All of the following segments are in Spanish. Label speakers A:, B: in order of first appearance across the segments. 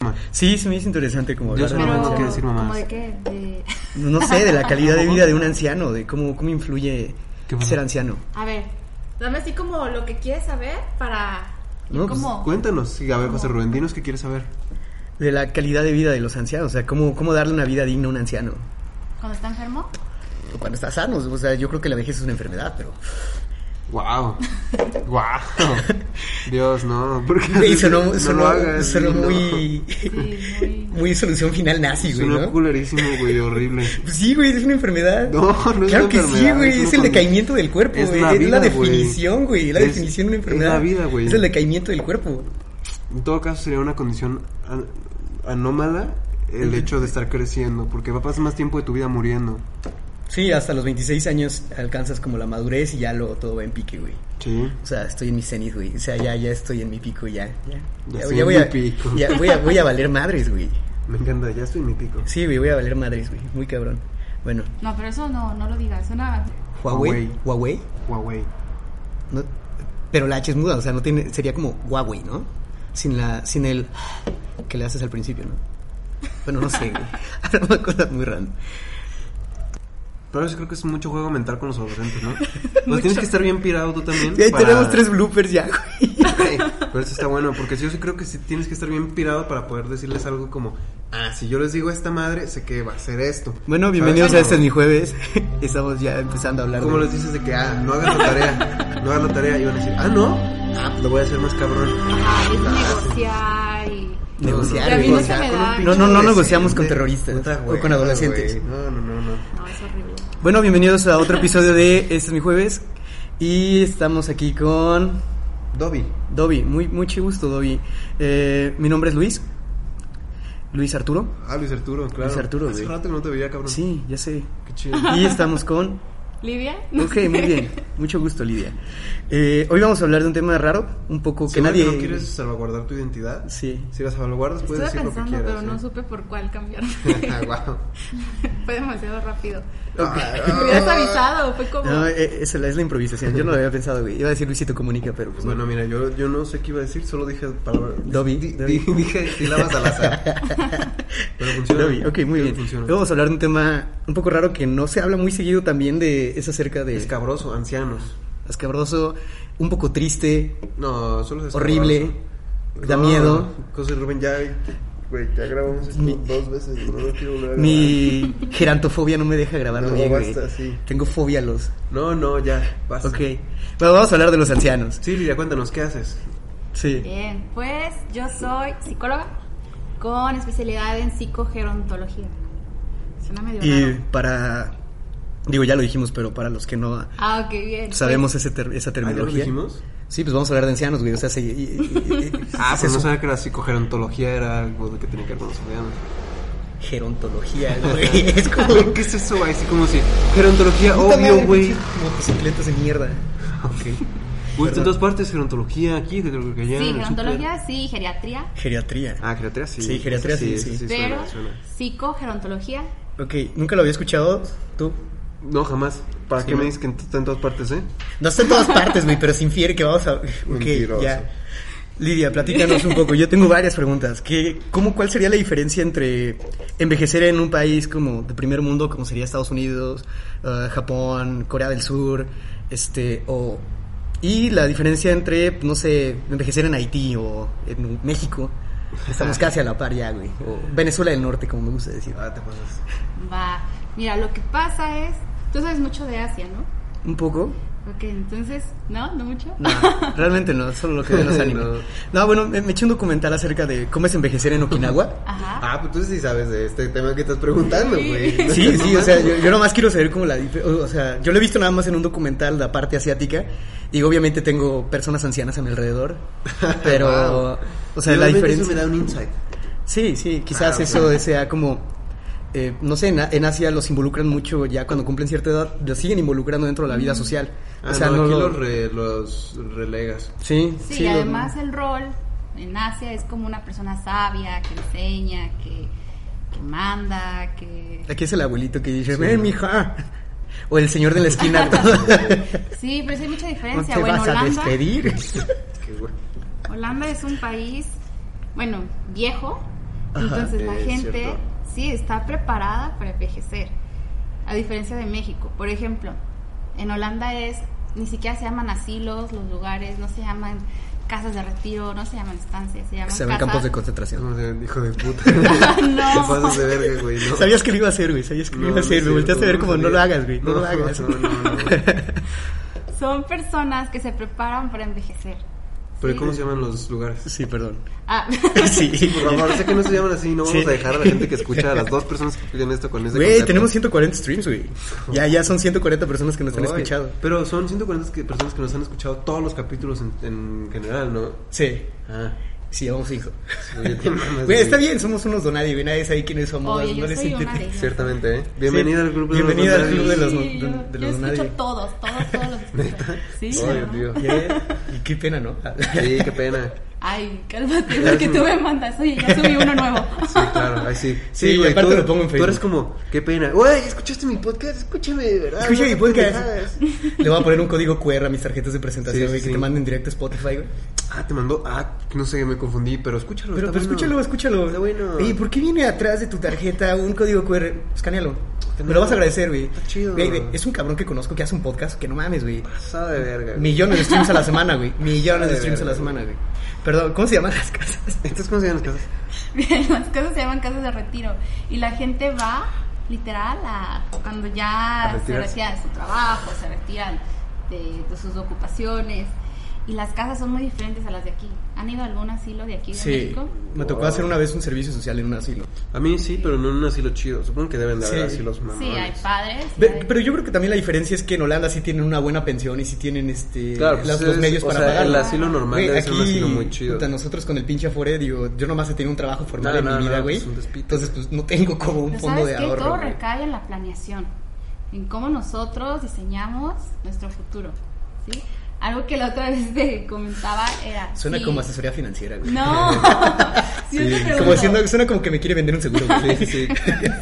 A: tema.
B: Sí, se me hizo interesante como
A: Yo
B: hablar de
A: solo
B: la
A: tengo que
B: anciana.
A: decir
C: ¿Cómo
A: mamás.
C: de qué? De-
B: No sé, de la calidad de vida de un anciano, de cómo, cómo influye
A: ¿Qué pasó?
B: ser anciano.
C: A ver, dame así como lo que quieres saber para...
B: No, pues,
C: ¿Cómo?
A: Cuéntanos, sí, a ver, José Rubén, dinos qué quieres saber.
B: De la calidad de vida de los ancianos, o sea, cómo, cómo darle una vida digna a un anciano.
C: ¿Cuando está enfermo?
B: Cuando está sano, o sea, yo creo que la vejez es una enfermedad, pero...
A: Wow. Wow. Dios, no. ¿Por qué
B: Y
A: haces-
B: sonó,
A: no lo
B: sonó-
A: hagas,
B: sonó
A: no.
B: muy...
C: Sí, muy...
B: Muy solución final nazi, güey,
A: Sonó
B: ¿no?
A: culerísimo, güey, horrible.
B: Pues sí, güey, es una enfermedad.
A: No, no es una
B: Claro que sí,
A: enfermedad,
B: güey,
A: es una
B: es, el
A: condi-
B: decaimiento del cuerpo,
A: es
B: güey. Es,
A: la vida,
B: la
A: güey.
B: definición, güey, la
A: Es-
B: definición de una
A: es la
B: enfermedad.
A: vida, güey.
B: Es el decaimiento del cuerpo.
A: En todo caso sería una condición an- anómala el hecho de estar creciendo, porque va a pasar más tiempo de tu vida muriendo.
B: Sí, hasta los 26 años alcanzas como la madurez y ya luego todo va en pique, güey.
A: Sí.
B: O sea, estoy en mi cenit, güey. O sea, ya, ya estoy en mi pico, ya. Ya,
A: Ya estoy en
B: voy
A: mi
B: a,
A: pico.
B: ya voy a, voy a valer madres, güey.
A: Me encanta, ya estoy en mi pico.
B: Sí, güey, voy a valer madres, güey. Muy cabrón. Bueno,
C: No, pero eso no, no lo digas. Suena...
B: Huawei. Huawei.
A: Huawei.
B: no- pero la H es muda, o sea, no tiene, sería como Huawei, ¿no? Sin la, sin el que le haces al principio, ¿no? Bueno, no sé, güey. Hablamos de cosas muy random.
A: Pero eso creo que es mucho juego mental con los adolescentes, ¿no? Pues tienes que estar bien pirado tú también.
B: Ya
A: para-
B: tenemos tres bloopers ya, güey.
A: Ey, Pero eso está bueno, porque yo sí creo que sí tienes que estar bien pirado para poder decirles algo como, ah, si yo les digo a esta madre, sé que va a ser esto.
B: Bueno,
A: ¿Sabes?
B: bienvenidos a
A: Como-
B: Este es mi jueves. Estamos ya empezando a hablar
A: Como
B: de...
A: les dices de que, ah, no hagas la tarea, no hagas la tarea, y van a decir, ah, no, ah, lo voy a hacer más cabrón.
C: Ajá, Ah, es negociar y...
B: Negociar,
C: Ya
B: güey.
C: vi esa edad.
B: No, no, no negociamos con terroristas, o con adolescentes.
A: No, no, no, no.
C: No, es horrible.
B: Bueno, bienvenidos a otro episodio de Este es mi jueves. Y estamos aquí con
A: Dobby.
B: Dobby. Muy, mucho gusto, Dobby. Eh, mi nombre es Luis. Luis Arturo.
A: Ah, Luis Arturo, claro.
B: Luis Arturo,
A: Hace
B: güey.
A: rato que no te veía, cabrón.
B: Sí, ya sé.
A: Qué chido.
B: Y estamos con...
C: ¿Livia? No
B: Ok,
C: sé.
B: muy bien. Mucho gusto, Lidia. Eh, hoy vamos a hablar de un tema raro, un poco que
A: Si nadie...
B: nadie...
A: no quieres salvaguardar tu identidad,
B: Sí.
A: si la salvaguardas puedes
C: Estuve
A: decir lo que
C: pensando,
A: quieras.
C: pero no
A: ¿eh?
C: supe por cuál cambiar.
A: Ah, guau.
C: Fue demasiado rápido.
B: Ok.
A: Ah.
C: Me hubieras avisado, fue como...
B: No, eh, es la, es la improvisación. Yo no lo había pensado, güey. Iba a decir Luisito Comunica, pero pues no.
A: Bueno, mira, yo, yo no sé qué iba a decir, solo dije palabras.
B: Dobby,
A: di-
B: Dobby.
A: di- dije sílabas al azar. Pero funciona.
B: Dobby, ok, muy
A: Pero
B: bien.
A: Funciona.
B: Luego vamos a hablar de un tema un poco raro que no se habla muy seguido también de... Es acerca de...
A: Escabroso, ancianos.
B: Escabroso, un poco triste,
A: No, solo es
B: horrible,
A: escabroso.
B: da
A: No,
B: miedo.
A: José Rubén, ya, güey, ya grabamos esto
B: Mi-
A: dos veces. No lo quiero volver a grabar.
B: Mi gerantofobia no me deja grabarlo
A: No,
B: bien, güey.
A: basta, sí.
B: Tengo fobia a los...
A: No, no, ya, basta.
B: Ok. Bueno, vamos a hablar de los ancianos.
A: Sí, Lidia, cuéntanos, ¿qué haces?
B: Sí.
C: Bien, pues yo soy psicóloga con especialidad en psicogerontología. Suena medio
B: Y
C: raro.
B: para... Digo, ya lo dijimos, pero para los que no
C: Ah, ok, bien.
B: sabemos
C: Pues,
B: ese ter- esa
A: ¿Ah, ¿Ya lo
B: terminología.
A: dijimos?
B: Sí, pues vamos a hablar de ancianos, güey. O sea, sí, y- y- y- y-
A: Ah,
B: es
A: pues no
B: eso.
A: sabía que la psicogerontología era algo que tenía que ver con los ancianos.
B: Gerontología, güey. Es como.
A: ¿Qué es eso, güey? Así como si. Gerontología, obvio, güey.
B: Motocicletas de mierda.
A: Ok. Uy, está en dos partes, gerontología aquí, que creo que allá. en
C: Sí,
A: el
C: gerontología, sí, geriatría,
B: Geriatría.
A: súper. Ah, geriatría sí.
B: Sí, geriatría sí,
A: eso
B: sí.
C: pero
A: suena, suena.
C: psicogerontología.
B: Ok, nunca lo había escuchado. Tú.
A: No, jamás. ¿Para
B: Sí,
A: qué
B: ¿no?
A: me dices que en- está en todas partes, eh?
B: No está en todas partes, güey, pero se infiere que vamos a. Ok,
A: Mentiroso.
B: ya. Lidia, platícanos un poco. Yo tengo varias preguntas. ¿Qué, cómo, ¿Cuál sería la diferencia entre envejecer en un país como de primer mundo, como sería Estados Unidos, eh, Japón, Corea del Sur, este, o y la diferencia entre, no sé, envejecer en Haití o en México? Estamos casi a la par ya, güey. O Venezuela del Norte, como me gusta decir.
A: Ah, te pasas.
C: Va. Mira, lo que pasa es. Tú sabes mucho de Asia, ¿no?
B: Un poco.
C: Ok, entonces. ¿No? ¿No mucho?
B: No, realmente no, solo lo que veo en los animes.
A: No.
B: No. bueno, me, me eché un documental acerca de cómo es envejecer en Okinawa.
C: Ajá.
A: Ah, pues tú sí sabes de este tema que estás preguntando,
C: Sí.
A: güey.
B: Sí, sí, o
A: mames.
B: sea, yo, yo nomás quiero saber cómo la... dif- O sea, yo lo he visto nada más en un documental, la parte asiática, y obviamente tengo personas ancianas a mi alrededor, pero...
A: Wow.
B: O sea, la
A: Realmente
B: diferencia...
A: Eso me da un insight.
B: Sí, sí, quizás
A: Ah,
B: eso
A: bueno.
B: sea como... eh, no sé, en, A- en Asia los involucran mucho ya cuando cumplen cierta edad, los siguen involucrando dentro de la vida social.
A: Ah,
B: o sea,
A: no,
B: no
A: aquí
B: lo-
A: los, re- los relegas.
B: Sí,
C: Sí,
B: sí,
C: y
B: lo-
C: además el rol en Asia es como una persona sabia, que enseña, que, que manda, que...
B: Aquí es el abuelito que dice,
A: Sí.
B: ven, mija. O el señor de la esquina. todo.
C: Sí, pero sí hay mucha
B: Eh. no
C: diferencia.
B: te
C: bueno,
B: vas a
C: Holanda,
B: despedir.
A: Qué güey.
C: Holanda es un país, bueno, viejo,
B: Ajá,
C: Entonces la
D: es
C: gente
D: cierto.
C: sí está preparada para envejecer, a diferencia de México. Por ejemplo, en Holanda es, ni siquiera se llaman asilos los lugares, no se llaman casas de retiro, no se llaman estancias, se llaman
B: Se ven
C: casas-
B: campos de concentración.
A: Como de- hijo de puta. Te pasas de verga, güey. No.
B: Sabías que lo iba a hacer, güey. Sabías que
A: No,
B: lo iba a
A: no
B: hacer.
A: es
B: Me volteaste a ver
A: cierto,
B: como, no lo
A: sabía.
B: hagas, güey. No lo hagas.
A: No, no, no, no.
C: Son personas que se preparan para envejecer.
A: Pero
C: Sí.
A: ¿cómo se llaman los lugares?
B: Sí, perdón.
C: Ah,
B: Sí.
A: Por favor, sé que no se llaman así, no vamos
B: Sí.
A: a dejar a la gente que escucha a las dos personas que escuchan esto con ese
B: Güey,
A: concepto.
B: tenemos 140 streams, güey. Ya, ya son 140 personas que nos han
A: Ay,
B: escuchado.
A: Pero son 140 que- personas que nos han escuchado todos los capítulos en, en general, ¿no?
B: Sí.
A: Ah,
B: Sí, vamos hijo.
A: sí, oye, te mamas,
B: Güey, está bien, somos unos donadie, güey. Nadie sabe quiénes somos.
C: Oye, yo
B: no les
C: soy una
B: interesa.
C: de ellas.
A: Ciertamente, ¿eh? Bienvenida al club de los
B: bienvenida al
A: Donadios.
B: club de los-
C: Sí,
B: de-
C: yo-
B: de
C: yo
B: los
C: escucho
B: nadie.
C: todos, todos, todos los escucho. Sí,
A: Ay,
C: ¿verdad?
A: tío.
B: Ya, Y qué pena, ¿no?
A: Sí, qué pena.
C: Ay, cálmate, lo que tú me mandas. Oye, ya subí uno nuevo.
A: Sí, claro, ay, sí.
B: Sí, y aparte
A: tú-
B: lo pongo en
A: Tú eres
B: Facebook.
A: como, qué pena. Güey, ¿escuchaste mi podcast? Escúchame, de verdad.
B: Escucha
A: no
B: mi
A: te pendejadas.
B: podcast. Le voy a poner un código QR a mis tarjetas de presentación,
A: Sí,
B: güey, que
A: sí.
B: te manden directo a Spotify, güey.
A: Ah, te mandó. Ah, no sé, me confundí, pero escúchalo.
B: Pero,
A: está
B: pero
A: bueno.
B: escúchalo, escúchalo.
A: Está bueno.
B: Ey, ¿por qué viene atrás de tu tarjeta un código QR? Escanealo. Me
A: Escanealo.
B: lo vas a agradecer, güey.
A: Está chido.
B: Güey, güey, es un cabrón que conozco que hace un podcast que no mames, güey.
A: Pasada de verga. güey.
B: Millones de streams a la semana, güey. Millones de
A: Ay,
B: streams a la
A: verga.
B: semana, güey. Perdón, ¿cómo se llaman las casas?
A: ¿Estás cómo se llaman las casas?
C: Bien, Las casas se llaman casas de retiro y la gente va literal a cuando
A: A
C: ya se
A: retirarse.
C: retira de su trabajo, se retiran de, de sus ocupaciones y las casas son muy diferentes a las de aquí. ¿Han ido a algún asilo de aquí de México?
B: Me tocó
A: Wow.
B: hacer una vez un servicio social en un asilo.
A: A mí sí, pero no en un asilo chido. Supongo que deben de haber
B: Sí.
A: asilos mamones.
C: Sí, hay padres. y
B: Ve-
C: hay-
B: Pero yo creo que también la diferencia es que en Holanda sí tienen una buena pensión y sí tienen este
A: Claro, pues
B: las-
A: es-
B: los medios
A: o
B: para
A: sea,
B: pagar.
A: el asilo normal
B: Güey,
A: debe
B: aquí,
A: ser un asilo muy chido.
B: puta, nosotros con el pinche Afore, digo, yo nomás he tenido un trabajo formal
A: No,
B: en
A: no,
B: mi vida,
A: no,
B: güey.
A: es un despito.
B: entonces, pues no tengo como un
C: Pero
B: fondo
C: ¿sabes
B: de
C: qué?
B: ahorro.
C: Todo
B: güey.
C: recae en la planeación, en cómo nosotros diseñamos nuestro futuro, ¿sí? Algo que la otra vez te comentaba era...
B: Suena
C: sí,
B: como asesoría financiera, güey.
C: No, Si yo te
B: Como
C: pregunto,
B: siendo- suena como que me quiere vender un seguro, güey.
A: Sí, sí.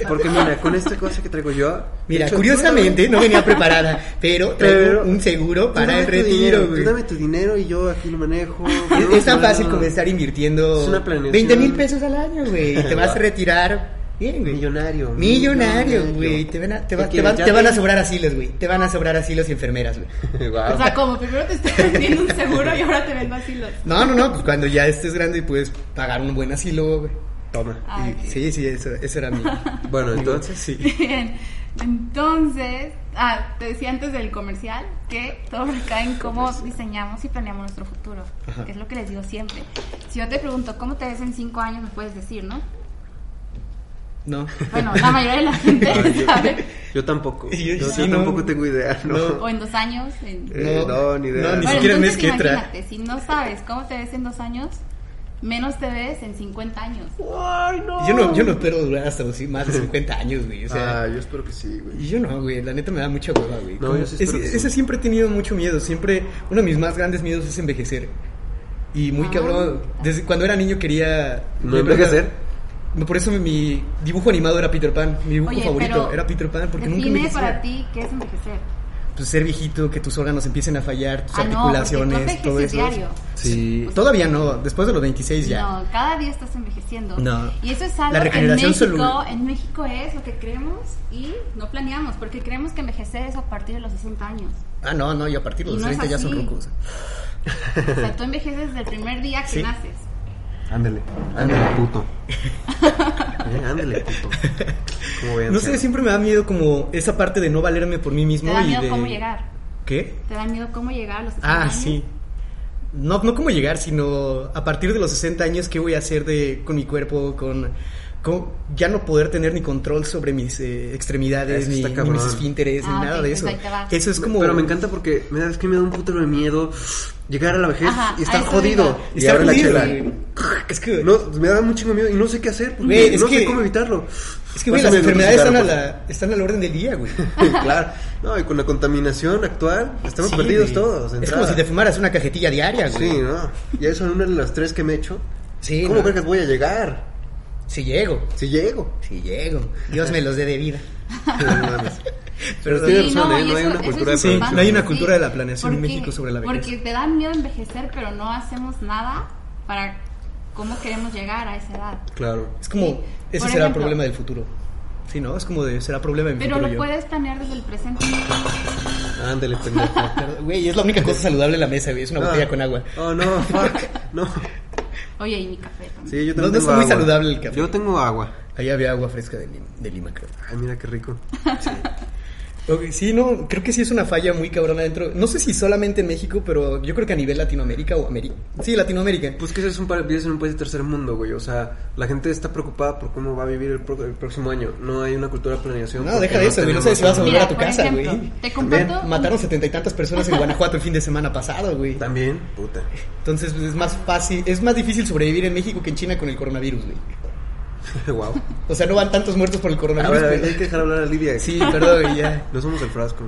A: Porque mira, con esta cosa que traigo yo.
B: Mira,
A: de hecho,
B: curiosamente
A: tú
B: no venía preparada, pero traigo
A: Pero-
B: un seguro
A: dame-
B: para
A: tú
B: el
A: dame tu dinero,
B: retiro,
A: Tú
B: güey.
A: dame tu dinero y yo aquí lo manejo.
B: Es, es tan fácil como
A: comenzar
B: estar invirtiendo
A: Es una planeación.
B: 20 mil pesos al año, güey. Y te vas a retirar bien, güey.
A: Millonario.
B: Millonario,
A: millonario.
B: güey. Te, van a- te, va-
A: ¿Qué
B: te van-
A: quieres?
B: te van a
A: Ya
B: sobrar asilos, güey. Te van a sobrar asilos y enfermeras, güey.
A: te-
C: O
A: Guau.
C: sea, como primero te estoy vendiendo un seguro y ahora te vendo asilos.
B: No, no, no. Pues cuando ya estés grande y puedes pagar un buen asilo, güey.
A: Toma.
C: Ay,
B: Y- Sí, sí, eso, eso era mi.
A: Bueno, entonces.
B: Sí.
C: Bien. Entonces, ah, te decía antes del comercial que todo recae en cómo diseñamos y planeamos nuestro futuro.
B: Ajá.
C: Que es lo que les digo siempre. Si yo te pregunto cómo te ves en cinco años, me puedes decir, ¿no?
B: No.
C: Bueno, la mayoría de la gente sabe.
A: Yo tampoco.
B: Yo-
A: Yo,
B: yo
A: yo
B: no.
A: tampoco tengo idea, ¿no?
B: No.
C: O en dos años. en-
A: Eh, no, ni idea.
B: No, ni
A: Bueno,
B: siquiera este, mes
C: entonces
B: que entra.
C: imagínate, si no sabes cómo te ves en dos años, menos te ves en 50 años.
A: Ay, no.
B: Yo no, yo no espero durar hasta los- más de 50 años, güey. O sea,
A: Ah, yo espero que sí, güey.
B: Y Yo no, güey, la neta me da mucha hueva, güey.
A: No,
B: Como-
A: yo sí
B: es-
A: espero que sí.
B: ese siempre he tenido mucho miedo, siempre uno de mis más grandes miedos es envejecer. Y muy
C: Ah.
B: cabrón, desde cuando era niño quería
A: ¿No
B: yo creo que-
A: envejecer?
B: no, Por eso mi dibujo animado era Peter Pan, mi dibujo
C: Oye,
B: favorito
C: pero
B: era Peter Pan porque nunca
C: define
B: envejecía.
C: para ti qué es envejecer.
B: Pues ser viejito, que tus órganos empiecen a fallar, tus
C: Ah, no, porque tú
B: articulaciones,
C: envejeces
B: todo eso.
C: diario.
B: Sí, pues todavía no, después de los 26 ya.
C: No, cada día estás envejeciendo.
B: No.
C: Y eso es algo
B: La
C: que
B: regeneración
C: en México,
B: celular.
C: en México es lo que creemos y no planeamos, porque creemos que envejecer es a partir de los 60 años.
B: Ah, no, no, y a partir de
C: Y
B: los
C: no es
B: 30 ya son
C: así.
B: rucos.
C: O sea, tú envejeces desde el primer día que
B: Sí.
C: naces.
A: Ándale, ándale, puto. Eh, ándale, puto. ¿Cómo ven?
B: No sé, siempre me da miedo como esa parte de no valerme por mí mismo
C: Te da
B: y
C: miedo
B: de
C: cómo llegar.
B: ¿Qué?
C: Te da miedo cómo llegar a los 60
B: Ah,
C: años.
B: sí. No, no cómo llegar, sino a partir de los 60 años, ¿qué voy a hacer de, con mi cuerpo? Con, con- ya no poder tener ni control sobre mis eh, extremidades,
A: Eso
B: ni,
A: está
B: ni
A: cabrón.
B: mis esfínteres,
C: Ah,
B: ni nada
C: ok,
B: de
C: pues
B: eso.
C: ahí te va.
B: Eso es como.
A: Pero me encanta porque me da, es que me da un putero de miedo llegar a la vejez
C: Ajá,
A: y
C: a
A: estar
C: eso
A: jodido.
C: iba.
A: Y
B: Estar
A: ahora la
B: jodido,
A: chela.
B: güey. Es que,
A: No, me da muchísimo miedo y no sé qué hacer porque
B: Güey, es
A: no
B: que-
A: sé cómo evitarlo.
B: es que güey, las
A: Pásame otro
B: enfermedades están
A: cigarro,
B: a,
A: por
B: la, están a la orden del día, güey.
A: pues. claro. No, y con la contaminación actual, estamos
B: Sí,
A: perdidos
B: güey.
A: todos. de
B: Es como
A: entrada.
B: si te fumaras una cajetilla diaria, güey.
A: Sí, ¿no? Y eso en una de las tres que me he hecho.
B: Sí,
A: ¿Cómo
B: ¿no?
A: vergas voy a llegar?
B: Si llego,
A: Si llego.
B: si llego. Dios me los dé de vida.
A: No mames.
B: Pero
A: Tienes
C: Sí,
A: razón, ¿eh?
C: y
A: No hay
C: eso-
A: una
C: eso
A: cultura
C: es
A: de
C: importante,
B: Sí, no hay una cultura de la planeación en
C: Porque-
B: México sobre la vejez.
C: Porque te da miedo envejecer, pero no hacemos nada para cómo queremos llegar a esa edad.
A: Claro.
B: Es como,
C: Sí.
B: ese será
C: Por
B: el
C: ejemplo-
B: problema del futuro. Sí, ¿no? Es como de, será problema de mi
C: Pero
B: futuro
C: lo
B: yo.
C: puedes planear desde el presente.
A: Ándale, pendejo.
B: Perdón, Güey, es la única cosa saludable en la mesa, güey. Es una botella
A: Ah.
B: con agua.
A: Oh, no, fuck. No.
C: Oye, y mi café también.
A: Sí, yo también
B: No, no
A: tengo
B: está muy
A: agua.
B: saludable el café.
A: Yo tengo agua.
B: Ahí había agua fresca de Lima, de Lima creo.
A: Ay, mira qué rico.
B: Ok, sí, no, creo que sí es una falla muy cabrona dentro. No sé si solamente en México, pero yo creo que a nivel Latinoamérica o América. Sí, Latinoamérica.
A: Pues que es un par- vives en un país de tercer mundo, güey. O sea, la gente está preocupada por cómo va a vivir el, pro- el próximo año. No hay una cultura de planeación.
B: No,
A: porque
B: deja de eso, güey. No sabes si vas
A: tenemos-
B: a volver
C: Mira,
B: a tu
C: por
B: casa,
C: ejemplo,
B: güey.
C: te
B: También
C: comparto un-
B: Mataron setenta y tantas personas en Guanajuato el fin de semana pasado, güey.
A: También, puta.
B: Entonces, pues, es más fácil, es más difícil sobrevivir en México que en China con el coronavirus, güey.
A: wow.
B: O sea, no van tantos muertos por el
A: A
B: coronavirus,
A: ver, a ver,
B: güey.
A: hay que dejar hablar a Lidia.
B: Sí, perdón, güey, ya.
A: No somos el frasco.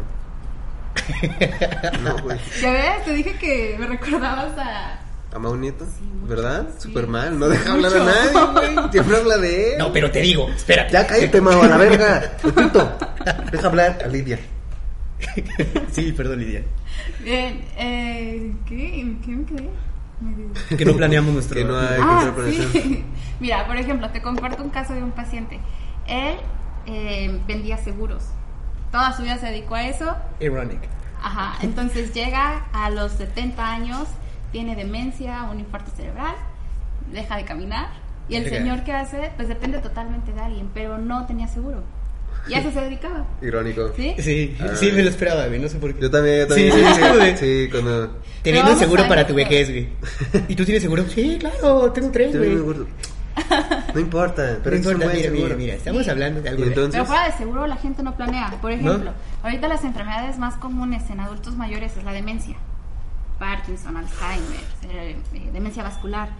A: No, güey.
C: ¿Ya ves? Te dije que me recordabas a...
A: A Mau Nieto,
C: mucho,
A: ¿verdad?
C: sí.
A: Súper mal. No deja hablar a
C: Mucho.
A: nadie, güey. Siempre habla de él.
B: No, pero te digo, espérate.
A: Ya cállate, Mau, a la verga. Pepito, deja hablar a Lidia.
B: Sí, perdón, Lidia.
C: Bien, eh, ¿qué? ¿En qué me quedé? Me quedé.
B: Que no planeamos nuestro.
A: Que no hay-
C: Ah,
A: contra
C: sí. Mira, por ejemplo, te comparto un caso de un paciente. Él eh, vendía seguros. Toda su vida se dedicó a eso.
B: Ironic.
C: Ajá. Entonces llega a los 70 años, tiene demencia, un infarto cerebral, deja de caminar. Y el
B: Verga.
C: señor que hace, pues depende totalmente de alguien, pero no tenía seguro. Y a eso se dedicaba.
A: Irónico.
C: ¿Sí?
B: Sí,
A: Ah.
B: sí, me lo esperaba, güey. No sé por qué.
A: Yo también, yo
B: Sí, sí,
A: también.
B: es como de-
A: Sí, cuando.
B: Te
C: Pero
B: vendo el
C: vamos
B: seguro
C: a-
B: para tu vejez, güey. ¿Y tú tienes seguro? Sí, claro, tengo tres,
A: Yo no
B: güey.
A: me acuerdo. No importa, pero
B: no
A: es un
B: importa, mira,
A: buen
B: mira,
A: seguro.
B: mira, estamos hablando de algo.
A: Y entonces-
C: Pero fuera de seguro la gente no planea. Por ejemplo, ahorita las enfermedades más comunes en adultos mayores es la demencia. Parkinson, Alzheimer, eh, eh, demencia vascular.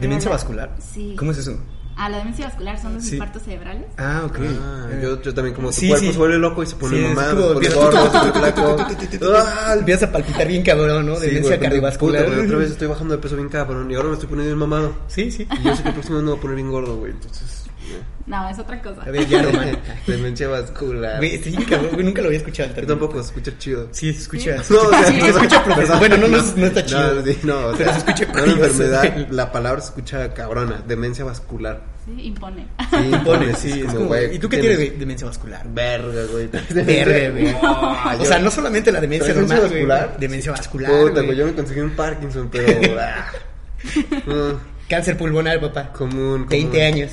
B: ¿Demencia
C: Pero la-
B: vascular?
C: Sí.
B: ¿Cómo es eso?
C: Ah, la demencia vascular son los
B: Sí.
C: infartos cerebrales.
B: Ah, ok.
A: Ah,
B: Eh.
A: yo, yo también, como tu
B: Sí,
A: cuerpo
B: sí.
A: se vuelve loco y se
B: Sí,
A: pone
B: es
A: mamado,
B: como
A: se pone
B: empieza-
A: gordo, se pone flaco.
B: Ah, empiezas a palpitar bien cabrón, ¿no?
A: Ah, Sí,
B: Demencia
A: güey,
B: cardiovascular.
A: puta, güey, otra vez estoy bajando de peso bien cabrón y ahora me estoy poniendo bien mamado.
B: Sí, sí.
A: Y yo sé que el próximo año me voy a poner bien gordo, güey. Entonces,
C: No, es otra cosa.
B: A ver, Eh, ya, Román.
A: demencia vascular.
B: Güey, este sí, cabrón, güey, nunca lo había escuchado el
A: Yo
B: término.
A: tampoco, se escucha chido.
B: Sí, se escucha.
A: No, o sea,
B: se escucha profesor.
A: perdón.
B: Bueno, no, no, no está chido.
A: No, sí, no, o
B: Pero
A: sea,
B: se escucha
A: una
B: curioso,
A: enfermedad,
B: güey.
A: la palabra se escucha cabrona, demencia vascular.
C: Sí, impone.
A: Sí,
B: Pone, sí,
A: es
B: es como,
A: güey,
B: ¿Y tú qué tienes, güey? Demencia vascular.
A: Verga, güey.
B: Verga, güey. o sea, no solamente la demencia
A: ¿Demencia
B: normal, güey.
A: vascular?
B: Demencia vascular.
A: Puta,
B: güey.
A: güey, yo me conseguí un Parkinson, pero. ah, mm,
B: Cáncer pulmonar, papá.
A: común. común.
B: 20 años.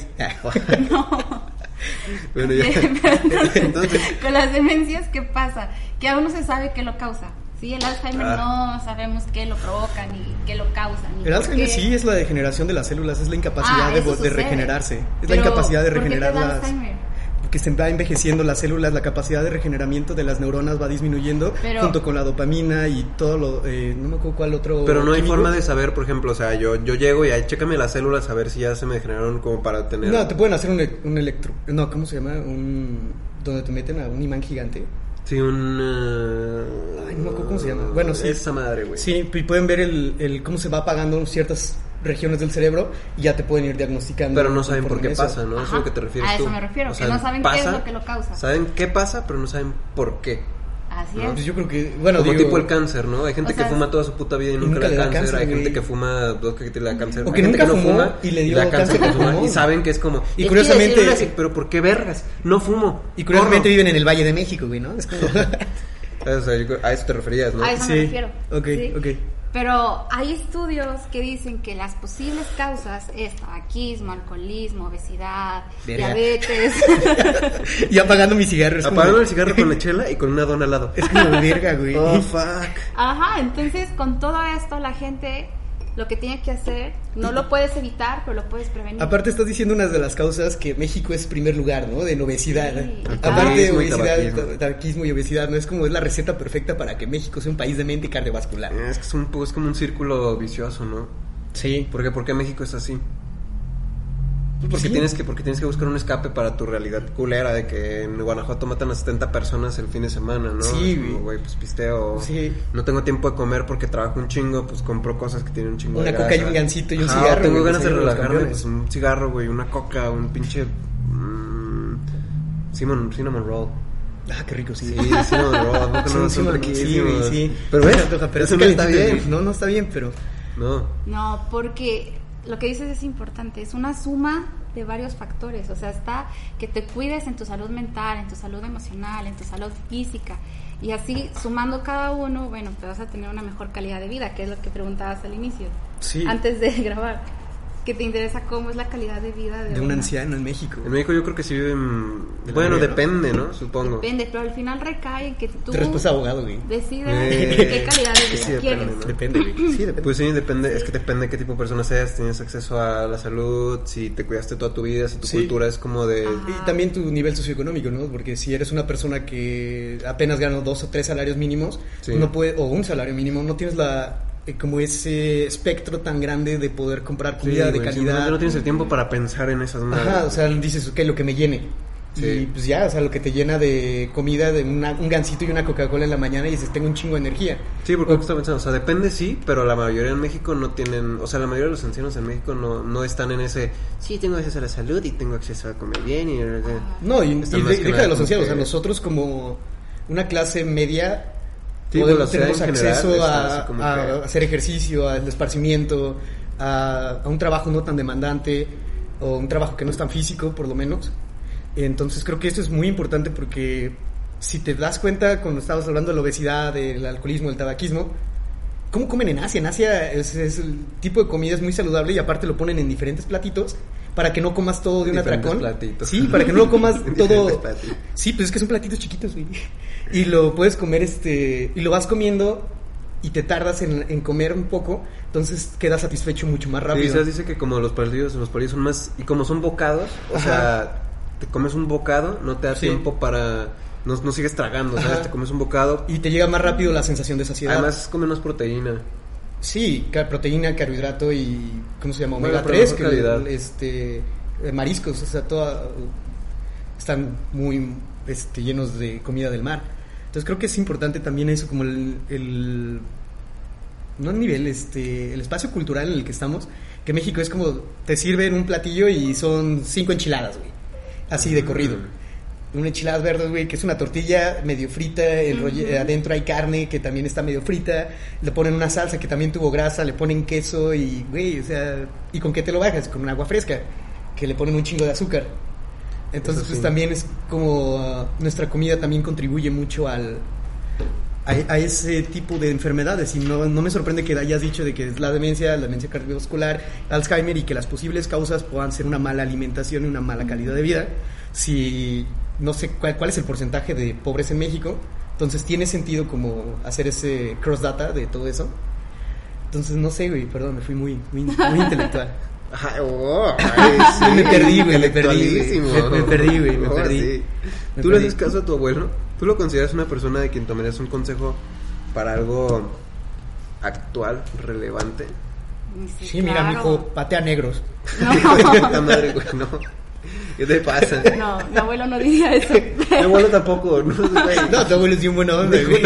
A: Bueno, ya. Entonces,
C: Con las demencias, ¿qué pasa? Que aún no se sabe qué lo causa. Sí, el Alzheimer
A: Ah.
C: no sabemos qué lo provoca ni qué lo causa. Ni
B: El
C: por
B: Alzheimer
C: qué.
B: sí es la degeneración de las células, es la incapacidad
C: Ah,
B: de,
C: eso
B: vo- de
C: sucede.
B: regenerarse. Es la
C: Pero,
B: incapacidad de
C: ¿por qué te da
B: regenerarlas.
C: Alzheimer?
B: Porque se va envejeciendo las células, la capacidad de regeneramiento de las neuronas va disminuyendo
C: Pero-
B: junto con la dopamina y todo lo. eh, no me acuerdo cuál otro.
A: pero no hay
B: químico.
A: forma de saber, por ejemplo, o sea, yo, yo llego y ahí chécame las células a ver si ya se me generaron como para tener.
B: No, te pueden hacer un, e- un electro. No, ¿cómo se llama? Un. Donde te meten a un imán gigante.
A: Sí, un. eh,
B: Ay, no me acuerdo cómo se llama. Bueno, sí.
A: Esa madre, güey.
B: Sí, y pueden ver el, el cómo se va apagando ciertas regiones del cerebro y ya te pueden ir diagnosticando.
A: Pero no saben por
B: conforme
A: qué
B: eso.
A: pasa, ¿no? Eso es
C: Ajá,
A: lo que te refieres
C: a eso
A: tú.
C: me refiero, que no saben qué es lo que lo causa.
A: Saben qué pasa, pero no saben por qué.
C: Así
A: No,
C: es.
B: Pues yo creo que. Bueno,
A: Como
B: digo-
A: tipo el cáncer, ¿no? Hay gente
C: O sea,
A: que fuma toda su puta vida y
B: y
A: nunca, le da cáncer. Hay
B: güey.
A: gente que fuma dos que te le da cáncer.
B: O
A: Hay
B: que
A: gente
B: nunca fumó y le dio cáncer
A: por
B: de
A: fumar.
B: pulmón.
A: Y saben que es como.
B: Y
A: "Es que
B: curiosamente-
A: las células- pero ¿por qué vergas? No fumo.
B: Y curiosamente
A: corro".
B: viven en el Valle de México, güey, ¿no? Es como...
A: O sea, yo creo- a eso te referías, ¿no?
C: A eso
B: Sí,
C: me refiero.
B: ok,
C: ¿sí?
B: ok.
C: Pero hay estudios que dicen que las posibles causas es tabaquismo, alcoholismo, obesidad,
B: Verga.
C: diabetes.
B: y apagando mi cigarro. es como-
A: Apagando el cigarro con la chela y con una dona al lado.
B: Es como verga, güey.
A: Oh, fuck.
C: Ajá, entonces con todo esto la gente lo que tiene que hacer, no lo puedes evitar, pero lo puedes prevenir.
B: Aparte estás diciendo una de las causas que México es primer lugar, ¿no? De en obesidad.
C: Sí.
B: Aparte de
A: Tabaquismo y
B: obesidad,
A: tabaquismo.
B: ta- tabaquismo y obesidad, ¿no? Es como es la receta perfecta para que México sea un país de mente cardiovascular.
A: Es que es, un, poco- es como un círculo vicioso, ¿no?
B: Sí.
A: Porque ¿por qué México es así? Pues porque
B: Sí.
A: tienes que porque tienes que buscar un escape para tu realidad culera de que en Guanajuato matan a 70 personas el fin de semana, ¿no?
B: Sí,
A: Es como,
B: güey.
A: güey, pues pisteo.
B: Sí.
A: No tengo tiempo de comer porque trabajo un chingo, pues compro cosas que tienen un chingo
B: Una
A: de
B: coca
A: grasa.
B: y un gansito y un
A: Ajá,
B: cigarro,
A: tengo
B: güey,
A: ganas de
B: pues, ahí los
A: relajarme,
B: campeones.
A: pues un cigarro, güey, una coca, un pinche mm, cinnamon, cinnamon roll.
B: Ah, qué rico, sí.
A: Sí, cinnamon roll, ¿a poco
B: Sí,
A: no
B: sí,
A: son
B: mamá, sí, güey,
A: riquísimos?
B: sí.
A: Pero
B: Sí,
A: ves,
B: me antoja, pero
A: eso
B: sí
A: no está
B: calentito,
A: bien.
B: güey. No, no está bien, pero...
A: No.
C: No, porque lo que dices es importante, es una suma de varios factores, o sea, está que te cuides en tu salud mental, en tu salud emocional, en tu salud física, y así sumando cada uno, bueno, te vas a tener una mejor calidad de vida, que es lo que preguntabas al inicio,
B: Sí.
C: antes de grabar, que te interesa cómo es la calidad de vida de,
B: De un
C: una.
B: anciano en México.
A: En México yo creo que sí viven...
B: De la media,
A: bueno,
B: ¿no?
A: depende, ¿no? Supongo.
C: Depende, pero al final recae en que tú
B: Te respuesta pues abogado, güey.
C: decides
A: Eh,
C: qué calidad de vida
A: sí, depende,
C: quieres.
A: ¿no?
B: Depende, güey. Sí, depende.
A: Pues sí, depende, es que depende de qué tipo de persona seas, tienes acceso a la salud, si te cuidaste toda tu vida, si tu
B: Sí.
A: cultura es como de...
C: Ajá.
B: Y también tu nivel socioeconómico, ¿no? Porque si eres una persona que apenas gana dos o tres salarios mínimos,
A: Sí.
B: no puede, o un salario mínimo, no tienes la eh, como ese espectro tan grande de poder comprar
A: Sí,
B: comida de
A: güey,
B: calidad.
A: simplemente No tienes el tiempo para pensar en esas madres.
B: Ajá, o sea, dices, ok, lo que me llene.
A: Sí.
B: Y pues ya, o sea, lo que te llena de comida, de una- un gansito y una Coca-Cola en la mañana y dices, tengo un chingo de energía.
A: Sí, porque estaba pensando, o sea, depende sí, pero la mayoría en México no tienen, o sea, la mayoría de los ancianos en México no, no están en ese, sí, tengo acceso a la salud y tengo acceso a comer bien y...
B: No, y, y
A: Está
B: de-
A: más que
B: deja
A: nada
B: de los
A: como
B: ancianos, o sea,
A: que-
B: nosotros como una clase media
A: Sí,
B: podemos-
A: bueno, la sociedad
B: tenemos
A: en general
B: acceso
A: está
B: a,
A: así como
B: a
A: que-
B: hacer ejercicio, al esparcimiento, a, a un trabajo no tan demandante o un trabajo que no es tan físico, por lo menos. Entonces creo que esto es muy importante porque si te das cuenta cuando estabas hablando de la obesidad, del alcoholismo, del tabaquismo, ¿Cómo comen en Asia? En Asia es, es el tipo de comida es muy saludable y aparte lo ponen en diferentes platitos para que no comas todo de un
A: Diferentes
B: atracón.
A: platitos.
B: Sí, para que no lo comas
A: En diferentes
B: todo.
A: platitos.
B: Sí, pues es que son platitos chiquitos, güey. Y lo puedes comer este y lo vas comiendo y te tardas en, en comer un poco, entonces quedas satisfecho mucho más
A: Sí,
B: rápido.
A: quizás dice que como los partidos, los partidos son más, y como son bocados, o
B: Ajá.
A: sea, te comes un bocado, no te da
B: Sí.
A: tiempo para, no, no sigues tragando, ¿sabes?
B: Ajá.
A: Te comes un bocado,
B: y te llega más rápido la sensación de saciedad.
A: además come menos proteína.
B: Sí, ca- proteína, carbohidrato y ¿cómo se llama?
A: Bueno,
B: Omega
A: pero
B: 3,
A: mejor
B: que
A: calidad.
B: este eh, mariscos, o sea, toda están muy este, llenos de comida del mar. Entonces creo que es importante también eso como el, el- no el nivel, este el espacio cultural en el que estamos, que México es como te sirven un platillo y son cinco enchiladas, güey. Así de corrido. Una enchiladas verdes, güey, que es una tortilla medio frita, el rolle-
C: Ujú.
B: adentro hay carne que también está medio frita, le ponen una salsa que también tuvo grasa, le ponen queso y, güey, o sea, ¿y con qué te lo bajas? Con un agua fresca, que le ponen un chingo de azúcar. Entonces,
A: Eso sí.
B: pues también es como ah, nuestra comida también contribuye mucho al... A, a ese tipo de enfermedades y no, no me sorprende que hayas dicho de que es la demencia, la demencia cardiovascular, Alzheimer y que las posibles causas puedan ser una mala alimentación y una mala calidad de vida. Si no sé cuál, cuál es el porcentaje de pobres en México, entonces tiene sentido como hacer ese cross data de todo eso. Entonces no sé, güey, perdón, me fui muy, muy, muy intelectual.
A: Ajá, oh, ay, sí,
B: Me perdí, güey, me perdí, güey.
A: intelectualísimo.
B: Me- me perdí, güey, me
A: Oh,
B: perdí.
A: sí.
B: Me
A: ¿Tú le
B: perdí.
A: haces caso a tu abuelo? ¿Tú lo consideras una persona de quien tomarías un consejo para algo actual, relevante?
C: Y sí,
B: Sí, mira,
C: claro.
B: mijo, patea negros.
A: Puta madre, güey, no. ¿Qué te pasa?
C: No, mi abuelo no diría eso.
A: Mi abuelo tampoco, no, güey.
B: No, tu abuelo es bien buena onda, güey.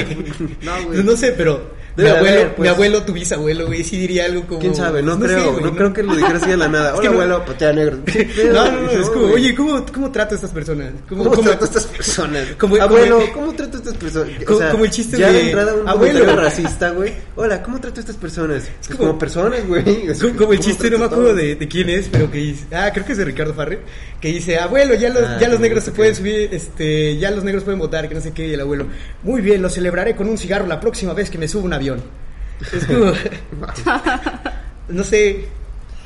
A: No, güey.
B: Pues no sé, pero mi
A: Debe
B: abuelo,
A: haber, pues.
B: mi abuelo, tu bisabuelo, güey, sí diría algo como.
A: ¿Quién sabe? No,
B: sé,
A: creo,
B: güey,
A: no, creo que lo dijera así de la nada.
B: Es
A: Hola,
B: que no-
A: abuelo, patea negro. Sí, pero-
B: No, no, no, es como,
A: güey.
B: oye, ¿cómo, cómo trato a estas personas?
A: ¿Cómo, trato a estas personas?
B: como- como-
A: abuelo, ¿cómo trato a estas personas?
B: como- como el chiste
A: ya
B: de-
A: de entrada un
B: abuelo.
A: abuelo racista, güey. Hola, ¿cómo trato a estas personas? Pues como,
B: como-
A: personas, güey. O sea,
B: Como, como el
A: ¿cómo
B: chiste, no
A: trato
B: me
A: a
B: acuerdo
A: todos?
B: de, de quién es, pero que dice, ah, creo que es de Ricardo Farrell, que dice, abuelo, ya los,
A: Ah,
B: ya los
A: sí,
B: negros se
A: ok.
B: pueden subir, este, ya los negros pueden votar, que no sé qué, y el abuelo, muy bien, lo celebraré con un cigarro la próxima vez que me suba un avión. Es como, no sé,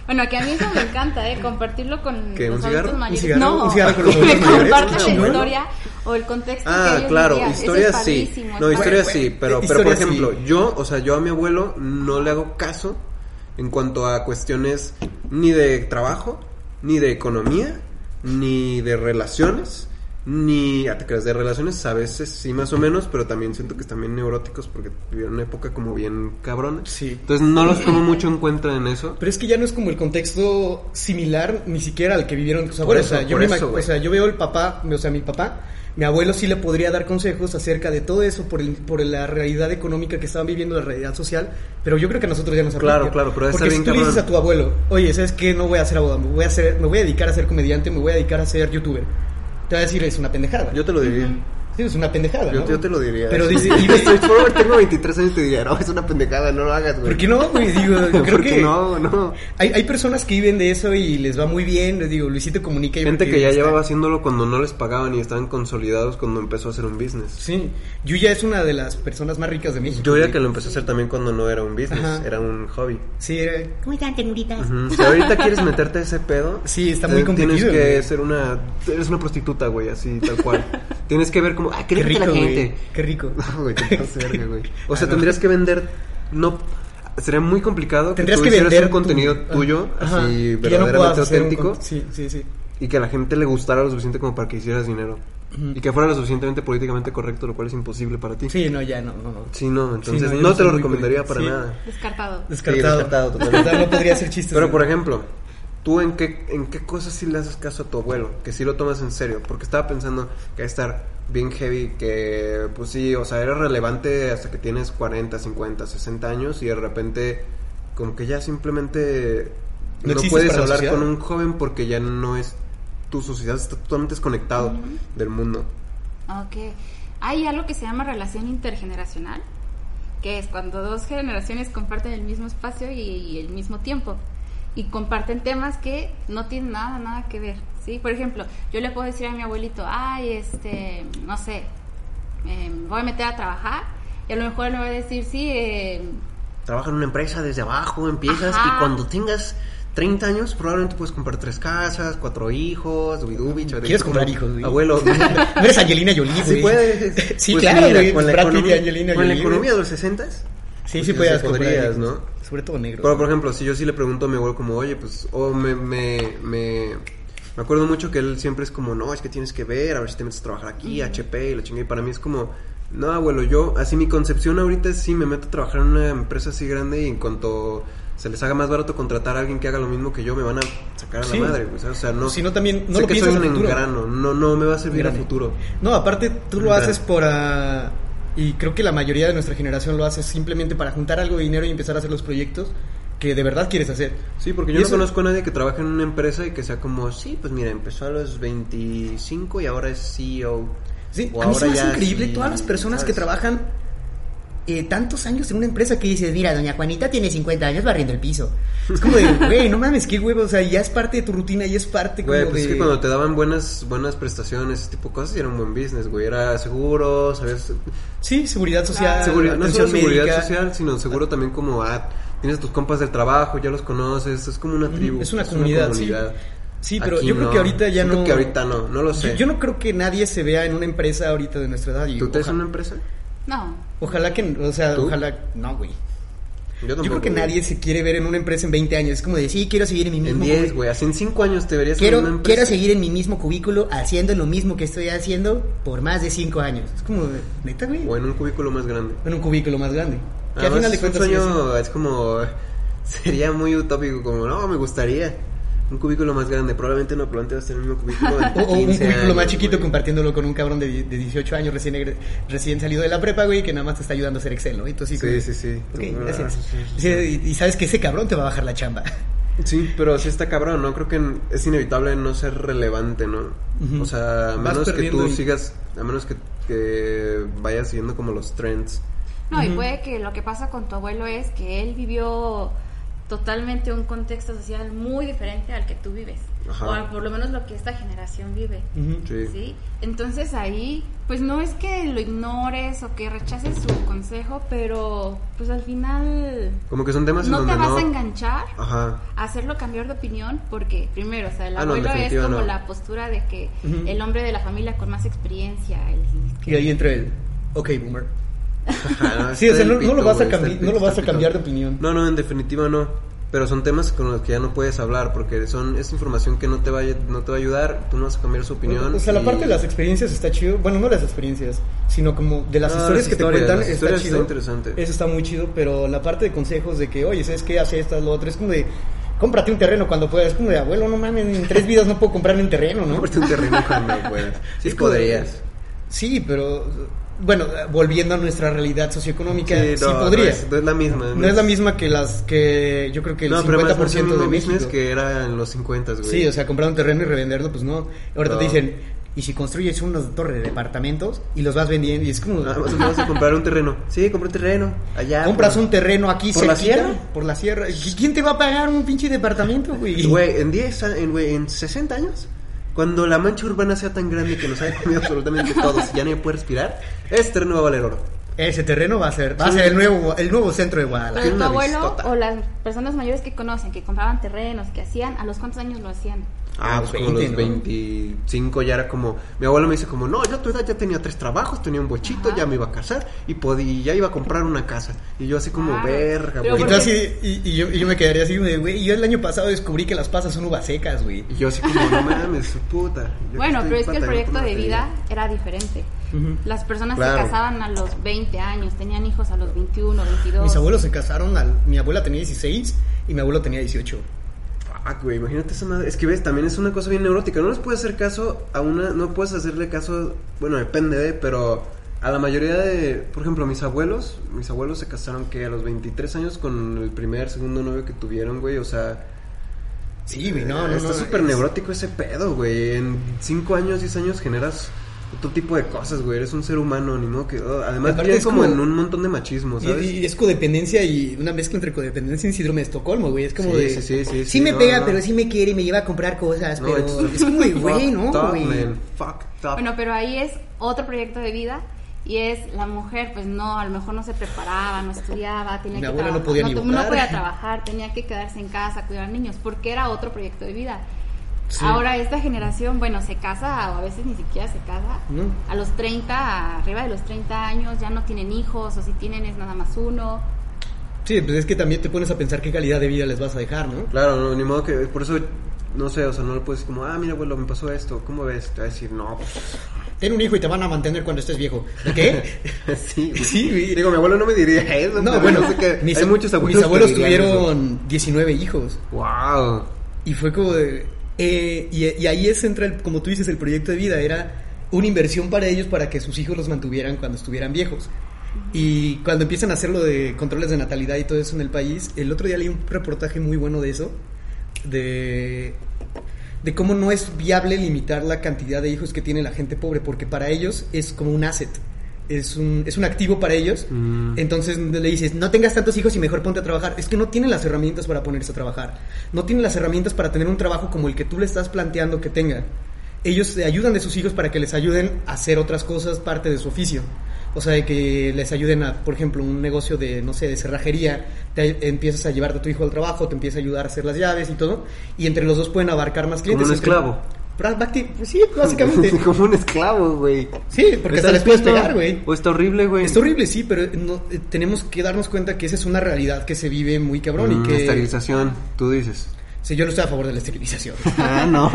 C: Bueno, que a mí eso me encanta, ¿eh? Compartirlo con
A: ¿Qué, un
C: los
A: cigarro?
C: adultos
A: ¿Un
C: mayores.
B: cigarro?
C: No,
B: ¿Un cigarro con los
C: que
B: adultos
C: me
B: mayores? Está
C: compartan la
B: bueno.
C: historia o el contexto que
A: Ah,
C: ellos
A: claro,
C: vivían. Eso es
A: historias sí.
C: padrísimo,
A: No,
C: está
A: historias
B: padre.
A: sí, pero,
B: Eh,
A: pero por
B: historias sí.
A: ejemplo, yo, o sea, yo a mi abuelo no le hago caso en cuanto a cuestiones ni de trabajo, ni de economía, ni de relaciones, ni a te creas, de relaciones a veces sí más o menos, pero también siento que también neuróticos porque vivieron una época como bien cabrona.
B: Sí.
A: Entonces no los tomo mucho en cuenta en eso.
B: Pero es que ya no es como el contexto similar ni siquiera al que vivieron tus abuelos.
A: eso,
B: o, sea, yo
A: por
B: me
A: eso,
B: imag-
A: güey.
B: o sea, yo veo el papá, o sea, mi papá, mi abuelo sí le podría dar consejos acerca de todo eso por, el- por la realidad económica que estaban viviendo, la realidad social, pero yo creo que a nosotros ya nos aplica.
A: Claro, claro, pero debe
B: Porque
A: estar
B: si
A: bien
B: tú le dices
A: cabrón.
B: a tu abuelo, oye, ¿sabes qué? No voy a ser abogado, me voy a, hacer, me voy a dedicar a ser comediante, me voy a dedicar a ser youtuber. Te va a decir, es una pendejada.
A: Yo te lo diría.
B: Sí, es una pendejada.
A: Yo,
B: ¿no?
A: yo te lo diría.
B: Pero
A: si
B: dice,
A: si ves Straightforward, tengo 23 años y te diría, no, es una pendejada, no lo hagas, güey.
B: ¿Por qué no, güey? Digo, yo creo
A: Porque
B: que
A: no, no.
B: Hay, hay personas que viven de eso y les va muy bien. Les digo, Luisito comunica. y-
A: Gente que ya
B: está-
A: llevaba haciéndolo cuando no les pagaban y estaban consolidados cuando empezó a hacer un business.
B: Sí, Yuya es una de las personas más ricas de México.
A: Yo ya
B: güey.
A: que lo empecé a hacer también cuando no era un business,
B: Ajá.
A: era un hobby.
B: Sí, eh, era-
D: Oigan, tenuritas.
A: Ujú. Si ahorita quieres meterte a ese pedo,
B: Sí, está
A: te-
B: muy complicado,
A: Tienes que
B: güey.
A: ser una. Eres una prostituta, güey, así, tal cual. tienes que ver como. Ah,
B: qué
A: qué
B: rico,
A: rico, la
B: güey.
A: gente.
B: Qué rico.
A: No, güey, te pasas de verga, güey. O
B: Ah,
A: sea,
B: no.
A: tendrías que vender. No. Sería muy complicado. que
B: Tendrías
A: tú
B: que
A: hicieras
B: vender
A: un contenido
B: tu-
A: tuyo,
B: Ajá,
A: así,
B: que ya no
A: verdaderamente
B: puedas hacer un
A: auténtico.
B: con- Sí, sí, sí.
A: Y que a la gente le gustara lo suficiente como para que hicieras dinero. Y que fuera lo suficientemente políticamente correcto, lo cual es imposible para ti.
B: Mm. Sí, no, ya no, no, no.
A: Sí, no, entonces
B: no, yo no
A: no, te
B: soy
A: lo
B: muy
A: recomendaría
B: culto.
A: para
B: Sí.
A: nada.
C: Descartado.
B: Descartado.
A: descartado, totalmente.
B: Descartado, no podría ser chistes.
A: Pero, por
B: güey.
A: ejemplo, ¿tú en qué, en qué cosas sí le haces caso a tu abuelo? Que sí lo tomas en serio. Porque estaba pensando que va a estar bien heavy, que pues sí, o sea, era relevante hasta que tienes 40, 50, 60 años y de repente como que ya simplemente
B: No
A: no,
B: existes
A: puedes
B: para la
A: hablar
B: sociedad.
A: con un joven porque ya no es tu sociedad, está totalmente desconectado del mundo.
C: Ok. Hay algo que se llama relación intergeneracional, que es cuando dos generaciones comparten el mismo espacio y, y el mismo tiempo y comparten temas que no tienen nada nada que ver, ¿sí? Por ejemplo, yo le puedo decir a mi abuelito, "Ay, este, no sé, eh, voy a meter a trabajar." Y a lo mejor él me va a decir, "Sí, eh,
A: Trabaja en una empresa desde abajo, empiezas
C: Ajá.
A: y cuando tengas 30 años probablemente puedes comprar tres casas, cuatro hijos, dubidubi, chavete,
B: ¿Quieres
A: como,
B: comprar hijos, güey?
A: Abuelo,
B: No eres Angelina Jolie, güey.
A: Ah, sí puedes.
B: Sí,
A: Pues
B: claro,
A: mira,
B: güey.
A: con la
B: Brad Pitt y
A: economía,
B: Angelina
A: con la
B: Jolie,
A: economía de
B: güey.
A: los 60 s
B: Sí,
A: pues
B: sí
A: ya
B: podías
A: se
B: comprar hijos.
A: podrías, ¿no?
B: Sobre todo negro.
A: Pero por ejemplo, si yo sí le pregunto a mi abuelo como, oye, pues, o me, me, me, me acuerdo mucho que él siempre es como, no, es que tienes que ver, a ver si te metes a trabajar aquí, HP y la chingada. Y para mí es como, no, abuelo, yo, así mi concepción ahorita es sí, me meto a trabajar en una empresa así grande y en cuanto se les haga más barato contratar a alguien que haga lo mismo que yo, me van a sacar a
B: Sí.
A: la madre, güey, ¿sabes? O sea, no.
B: Si no, también- no
A: sé
B: lo
A: que
B: piensas
A: soy
B: a
A: un
B: futuro.
A: engrano, no, no me va a servir a
B: Grande.
A: futuro.
B: No, aparte tú lo
A: Ajá.
B: haces por... ah, y creo que la mayoría de nuestra generación lo hace simplemente para juntar algo de dinero y empezar a hacer los proyectos que de verdad quieres hacer.
A: Sí, porque
B: Y
A: yo no
B: eso-
A: conozco a nadie que trabaje en una empresa y que sea como, sí, pues mira, empezó a los 25 y ahora es CEO.
B: Sí,
A: O
B: a mí
A: ahora
B: se me hace
A: ya
B: increíble
A: sí,
B: todas las personas que
A: ¿sabes?
B: trabajan eh, tantos años en una empresa que dices, mira, doña Juanita tiene 50 años barriendo el piso. Es como de, güey, no mames, qué huevo, o sea, ya es parte de tu rutina, ya es parte como
A: Güey, pues
B: de...
A: es que cuando te daban buenas buenas prestaciones, ese tipo de cosas, y era un buen business, güey. Era seguro, sabías.
B: Sí, seguridad social,
A: Seguridad,
B: Ah,
A: no solo
B: atención
A: seguridad
B: médica.
A: social, sino seguro también como, ah, tienes a tus compas del trabajo, ya los conoces, es como una tribu.
B: Es una comunidad, sí. Sí, pero yo creo que ahorita ya
A: Siento
B: no-
A: que ahorita no, no lo sé.
B: Yo, yo no creo que nadie se vea en una empresa ahorita de nuestra edad. y
A: ¿Tú te ves en una
B: ojalá,
A: empresa?
C: no,
B: ojalá que, o sea,
A: ¿Tú?
B: ojalá, no, güey.
A: Yo
B: Yo creo que
A: güey.
B: nadie se quiere ver en una empresa en 20 años. Es como de, sí, quiero seguir en mi
A: En
B: mismo
A: 10,
B: cubículo.
A: güey. Así en 5 años te verías en una
B: Quiero,
A: empresa.
B: quiero seguir en mi mismo cubículo haciendo lo mismo que estoy haciendo por más de 5 años. Es como, de, neta, güey.
A: O en un cubículo más grande.
B: En un cubículo más grande. Que al
A: Además,
B: final de
A: es un
B: cuentas sigue siendo-
A: sueño es como sería muy utópico como no me gustaría un cubículo más grande probablemente no probablemente vas a tener un cubículo de
B: O, o un
A: 15
B: cubículo más
A: años,
B: chiquito
A: güey.
B: compartiéndolo con un cabrón de, die- de 18 años recién, egre- recién salido de la prepa, güey, que nada más te está ayudando a hacer Excel, ¿no? Entonces,
A: Sí,
B: como-
A: sí, sí.
B: Ok,
A: Ah,
B: gracias.
A: sí, sí,
B: Sí, y, y sabes que ese cabrón te va a bajar la chamba.
A: sí pero sí está cabrón no creo que en- es inevitable no ser relevante no
B: Ujú.
A: o sea a
B: Vas
A: menos que
B: perdiendo
A: tú
B: in-
A: sigas a menos que, que vayas siguiendo como los trends
C: No, y puede que lo que pasa con tu abuelo es que él vivió totalmente un contexto social muy diferente al que tú vives,
A: Ajá.
C: o al- por lo menos lo que esta generación vive.
A: sí,
C: ¿sí? Entonces ahí, pues no es que lo ignores o que rechaces su consejo, pero pues al final
A: como que son temas en
C: no te
A: donde
C: vas
A: no
C: a enganchar,
A: ajá
C: a hacerlo cambiar de opinión, porque primero, o sea, el
A: Ah, no, en
C: abuelo es
A: definitiva
C: como
A: no.
C: la postura de que
B: Ujú.
C: el hombre de la familia con más experiencia, el
B: Y ahí entra el, ok, boomer.
A: Ajá, no,
B: Sí, o
A: está
B: sea,
A: el
B: no- no
A: pito,
B: lo vas a
A: güey, está
B: cambi-
A: el pito,
B: no lo
A: está
B: vas a
A: el pito.
B: cambiar de opinión.
A: No, no, en definitiva no. Pero son temas con los que ya no puedes hablar porque son es información que no te va a, no te va a ayudar, tú no vas a cambiar su opinión.
B: O sea, la
A: y-
B: parte de las experiencias está chido. Bueno, no las experiencias, sino como de las
A: No,
B: historias
A: las
B: que te
A: historias,
B: cuentan
A: las
B: está
A: historias
B: chido.
A: está interesante.
B: Eso está muy chido, pero la parte de consejos de que, oye, ¿sabes qué? Hace estas, lo otro. Es como de, cómprate un terreno cuando puedas. Es como de, abuelo, no mames, en tres vidas no puedo comprarme un terreno, ¿no?
A: Cómprate un terreno cuando puedas. Sí
B: Es como-
A: podrías.
B: Sí, pero, bueno, volviendo a nuestra realidad socioeconómica, sí,
A: no, no
B: podría.
A: es, no es la misma.
B: No es la misma que las que yo creo que el
A: No, pero además no es el
B: 50% de
A: mismo business
B: México.
A: que era en los 50, güey.
B: Sí, o sea, comprar un terreno y revenderlo, pues no. Ahorita
A: No.
B: te dicen, Y si construyes una torre de departamentos y los vas vendiendo, y es como.
A: Nada más vas a comprar un terreno. Sí, compré un terreno. Allá.
B: Compras
A: por-
B: un terreno aquí
A: ¿Por la
B: cerquita,
A: sierra?
B: por la sierra. ¿Y ¿Quién te va a pagar un pinche departamento, güey?
A: Güey, en 10, a- en, güey, en 60 años, cuando la mancha urbana sea tan grande que nos haya comido absolutamente todos y ya no puede respirar, este terreno va a valer oro.
B: Ese terreno va a ser, va a ser el nuevo, el nuevo centro de Guadalajara.
C: Pero tu
A: una
C: abuelo
A: vistota.
C: o las personas mayores que conocen, que compraban terrenos, que hacían, ¿a los cuántos años lo hacían?
A: Ah, pues como
B: 20,
A: los
B: ¿no?
A: 25 ya era como... Mi abuelo me dice como, no, yo a tu edad ya tenía tres trabajos, tenía un bochito,
C: Ajá.
A: ya me iba a casar y podía, ya iba a comprar una casa. Y yo así como,
C: Claro.
A: verga,
C: Pero
A: güey.
B: Y
C: ¿por
B: tú
C: qué?
B: así- y, y yo, y yo me quedaría así, de, güey. Yo el año pasado descubrí que las pasas son uvas secas, güey.
A: Y yo así como, no mames, su puta. Yo
C: Bueno,
A: estoy
C: pero es que el
A: batallando
C: proyecto
A: con la
C: de vida
A: batería.
C: era diferente.
B: Ujú.
C: Las personas
A: Claro.
C: se casaban a los 20 años, tenían hijos a los 21, 22.
B: Mis abuelos se casaron, al- mi abuela tenía 16 y mi abuelo tenía 18.
A: Fuck, güey, imagínate esa madre. Es que ves, también es una cosa bien neurótica. No les puedes hacer caso a una. No puedes hacerle caso. Bueno, depende de, pero. A la mayoría de. Por ejemplo, mis abuelos. Mis abuelos se casaron que a los 23 años con el primer, segundo novio que tuvieron, güey. O sea.
B: Sí, güey, no,
A: eh,
B: no,
A: Está
B: no,
A: súper
B: es-
A: neurótico ese pedo, güey. En 5 años, 10 años generas. Otro tipo de cosas, güey. Eres un ser humano, ni modo que. oh, además,
B: Aparte
A: vives
B: es
A: como,
B: como-
A: en un montón de machismo,
B: Y,
A: ¿sabes?
B: y es codependencia y una mezcla entre codependencia y síndrome de Estocolmo, güey. Es como
A: Sí,
B: de.
A: sí, sí, sí, sí,
B: me
A: no,
B: pega,
A: no.
B: pero sí me quiere y me lleva a comprar cosas,
A: No,
B: pero.
A: it's-
B: Es como de, güey, no,
A: Fucked up,
B: güey.
A: man, fucked up.
C: Bueno, pero ahí es otro proyecto de vida y es la mujer, pues no, a lo mejor no se preparaba, no estudiaba, tenía
B: Mi
C: que
B: abuela no
C: trabajar,
B: podía ni
C: no,
B: votar.
C: podía trabajar, tenía que quedarse en casa, cuidar niños, porque era otro proyecto de vida.
B: Sí.
C: Ahora esta generación, bueno, se casa o a veces ni siquiera se casa.
B: No.
C: A los 30, arriba de los 30 años, ya no tienen hijos o si tienen es nada más uno.
B: Sí, pues es que también te pones a pensar qué calidad de vida les vas a dejar, ¿no?
A: Claro, no, ni modo que. Por eso, no sé, o sea, no le puedes decir como, ah, mira, abuelo, me pasó esto, ¿cómo ves? Te va a decir, no, pues.
B: Ten un hijo y te van a mantener cuando estés viejo. ¿De qué?
A: pues, sí, güey.
B: Sí, güey.
A: Digo, mi abuelo no me diría eso.
B: No,
A: pero
B: bueno,
A: yo sé que
B: mis,
A: hay muchos abuelos.
B: mis abuelos tuvieron 19 hijos.
A: ¡Wow!
B: Y fue como de... eh, y, y ahí es entra, el- como tú dices, el proyecto de vida. Era una inversión para ellos para que sus hijos los mantuvieran cuando estuvieran viejos. Y cuando empiezan a hacer lo de controles de natalidad y todo eso en el país, el otro día leí un reportaje muy bueno de eso, de, de cómo no es viable limitar la cantidad de hijos que tiene la gente pobre, porque para ellos es como un asset, es un, es un activo para ellos.
A: Mm.
B: Entonces le dices, no tengas tantos hijos y mejor ponte a trabajar. Es que no tienen las herramientas para ponerse a trabajar, no tienen las herramientas para tener un trabajo como el que tú le estás planteando que tengan. Ellos se ayudan de sus hijos para que les ayuden a hacer otras cosas parte de su oficio. O sea, de que les ayuden a, por ejemplo, un negocio de, no sé, de cerrajería, te empiezas a llevar a tu hijo al trabajo, te empieza a ayudar a hacer las llaves y todo, y entre los dos pueden abarcar más clientes.
A: un
B: Entre-
A: esclavo.
B: Pra- bacti- pues sí, básicamente.
A: como un esclavo, güey.
B: Sí, porque
A: Está
B: hasta les puedes
A: listo.
B: pegar, güey.
A: O está horrible, güey.
B: Está horrible, sí, pero no- eh, tenemos que darnos cuenta que esa es una realidad que se vive muy cabrón
A: Mm,
B: y que...
A: Esterilización, tú dices.
B: Sí, yo no estoy a favor de la esterilización.
A: Ah, no.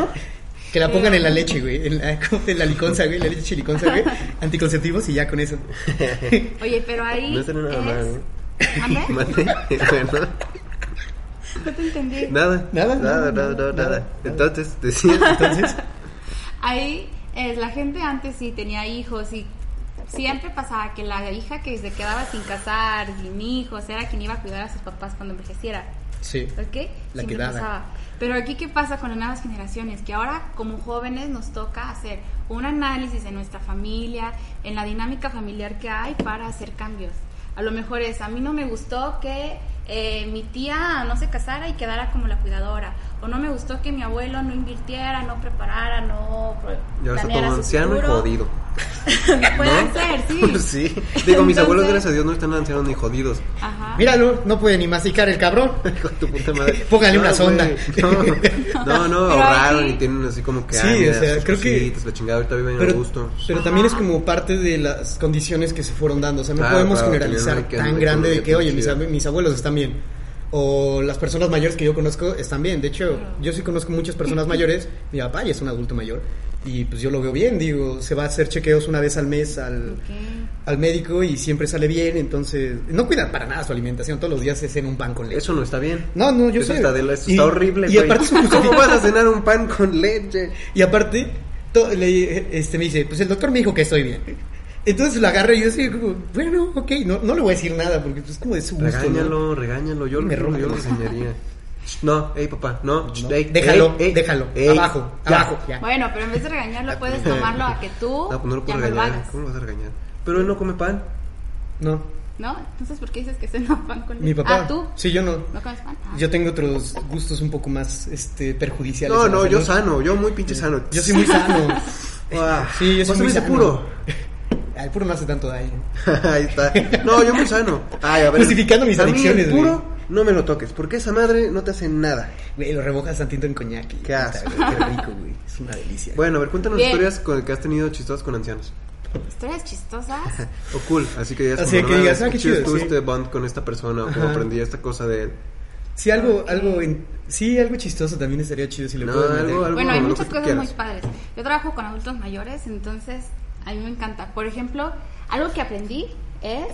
B: que la pongan en la leche, güey. En la, en la liconza, güey. En la leche liconza, güey. Anticonceptivos y ya con eso.
C: Oye, pero ahí
A: No está nada mal, ¿eh?
C: es... ¿Mande?
A: Mate. Bueno,
C: No te entendí.
A: nada.
B: Nada,
A: Nada,
B: nada,
A: nada, nada.
B: nada,
A: nada.
B: nada.
A: Entonces, decías.
B: Entonces,
C: Ahí es, la gente antes sí tenía hijos y siempre pasaba que la hija que se quedaba sin casar, sin hijos, era quien iba a cuidar a sus papás cuando envejeciera.
B: sí.
C: ¿Ok?
B: La
C: Siempre
B: quedada.
C: pasaba. Pero aquí, ¿qué pasa con las nuevas generaciones? Que ahora, como jóvenes, nos toca hacer un análisis en nuestra familia, en la dinámica familiar que hay para hacer cambios. A lo mejor es, a mí no me gustó que eh, mi tía no se casara y quedara como la cuidadora. O no me gustó que mi abuelo no invirtiera, no preparara, no pro-
A: Y ahora está
C: planeara
A: todo
C: su
A: anciano y
C: futuro.
A: jodido.
C: Puede
A: ¿No? Pues
C: ser, sí.
A: sí. Digo, mis
C: Entonces-
A: abuelos, gracias a Dios, no están ancianos ni jodidos.
C: Ajá.
B: Míralo, no puede ni masticar el cabrón.
A: Hijo de tu puta madre.
B: Póngale una
A: güey,
B: sonda.
A: No, no, no,
C: Pero
A: ahorraron
C: ahí-
A: y tienen así como que.
B: Sí,
A: años,
B: o sea,
A: sus
B: creo que-
A: cositas, La chingada, ahorita viven a
B: Pero,
A: gusto.
B: pero también es como parte de las condiciones que se fueron dando. O sea, no
A: Claro,
B: podemos
A: claro,
B: generalizar
A: tenían una
B: tan
A: economía pues,
B: grande de que,
A: tan
B: oye, mis,
A: chida.
B: ab- mis abuelos están bien. O las personas mayores que yo conozco están bien. De hecho, yo sí conozco muchas personas mayores. Mi papá ya es un adulto mayor. Y pues yo lo veo bien. Digo, se va a hacer chequeos una vez al mes al,
C: Ok.
B: al médico y siempre sale bien. Entonces, no cuida para nada su alimentación. Todos los días es en un pan con leche.
A: Eso no está bien.
B: No, no, yo
A: Eso
B: sé.
A: está, de la- eso
B: Y-
A: está horrible,
B: Y
A: güey.
B: aparte es un
A: ¿Cómo
B: justific-
A: vas a cenar un pan con leche?
B: Y aparte, to- le, este, me dice, pues el doctor me dijo que estoy bien. Entonces lo agarré y yo así, como, bueno, ok, no, no le voy a decir nada porque pues, es como de su gusto. ¿no?
A: Regáñalo, regáñalo. Yo, lo-
B: Me
A: yo
B: rompe.
A: lo enseñaría. sh, no, hey papá, no, sh,
B: ¿no?
A: ey,
B: déjalo,
A: ey, ey,
B: déjalo,
A: ey,
B: abajo,
A: eh, ya.
B: abajo, ya.
C: Bueno, pero en vez de regañarlo, puedes tomarlo a que tú
A: No, pues no lo
C: ya
A: puedo
C: no lo
A: regañar.
C: hagas.
A: ¿Cómo lo vas a regañar? Pero él no come pan.
B: No,
C: ¿No? Entonces, ¿por qué dices que se enojan con él?
B: mi papá.
C: Ah, tú.
B: Sí, yo no.
C: ¿No comes pan? Ah.
B: Yo tengo otros gustos un poco más este, perjudiciales.
A: No,
B: a la
A: no, yo
B: salud.
A: sano, yo muy pinche sano.
B: Yo soy muy sano.
A: Ah,
B: Sí, yo soy
A: vas a
B: muy
A: ver ese
B: sano.
A: puro.
B: Ah, El puro no hace tanto daño.
A: Ahí está. No, yo muy sano. Ay, a ver.
B: Justificando mis
A: a mí
B: adicciones,
A: el
B: güey.
A: puro, no me lo toques, porque esa madre no te hace nada.
B: Güey, lo remojas tantito en coñac. y-
A: Qué asco.
B: Puta, güey, Qué rico, güey. Es una delicia.
A: Bueno, a ver, cuéntanos
C: Bien.
A: historias con, que has tenido chistosas con ancianos.
C: Historias chistosas.
A: O cool, así que digas,
B: Así
A: como,
B: que
A: no
B: digas,
A: mames,
B: ah, qué
A: chido
B: chido,
A: estuvo
B: sí.
A: este bond con esta persona, o cómo
B: Ajá.
A: aprendí esta cosa de él.
B: Sí, algo, algo, en- sí, algo chistoso también estaría chido si le
A: No,
B: puedo meter.
A: algo, algo
C: Bueno, hay
A: como lo
C: muchas
A: que
C: cosas
A: quieras.
C: muy padres. Yo trabajo con adultos mayores, entonces a mí me encanta. Por ejemplo, algo que aprendí es,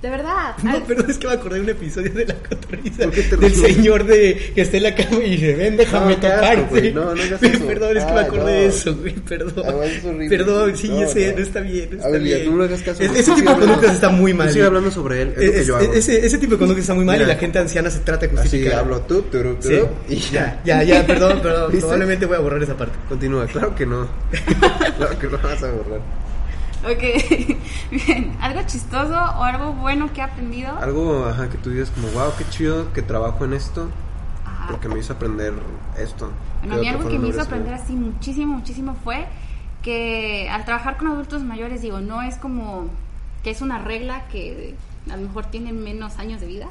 C: de verdad,
B: No,
C: al-
B: perdón, es que me acordé de un episodio de la cotorriza
A: ¿Por qué te
B: del
A: ríes?
B: señor de que está en la cama y dice, ven, déjame
A: No, qué asco,
B: toparte.
A: güey. No, no hagas eso.
B: Perdón, es que me
A: Ay,
B: acordé
A: no.
B: de eso, güey, perdón.
A: Ay, güey, es horrible.
B: Perdón, sí,
A: No,
B: yo sé, no.
A: no.
B: está bien, no
A: A
B: está
A: ver, mira,
B: bien.
A: tú no le hagas caso.
B: Es-
A: Tú
B: ese
A: sigue
B: tipo de
A: hablando.
B: conductas está muy
A: Tú
B: mal. ¿eh?
A: sigue hablando sobre él, es lo que yo hago.
B: Ese, ese tipo de conductas está muy mal y
A: Mira.
B: la gente anciana se trata de
A: Así
B: justificar.
A: hablo tú, turu,
B: Sí.
A: turu, y
B: Ya,
A: ya.
B: ya, ya, perdón, perdón.
A: ¿Viste?
B: Probablemente voy a borrar esa parte.
A: Continúa, claro que no. claro que no vas a borrar.
C: ok, bien, algo chistoso o algo bueno que he aprendido.
A: Algo ajá, que tú digas como, wow, qué chido que trabajo en esto,
C: Ajá.
A: porque me hizo aprender esto.
C: Ah, Bueno, a
A: De
C: mí
A: otra
C: algo
A: forma
C: que
A: no
C: me hizo
A: hubiera sido.
C: aprender así muchísimo, muchísimo fue que al trabajar con adultos mayores, digo, no es como que es una regla que a lo mejor tienen menos años de vida,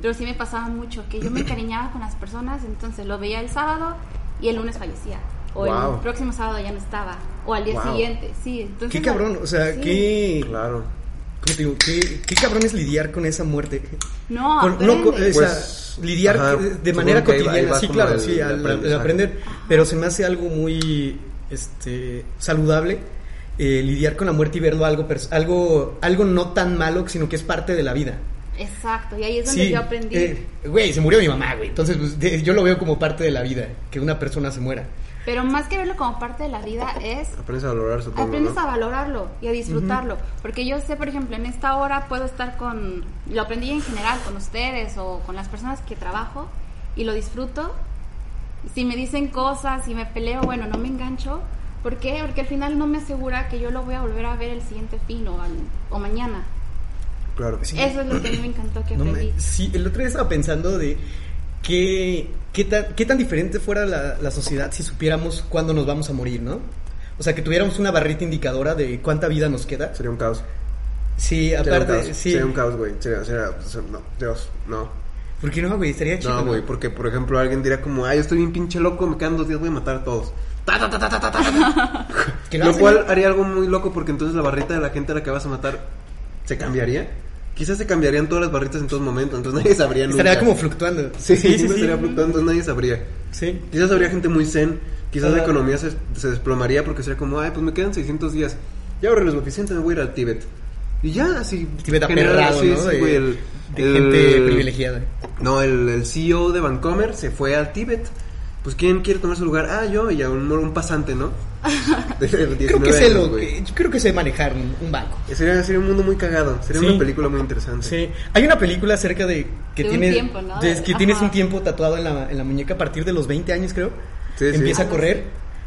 C: pero sí me pasaba mucho que yo me encariñaba con las personas, entonces lo veía el sábado y el lunes fallecía, o el
A: Wow.
C: próximo sábado ya no estaba, o al día
A: Wow.
C: siguiente, sí. Entonces,
B: Qué cabrón, o sea,
C: sí.
B: qué,
A: Claro.
B: ¿cómo te digo? qué, qué cabrón es lidiar con esa muerte.
C: No,
B: Con- no, con-
C: aprendes.
B: o sea,
A: Pues,
B: lidiar
A: ajá,
B: de
A: supongo
B: manera
A: que ahí va- ahí
B: cotidiana,
A: va
B: sí,
A: como
B: claro,
A: el-
B: sí,
A: el
B: al, al
A: aprendizaje.
B: aprender, pero se me hace algo muy este, saludable eh, lidiar con la muerte y verlo algo, pers- algo, algo no tan malo, sino que es parte de la vida.
C: Exacto, y ahí es donde yo aprendí.
B: eh, güey, se murió mi mamá, güey, entonces pues, de- yo lo veo como parte de la vida, que una persona se muera.
C: Pero más que verlo como parte de la vida es
A: Aprendes a valorar, supongo.
C: Aprendes
A: ¿no?
C: a valorarlo y a disfrutarlo. Porque yo sé, por ejemplo, en esta hora puedo estar con. Lo aprendí en general con ustedes o con las personas que trabajo y lo disfruto. Si me dicen cosas, si me peleo, bueno, no me engancho. ¿Por qué? Porque al final no me asegura que yo lo voy a volver a ver el siguiente fin o, al- o mañana.
A: Claro.
B: Sí.
C: Eso es lo que a mí me encantó que
B: No me-
C: aprendí.
B: sí, el otro día estaba pensando de qué, qué, tan, qué tan diferente fuera la, la sociedad si supiéramos cuándo nos vamos a morir, ¿no? O sea, que tuviéramos una barrita indicadora de cuánta vida nos queda.
A: Sería un caos.
B: Sí,
A: Sería un
B: aparte,
A: caos.
B: sí.
A: Sería un caos, güey. Sería, sería, sería- no, Dios, no.
B: ¿Por qué no, güey? Estaría chido.
A: No, güey, porque por ejemplo alguien dirá como, ay, yo estoy bien pinche loco, me quedan dos días, voy a matar a todos. Ta, ta, ta, ta, ta, ta, ta.
B: Que
A: lo
B: lo hacen.
A: cual haría algo muy loco porque entonces la barrita de la gente a la que vas a matar ah, se cambiaría. Quizás se cambiarían todas las barritas en todo momento, entonces nadie sabría nunca.
B: Estaría como fluctuando.
A: Sí, sí, sí.
B: sí.
A: Estaría fluctuando, nadie sabría.
B: Sí.
A: Quizás habría gente muy zen, quizás la
B: Ah.
A: economía se, se desplomaría porque sería como, ay, pues me quedan 600 días, ya ahorré lo suficiente, me voy a ir al Tíbet. Y ya, así.
B: Tíbet
A: genera-
B: aperrado,
A: sí,
B: ¿no?
A: sí,
B: de,
A: güey, el-
B: de
A: el-
B: gente privilegiada.
A: No, el, el CEO de Vancomer se fue al Tíbet. Pues, ¿quién quiere tomar su lugar? Ah, yo, y a un, un pasante, ¿no? De
B: Creo
A: 19
B: que, sé
A: años,
B: lo,
A: güey.
B: que- yo creo que sé manejar un, un banco.
A: Sería, sería un mundo muy cagado, sería
B: Sí.
A: una película muy interesante.
B: Sí, hay una película acerca de que,
C: De un
B: tienes,
C: tiempo, ¿no?
B: de- que tienes
C: Ajá.
B: un tiempo tatuado en la, en la muñeca a partir de los 20 años, creo.
A: Sí, sí.
B: empieza a
A: Ah,
B: correr,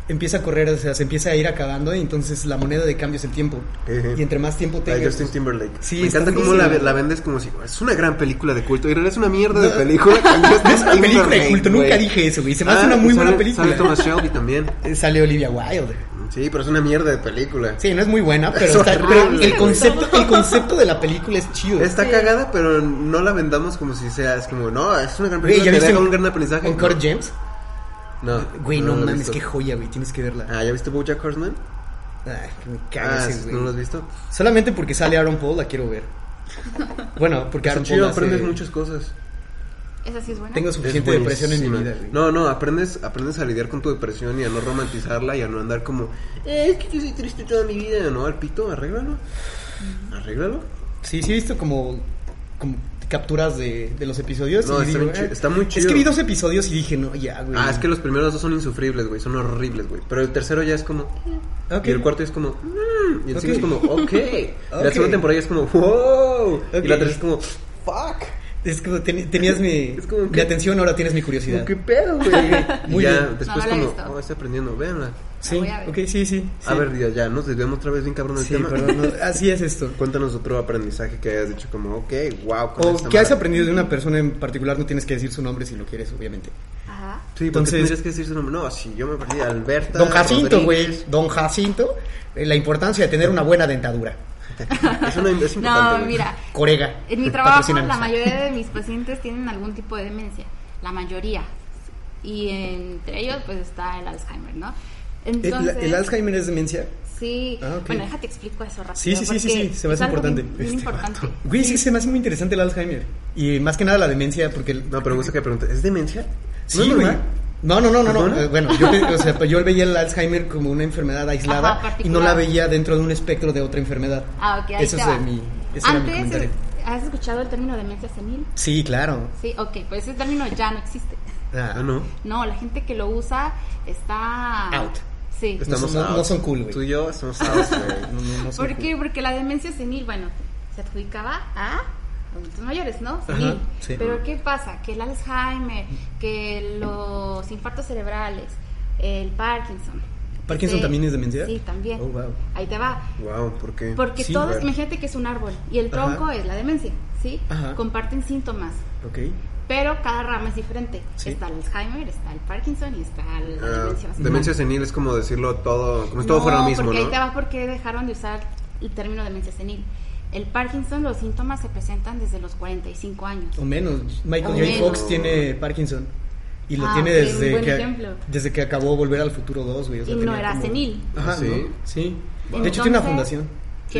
B: empieza a correr, o sea, se empieza a ir acabando y entonces la moneda de cambio es el tiempo.
A: Ejé.
B: Y entre más tiempo
A: La de
B: tengas...
A: Justin Timberlake.
B: Sí,
A: Me
B: está
A: encanta cómo la,
B: buenísima.
A: la vendes como si es una gran película de culto. Y en realidad es una mierda de
B: No.
A: película. con Justin
B: es una película de
A: Timberlake,
B: culto, nunca
A: güey.
B: dije eso, güey. Se me hace
A: Ah,
B: una muy
A: y
B: buena
A: sale-
B: película.
A: Sale Thomas Shelby también.
B: Eh, Sale Olivia Wilde.
A: Sí, pero es una mierda de película.
B: Sí, no es muy buena,
A: Es
B: pero, está-
A: horrible,
B: pero
A: güey.
B: el, concepto, el concepto de la película es chido.
A: Está cagada, pero no la vendamos como si sea. Es como, no, es una gran
B: Güey,
A: película.
B: ¿ya
A: que
B: viste
A: deja
B: un-
A: un gran aprendizaje.
B: Uncut
A: No.
B: James?
A: No.
B: Güey, no,
A: la he
B: mames,
A: visto.
B: qué joya, güey. Tienes que verla.
A: Ah, ¿ya viste Bojack Horseman?
B: Ay, que me
A: Ah,
B: cagas, güey.
A: ¿no lo has visto?
B: Solamente porque sale Aaron Paul la quiero ver. Bueno, porque
A: Está
B: Aaron
A: chido,
B: Paul hace-
A: aprendes muchas cosas.
C: Esa sí es buena.
B: Tengo
A: Es
B: suficiente depresión en mi
A: buenísima.
B: vida. güey.
A: No, no, aprendes, aprendes a lidiar con tu depresión y a no romantizarla y a no andar como, "Eh, es que yo soy triste toda mi vida. No, al pito, arréglalo. Arréglalo.
B: Sí, sí he visto como, como capturas de, de los episodios.
A: No,
B: y
A: está
B: digo,
A: bien chido,
B: "Ah".
A: está muy
B: Es
A: chido.
B: que vi dos episodios y dije, no, ya, güey.
A: Ah, es que los primeros dos son insufribles, güey, son horribles, güey. Pero el tercero ya es como. eh.
B: Ok.
A: Y el cuarto es como. mm, y el
B: Ok.
A: cinco es como, ok. Y
B: Ok.
A: la segunda temporada ya es como, wow.
B: Ok.
A: Y la tercera es como, fuck.
B: Es como ten- tenías mi,
A: Es como
B: mi
A: que-
B: atención, ahora tienes mi curiosidad.
A: Como, ¿Qué pedo, güey?
B: Muy
A: y ya
B: bien.
A: después
C: No, no la he
A: como,
C: visto.
A: oh, estoy aprendiendo, véanla.
B: Sí,
C: voy a ver.
B: ok, sí, sí. sí.
A: A ver, ya, ya nos desviamos otra vez bien cabrón del
B: Sí,
A: tema.
B: perdón, no, así es esto.
A: Cuéntanos otro aprendizaje que hayas dicho como, ok, wow. con
B: O
A: esta
B: que has
A: madre.
B: aprendido de una persona en particular, no tienes que decir su nombre si lo quieres, obviamente.
C: Ajá.
A: Sí,
B: Entonces-
A: entonces tendrías que decir su nombre. No, si yo me perdí, Alberta.
B: Don Jacinto, güey.
A: Rodríguez.
B: Don Jacinto, eh, la importancia de tener una buena dentadura.
A: Eso no es importante.
C: No,
A: güey.
C: mira.
B: Corega.
C: En mi trabajo,
B: patrocínanos.
C: la mayoría de mis pacientes tienen algún tipo de demencia, la mayoría. Y entre ellos, pues está el Alzheimer, ¿no?
B: ¿El,
C: Entonces,
B: el Alzheimer es demencia?
C: Sí,
B: Ah, ok.
C: bueno, déjate explico eso rápido.
B: Sí, sí, sí, sí,
C: porque
B: sí, se me hace
C: es algo
B: importante.
C: bien- bien
B: Este
C: importante.
B: Güey, sí, se me hace muy interesante el Alzheimer. Y más que nada la demencia, porque... el-
A: No, pero me gusta que pregunte, ¿es demencia? ¿No
B: Sí,
A: es
B: güey.
A: normal?
B: No, no, no, no, no.
A: ¿Perdona?
B: Eh, Bueno, yo, pe- o sea, pues, yo veía el Alzheimer como una enfermedad aislada
C: Ajá,
B: y no la
C: particular.
B: veía dentro de un espectro de otra enfermedad.
C: Ah, ok, ahí
B: Eso
C: te
B: es
C: va.
B: de mi, ese era mi
C: Antes, eh,
B: comentario.
C: ¿has escuchado el término demencia senil?
B: Sí, claro.
C: Sí, ok, pues ese término ya no existe.
A: Ah, no.
C: No, la gente que lo usa está...
B: Out.
C: Sí.
B: Está-
A: Estamos
B: no- no
A: out.
B: son cool, güey.
A: Tú y yo estamos out, güey.
B: eh, No, no, no son
C: ¿Por qué? Porque la demencia senil, bueno, se adjudicaba a adultos mayores, ¿no? Senil.
B: Ajá, sí.
C: Pero ¿qué pasa? Que el Alzheimer, que los infartos cerebrales, el Parkinson.
B: ¿Parkinson
C: este-
B: también es demencia?
C: Sí, también.
B: Oh, wow.
C: Ahí te va.
A: Wow, ¿por qué?
C: Porque
B: Sí,
C: todos,
B: bueno.
C: imagínate que es un árbol y el
B: Ajá.
C: tronco es la demencia, ¿sí?
B: Ajá.
C: Comparten síntomas,
B: cool. Ok.
C: pero cada rama es diferente.
B: Sí.
C: Está el Alzheimer, está el Parkinson y está la
A: Ah,
C: demencia vascular.
A: demencia senil es como decirlo todo, como si todo fuera Pues lo mismo,
C: porque
A: ¿no?
C: ahí te va porque dejaron de usar el término demencia senil. El Parkinson, los síntomas se presentan desde los 45 años.
B: O menos. Michael
C: O
B: J.
C: menos.
B: Fox tiene Parkinson. Y lo
C: Ah,
B: tiene
C: ok, un
B: desde
C: buen
B: que,
C: ejemplo.
B: desde que acabó Volver al Futuro 2, güey. o sea,
C: Y no
B: tenía
C: era senil.
B: Ajá,
A: Sí.
B: ¿no? Sí.
C: Wow.
B: De hecho, tiene una
C: Entonces,
B: fundación.
C: ¿Qué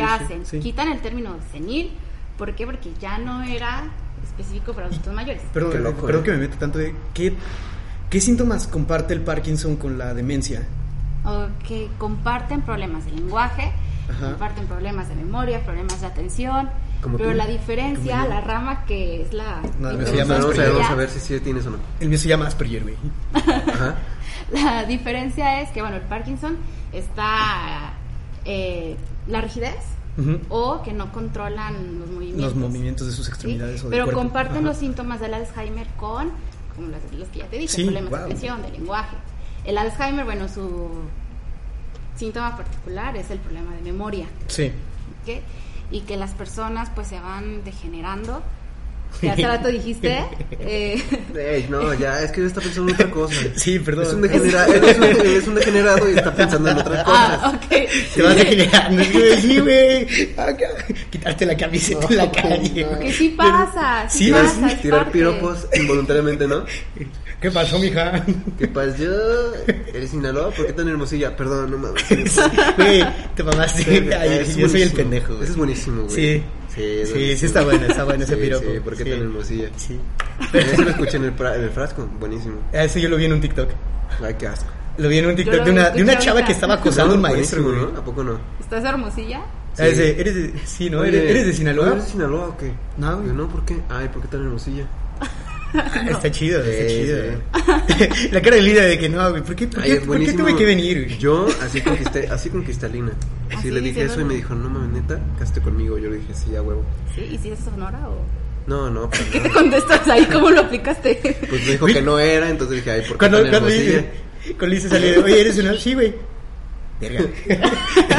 B: Sí, sí,
C: hacen?
B: sí.
C: Quitan el término senil. ¿Por qué? Porque ya no era específico para adultos mayores.
B: Perdón,
A: Qué loco,
B: perdón
A: eh.
B: que me meta tanto de... ¿qué, ¿Qué síntomas comparte el Parkinson con la demencia?
C: O que comparten problemas de lenguaje,
B: Ajá.
C: comparten problemas de memoria, problemas de atención.
A: Como
C: pero
A: tú.
C: la diferencia,
B: Como yo.
C: la rama que es la.
B: No,
A: Entonces,
B: Se llama
A: vamos, a ver,
B: Asperger.
A: vamos a ver si sí tienes o no.
B: El mío se llama Asperger, güey.
A: Ajá.
C: La diferencia es que, bueno, el Parkinson está eh, la rigidez
B: Ujú.
C: o que no controlan los movimientos.
B: Los movimientos de sus
C: ¿sí?
B: extremidades o del
C: Pero
B: cuerpo.
C: comparten
B: Ajá.
C: los síntomas del Alzheimer con, como las, los que ya te dije,
B: Sí,
C: problemas
B: wow.
C: de expresión, de lenguaje. El Alzheimer, bueno, su síntoma particular es el problema de memoria,
B: Sí.
C: ¿ok? Y que las personas pues se van degenerando. Que hace rato dijiste, eh,
A: Ey, no, ya, es que yo está pensando en otra cosa.
B: Sí, perdón.
A: Es un, degenera- es un- es un degenerado y está pensando en otras cosas.
C: ah, ok.
B: Te vas Ah, degenerando, güey. Sí, güey. Ah, ca- Quitarte la camiseta en la calle. güey.
C: Que sí pasa, sí,
B: Sí,
C: pasa.
B: sí,
C: es
A: Tirar
C: parte.
A: piropos involuntariamente, ¿no?
B: ¿Qué pasó, mija?
A: ¿Qué pasó? ¿Eres eh, Sinaloa? ¿Por qué tan hermosilla? Perdón, no mames.
B: Güey, te mamaste. Ay,
A: Ese es
B: yo soy el
A: buenísimo.
B: pendejo, güey.
A: Ese es buenísimo, güey.
B: Sí.
A: Sí,
B: Sí,
A: es
B: sí,
A: buenísimo.
B: está bueno, está bueno ese
A: Sí,
B: piropo.
A: Sí, ¿por qué
B: Sí.
A: tan hermosilla?
B: Sí.
A: Eso lo escuché en el, fra- en el frasco. Buenísimo.
B: Ah, Eso yo lo vi en un TikTok.
A: Ay, qué asco.
B: Lo vi en un
C: Yo
B: TikTok
C: lo
B: de una,
C: escuché
B: de una
C: ahorita.
B: chava que estaba acosando a un
A: No,
B: maestro,
A: buenísimo,
B: güey.
A: ¿no? ¿A poco no?
C: ¿Estás hermosilla?
B: Ah, ese, eres de, sí, ¿no?
A: Oye,
B: ¿Eres, eres de Sinaloa?
A: ¿Eres de Sinaloa o qué?
B: No, güey.
A: Yo no, ¿por qué? Ay, ¿por qué tan hermosilla?
B: Ah, Está chido, está
A: Sí,
B: chido. la cara de Lida de que no, güey. ¿Por qué, por
A: Ay,
B: qué-
A: es
B: por qué
A: buenísimo.
B: tuve que venir, güey?
A: Yo así conquisté, así con Cristalina. Así,
C: Así
A: le dije eso y
C: diciéndole.
A: me dijo, no mames, neta, caste conmigo. Yo le dije, sí, a huevo.
C: ¿Sí? ¿Y si es sonora o.?
A: No, no, para
C: ¿Qué te
A: nada.
C: contestas ahí? ¿Cómo lo aplicaste?
A: Pues me dijo
B: Güey.
A: que no era, entonces dije, ay, ¿por qué
B: Cuando,
A: tan
B: cuando
A: hermosilla?
B: dice, cuando dice salir, oye, eres una. Sí, güey. Verga.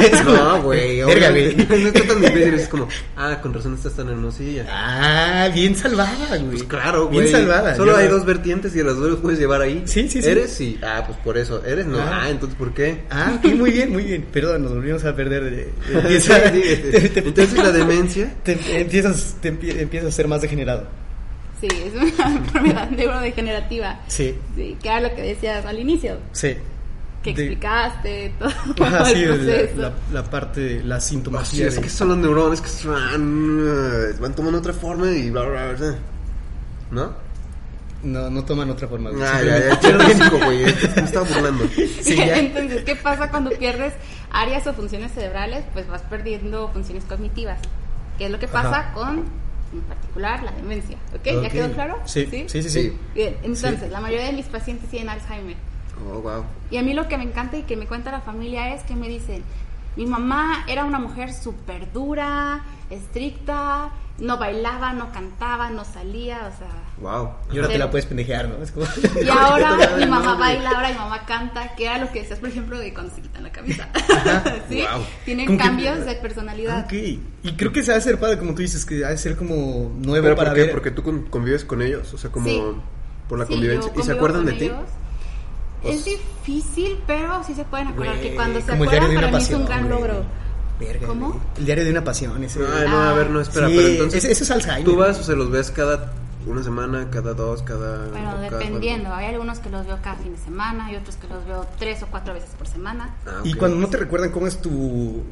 B: Es como,
A: No, güey.
B: Verga, güey.
A: obviamente, No está tan difícil. Es como, ah, con razón estás tan hermosilla.
B: Ah, bien salvada, güey.
A: Pues claro, güey.
B: Bien salvada.
A: Solo
B: Yo-
A: hay dos vertientes y a las dos los puedes llevar ahí.
B: Sí, sí, sí.
A: ¿Eres? Sí. Ah, pues por eso. ¿Eres? No.
B: Ah.
A: Ah, entonces ¿por qué?
B: Ah, ok, muy bien, muy bien. Perdón, nos volvimos a perder de. de-
A: Sí, sí,
B: empieza- te- te-
A: Entonces la demencia.
B: te- empiezas, te empie- empiezas a ser más degenerado.
C: Sí, es una enfermedad neurodegenerativa.
B: Sí,
C: Sí, que era lo que decías al inicio,
B: sí.
C: que
B: De-
C: explicaste todo
B: Ajá, sí,
C: el
B: la,
C: proceso.
B: la, la parte, de la
A: Así
B: sintomatología.
A: es que son los neuronas que se van, eh, van tomando otra forma y bla, bla, bla.
B: Ah,
A: ¿No?
B: No, no toman otra forma. güey.
A: Ah, ya, ya,
B: Simplemente-
A: ya, chico, güey. este, Me estaba burlando.
B: Sí, ya.
C: Entonces, ¿qué pasa cuando pierdes áreas o funciones cerebrales? Pues vas perdiendo funciones cognitivas, que es lo que pasa
B: Ajá.
C: con, en particular, la demencia. ¿Ok? ¿Ya
B: Ok.
C: quedó claro?
B: Sí, sí, sí. sí,
A: Sí.
C: Bien, entonces,
B: Sí.
C: la mayoría de mis pacientes tienen Alzheimer.
A: Oh, wow.
C: Y a mí lo que me encanta y que me cuenta la familia es que me dicen, Mi mamá era una mujer súper dura, estricta, no bailaba, no cantaba, no salía, o sea...
A: Wow.
B: Y ahora te
C: Pero-
B: la puedes pendejear, ¿no? Es como-
C: Y ahora mi mamá baila, ahora mi mamá canta, que era lo que decías, por ejemplo, de cuando se quitan la camisa. ¿Sí?
A: Wow.
C: Tienen
B: Como que-
C: cambios de
B: Ah,
C: personalidad.
B: ok. Y creo que se ha de ser padre, como tú dices, que ha de ser como nuevo
A: ¿Pero
B: para
A: por qué?
B: ver.
A: Porque tú con- convives con ellos, o sea, como
C: Sí.
A: por la
C: Sí,
A: convivencia.
C: yo
A: ¿Y se
C: convivo
A: acuerdan de
C: con
A: ti?
C: ellos.
A: Pues-
C: Es difícil, pero sí se pueden acordar
B: Güey,
C: que cuando se
B: como el diario
C: acuerdan
B: de
C: para
B: una
C: mí es un
B: pasión,
C: gran
B: güey.
C: logro.
B: Verga,
C: ¿Cómo?
B: güey. El diario de una pasión, ese.
A: Ay, Ah, no, a ver, no, espera,
B: Sí,
A: pero entonces.
B: ese- ese es Alzheimer.
A: Tú vas o se los ves cada una semana, cada dos, cada.
C: Pero
A: cada
C: dependiendo, hay algunos que los veo cada fin de semana y otros que los veo tres o cuatro veces por semana.
A: cuatro. Ah,
B: Y
A: ok.
B: cuando no te recuerdan cómo es tu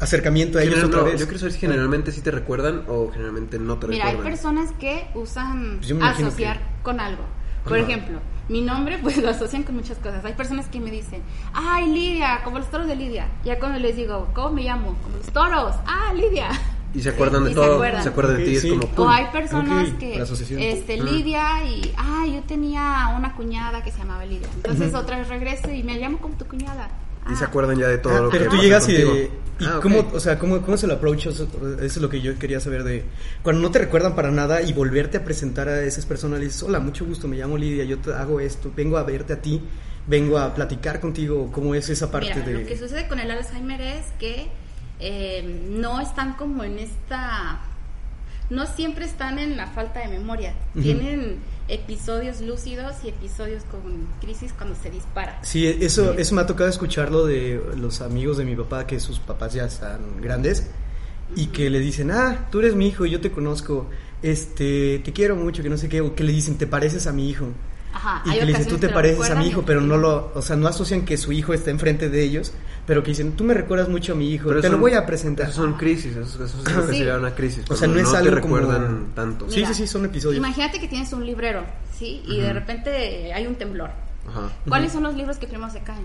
B: acercamiento a ellos
A: General-
B: otra
A: no,
B: vez.
A: Yo quiero saber si generalmente sí te recuerdan o generalmente no te
C: Mira, hay
A: recuerdan.
C: personas que usan
B: Pues yo me imagino
C: asociar con algo. Por
A: Ajá.
C: ejemplo, mi nombre pues lo asocian con muchas cosas. Hay personas que me dicen, ay Lidia, como los toros de Lidia. Ya cuando les digo, ¿cómo me llamo? Como los toros, ah Lidia.
A: Y se acuerdan de
C: Y se
A: todo, se acuerdan,
C: acuerdan.
A: de
B: Ok,
A: ti,
B: sí.
A: es como.
B: O
A: ¡pum!
C: O hay personas
B: Ok, la asociación.
C: que, este, Lidia y, ah, yo tenía una cuñada que se llamaba Lidia. Entonces otra vez regreso y me llamo como tu cuñada.
A: Y se
C: Ah,
A: acuerdan ya de todo
B: Ah,
A: lo que
B: pero tú
A: pasa
B: llegas y, de,
A: contigo.
B: y
A: Ah, ok.
B: cómo, o sea, cómo, cómo se lo approachas, eso es lo que yo quería saber de cuando no te recuerdan para nada y volverte a presentar a esas personas, le dices, hola, mucho gusto, me llamo Lidia, yo te hago esto, vengo a verte a ti, vengo a platicar contigo, cómo es esa parte
C: Mira,
B: de...
C: lo que sucede con el Alzheimer es que eh, no están como en esta... No siempre están en la falta de memoria.
B: Ujú.
C: Tienen episodios lúcidos y episodios con crisis cuando se dispara.
B: Sí, eso, eso me ha tocado escucharlo de los amigos de mi papá, que sus papás ya están grandes, y que le dicen, ah, tú eres mi hijo, yo te conozco, este, te quiero mucho, que no sé qué, o que le dicen, te pareces a mi hijo.
C: Ajá,
B: Y
C: hay
B: que le dicen,
C: ocasiones
B: tú
C: que
B: te
C: lo
B: pareces a
C: recuerdan
B: mi
C: y
B: hijo,
C: otras
B: pero
C: que
B: no lo, o sea, no asocian que su hijo está enfrente de ellos, pero que dicen, tú me recuerdas mucho a mi hijo,
A: Pero
B: te lo
A: son-
B: voy a presentar.
A: Eso son crisis, eso, eso es lo que
C: Sí.
A: sería una crisis.
B: O sea,
A: cuando
B: no es
A: no te
B: algo como-
A: recuerdan tanto.
B: Sí, sí, sí, son episodios.
C: Imagínate que tienes un librero, ¿sí? Y de repente hay un temblor.
A: Ajá.
C: ¿Cuáles son los libros que primero se caen?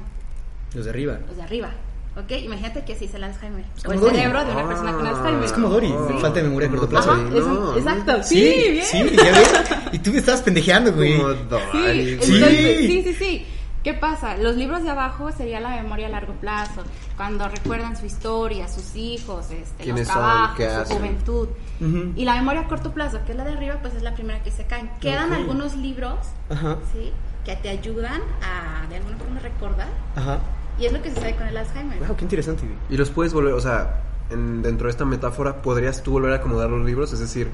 B: Los de arriba.
C: Los de arriba, ¿ok? Imagínate que así es el Alzheimer. O
B: como
C: el
B: Dory.
C: cerebro de una persona con
A: Ah,
C: Alzheimer.
B: Es como Dory,
A: ah,
B: falta de memoria a
A: como
B: corto plazo.
C: Ajá,
A: Dory,
C: es-
A: no,
C: exacto. Sí, bien.
B: sí, ya ves. Y tú me estabas pendejeando, güey.
A: Como
C: Sí,
A: Dory,
C: entonces,
A: güey.
B: güey.
C: sí, sí, sí, ¿Qué pasa? Los libros de abajo sería la memoria a largo plazo, cuando recuerdan su historia, sus hijos, este,
A: ¿Quiénes
C: los
A: son?
C: trabajos,
A: ¿Qué
C: su
A: hacen?
C: juventud.
B: Ujú.
C: Y la memoria a corto plazo, que es la de arriba, pues es la primera que se caen. Quedan
B: Ok.
C: algunos libros,
B: Ajá,
C: ¿sí? Que te ayudan a, de alguna forma, recordar.
B: ajá.
C: Y es lo que sucede con el Alzheimer.
B: Wow, qué interesante, güey.
A: Y los puedes volver, o sea, en- dentro de esta metáfora, ¿podrías tú volver a acomodar los libros? Es decir,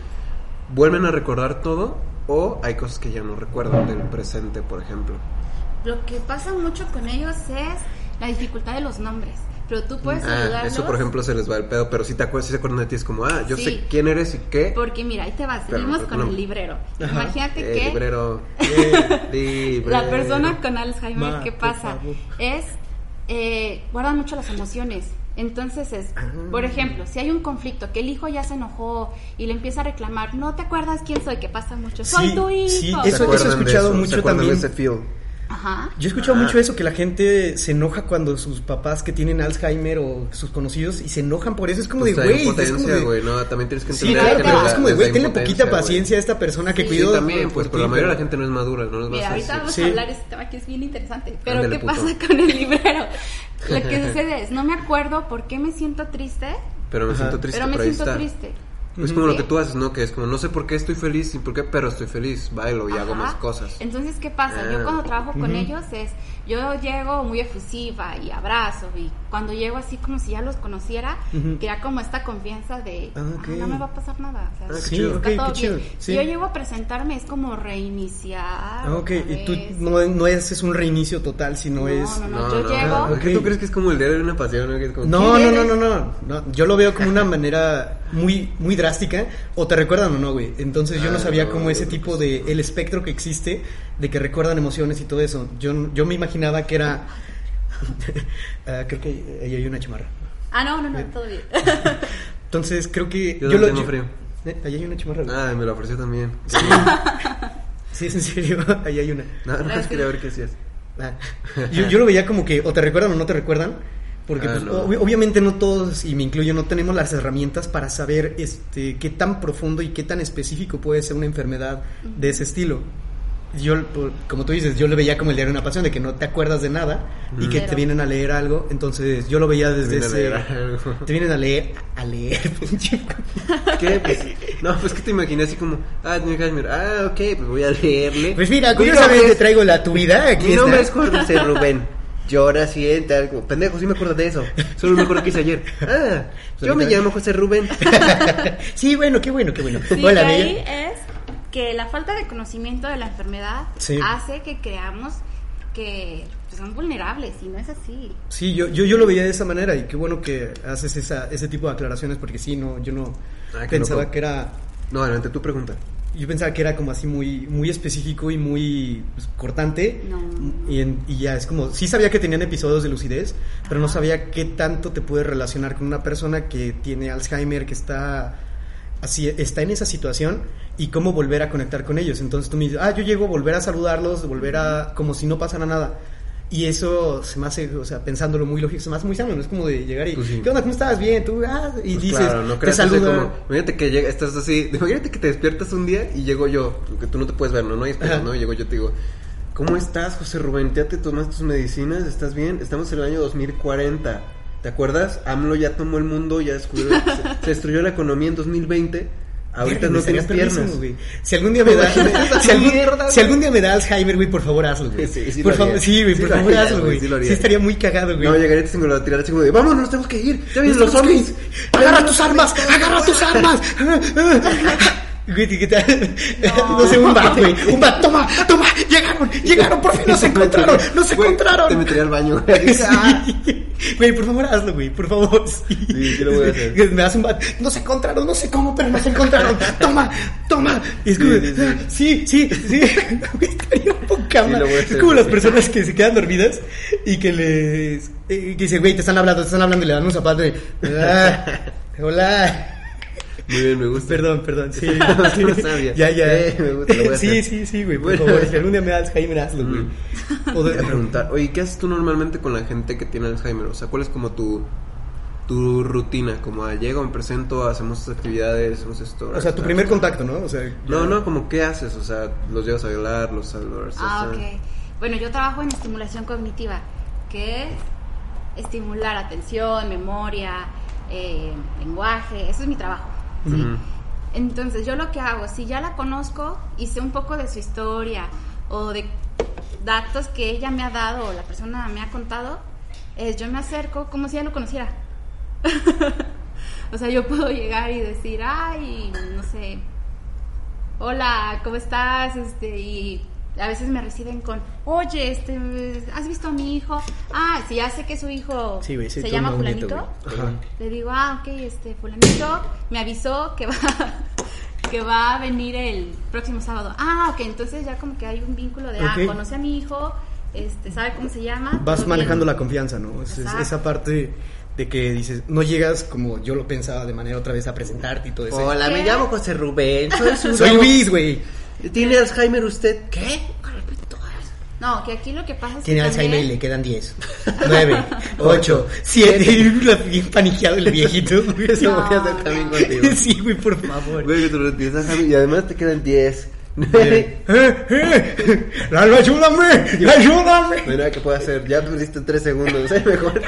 A: ¿vuelven a recordar todo o hay cosas que ya no recuerdan del presente, por ejemplo?
C: Lo que pasa mucho con ellos es la dificultad de los nombres. Pero tú puedes
A: Ah,
C: ayudarlos.
A: eso, por ejemplo, se les va el pedo, pero si te acuerdas, si se acuerdan de ti, es como, ah, yo
C: Sí.
A: sé quién eres y qué.
C: Porque mira, ahí te vas,
A: Pero
C: seguimos
A: no,
C: con
A: no.
C: el librero.
B: Ajá.
C: Imagínate
A: Eh,
C: que
A: librero. librero.
C: la persona con Alzheimer,
B: Ma,
C: ¿qué
B: por
C: pasa?
B: favor.
C: Es, eh, guardan mucho las emociones. Entonces es, por ejemplo, si hay un conflicto, que el hijo ya se enojó y le empieza a reclamar, no te acuerdas quién soy, que pasa mucho, soy
B: Sí,
C: tu hijo.
B: sí,
A: ¿Se
B: Eso- eso he
A: acuerdan de
B: escuchado
A: ¿Se
B: mucho
A: acuerdan
B: también.
A: de ese feel?
C: Ajá.
B: Yo he escuchado
A: Ah.
B: mucho eso, que la gente se enoja cuando sus papás que tienen Alzheimer o sus conocidos y se enojan por eso. Es como
A: Pues
B: de,
A: te da
B: güey. Es como
A: impotencia,
B: de,
A: güey, no, también tienes que
B: Sí,
A: entender
B: claro,
A: que
C: te
B: pero
C: da-
B: es como de,
A: les da
B: güey, tenle
A: impotencia,
B: poquita
A: güey.
B: paciencia a esta persona que
C: Sí.
A: Sí,
B: cuidó.
A: también,
B: por
A: pues,
B: ti,
A: pero la mayoría de la
B: pero-
A: gente no es madura, no les vas
C: Mira,
A: a
C: ahorita
A: decir.
C: vamos
B: sí.
C: a hablar de este tema que es bien interesante. Pero
A: Ándale,
C: ¿qué
A: puto.
C: pasa con el librero? Lo que sucede es, no me acuerdo por qué me siento triste,
A: Pero me
B: Ajá.
A: siento triste,
C: pero me
A: ahí
C: siento
A: está.
C: triste.
A: Es como lo
C: Sí.
A: que tú haces, ¿no? Que es como, no sé por qué estoy feliz, ni por qué, pero estoy feliz, bailo y hago
C: Ajá.
A: más cosas.
C: Entonces, ¿qué pasa?
A: Ah.
C: Yo cuando trabajo con
B: Ujú.
C: ellos es, yo llego muy efusiva y abrazo y cuando llego así como si ya los conociera,
B: Ujú.
C: crea como esta confianza de,
B: Ah, ok.
C: "Ah, no me va a pasar nada. O sea,
A: Ah, qué
C: sí,
A: chido.
C: está
B: Ok, qué
C: todo
B: chido,
C: bien.
B: sí.
C: Si yo llego a presentarme es como reiniciar.
B: Ah, ok,
C: otra
B: y tú
C: vez.
B: no, no es, es un reinicio total, sino
C: No,
B: es...
C: no,
A: No,
C: yo
A: no,
C: llego-
A: no, ¿por qué ¿Tú
B: Ok.
A: crees que es como el diario de una pasión? ¿no? Que es como-
B: No,
C: ¿Qué
B: no, no, no,
C: eres?
B: no, no. Yo lo veo como una manera muy, muy drástica. O te recuerdan o no, güey. Entonces yo no
A: Ah,
B: sabía
A: no,
B: como
A: yo
B: ese
A: creo que
B: tipo
A: sí,
B: de el espectro que existe de que recuerdan emociones y todo eso. Yo, yo me imaginaba que era. Ah, creo que ahí hay una chamarra.
C: Ah, no, no, no, todo bien.
B: Entonces creo que
A: Yo
B: lo.
A: también tengo frío. Ah.
B: Eh, Ahí hay una chamarra. güey.
A: Ay, me lo ofreció también.
B: Sí, es en serio. ahí hay una.
A: No, no, es
C: Gracias.
A: que quería ver qué hacías.
B: Ah, Yo, yo lo veía como que o te recuerdan o no te recuerdan. Porque
A: Ah,
B: pues,
A: no.
B: obvi- obviamente no todos, y me incluyo, no tenemos las herramientas para saber este qué tan profundo y qué tan específico puede ser una enfermedad de ese estilo. yo, por- como tú dices, yo lo veía como el diario de una pasión, de que no te acuerdas de nada y que te
C: Pero-
B: vienen a leer algo. Entonces yo lo veía desde
A: vienen a leer
B: ese-
A: algo.
B: Te vienen a leer, a leer, pinche.
A: ¿Qué? Pues, no, pues que te imaginé así como, ah, mi Casimir, ah, ok, pues voy a leerle.
B: Pues mira,
A: Mi
B: curiosamente
A: nombre
B: te
A: es-
B: traigo la tu vida aquí.
A: Mi
B: está.
A: nombre es Juan José Rubén. Yo nací en tal. Pendejo, sí me acuerdo de eso. Solo me acuerdo que hice ayer. Ah, yo me llamo José Rubén.
B: Sí, bueno, qué bueno, qué bueno.
C: Sí,
B: Hola,
C: que ahí
B: Bella.
C: es que la falta de conocimiento de la enfermedad
B: Sí.
C: hace que creamos que pues, son vulnerables y no es así.
B: Sí, yo, yo, yo lo veía de esa manera y qué bueno que haces esa, ese tipo de aclaraciones porque sí, no, yo no
A: Ah, qué
B: pensaba
A: loco.
B: que era
A: No, adelante, tu pregunta.
B: Yo pensaba que era como así muy, muy específico y muy pues, cortante.
C: No.
B: Y, en- y ya es como, sí sabía que tenían episodios de lucidez, pero no sabía qué tanto te puedes relacionar con una persona que tiene Alzheimer, que está así, está en esa situación y cómo volver a conectar con ellos. Entonces tú me dices, ah, yo llego a volver a saludarlos, volver a, como si no pasara nada. Y eso se me hace, o sea, pensándolo muy lógico, se me hace muy sano, no es como de llegar y,
A: Pues sí.
B: ¿qué onda? ¿Cómo estás? Bien, tú, ah, y
A: Pues
B: dices,
A: claro, no
B: te
A: creas así
B: saluda.
A: como. Imagínate que llega- estás así. Imagínate que te despiertas un día y llego yo. Que tú no te puedes ver, no, no hay espejo,
B: Ajá.
A: ¿no? Y llego yo y te digo. ¿Cómo estás, José Rubén? ¿Ya te tomaste tus medicinas? ¿Estás bien? Estamos en el año 2040. ¿Te acuerdas? AMLO ya tomó el mundo, ya descubrió. se, se destruyó la economía en 2020. Ahorita
B: Verga,
A: no
B: estaría
A: tienes piernas.
B: perrísimo, güey. Si algún día me da,
A: Esa
B: si, algún,
A: mierda, güey.
B: si algún día me da Alzheimer, güey, por favor hazlo, güey.
A: Sí, sí lo
B: por
A: haría.
B: favor, sí, güey,
A: Sí
B: por
A: lo
B: favor
A: haría,
B: hazlo,
A: güey,
B: güey.
A: sí lo haría.
B: Sí estaría muy cagado, güey.
A: No, llegaría y te singularidad así como de, vámonos, nos tenemos que ir, ya vienen
B: Nos
A: los
B: tenemos
A: zombies.
B: que ir. Agarra tus armas, agarra tus armas. Güey, ¿qué tal? No.
C: No.
B: sé, un bat, güey. Un bat, toma, toma, llegaron, llegaron, por fin nos encontraron, nos
A: Güey, Te
B: encontraron.
A: metería al baño, güey.
B: Sí. "Ah, Güey, por favor hazlo, güey, por favor. Sí,
A: Sí, sí lo voy a hacer.
B: Me das un bat. Nos encontraron, no sé cómo, pero nos encontraron. Toma, toma. Y es como,
A: Sí, sí,
B: sí, sí, sí. Güey, Estaría poca
A: Sí, lo
B: madre.
A: voy a hacer,
B: Es como las
A: güey.
B: personas que se quedan dormidas y que les. eh, que dicen, güey, te están hablando, te están hablando y le dan un zapato y. "Ah, hola.
A: Muy bien, me gusta.
B: Perdón, perdón, sí.
A: No sabía.
B: Ya, ya.
A: Eh, me gusta, lo voy a
B: sí,
A: hacer.
B: sí, sí, güey, por
A: Bueno. Mm.
B: favor. Si algún día me das Jaime, hazlo, güey. O
A: Te
B: de-
A: voy a preguntar, oye, ¿qué haces tú normalmente con la gente que tiene Alzheimer? O sea, ¿cuál es como tu, tu rutina? Como, ah, llego, me presento, hacemos estas actividades, hacemos esto.
B: O sea, tu
A: esto,
B: primer
A: esto.
B: contacto, ¿no? O sea,
A: No, no, como, ¿qué haces? O sea, ¿los llevas a violar, los saludas?
C: Ah,
A: o sea,
C: ok. Bueno, yo trabajo en estimulación cognitiva, que es estimular atención, memoria, eh, lenguaje, eso es mi trabajo. ¿sí?
A: Ujú.
C: Entonces, yo lo que hago, si ya la conozco y sé un poco de su historia o de datos que ella me ha dado o la persona me ha contado, es yo me acerco como si ya lo conociera. o sea, yo puedo llegar y decir, ay, no sé, hola, ¿cómo estás? Este, y a veces me reciben con, oye, este, ¿has visto a mi hijo? Ah, si ya sé que su hijo
B: Sí, güey, sí,
C: se
B: tú
C: llama
B: no, bonito,
C: fulanito,
B: güey. Ajá.
C: le digo, ah, ok, este, fulanito me avisó que va, que va a venir el próximo sábado. Ah, ok, entonces ya como que hay un vínculo de,
B: Ok.
C: ah, conoce a mi hijo, este, sabe cómo se llama.
B: Vas
C: todo
B: manejando
C: bien".
B: la confianza, ¿no? Es- es-
C: Exacto.
B: esa parte de que dices, no llegas como yo lo pensaba de manera otra vez a presentarte y todo eso.
A: Hola, me
C: ¿Qué?
A: llamo
B: pues.
A: José Rubén, soy su
B: Soy Luis, güey.
A: ¿Tiene Alzheimer usted?
B: ¿Qué?
C: No, que aquí lo que pasa es
B: Tiene
C: que
B: Alzheimer y
C: también-
B: le quedan 10, 9, 8, 7. Bien paniqueado el viejito. güey.
A: Eso
C: No,
A: voy a hacer también contigo.
B: Sí, güey, por favor.
A: Güey, que te lo empiezas a- y además te quedan 10.
B: Eh, eh, Lalo, ayúdame, ayúdame.
A: No hay nada que pueda hacer. Ya perdiste tres segundos. Es mejor.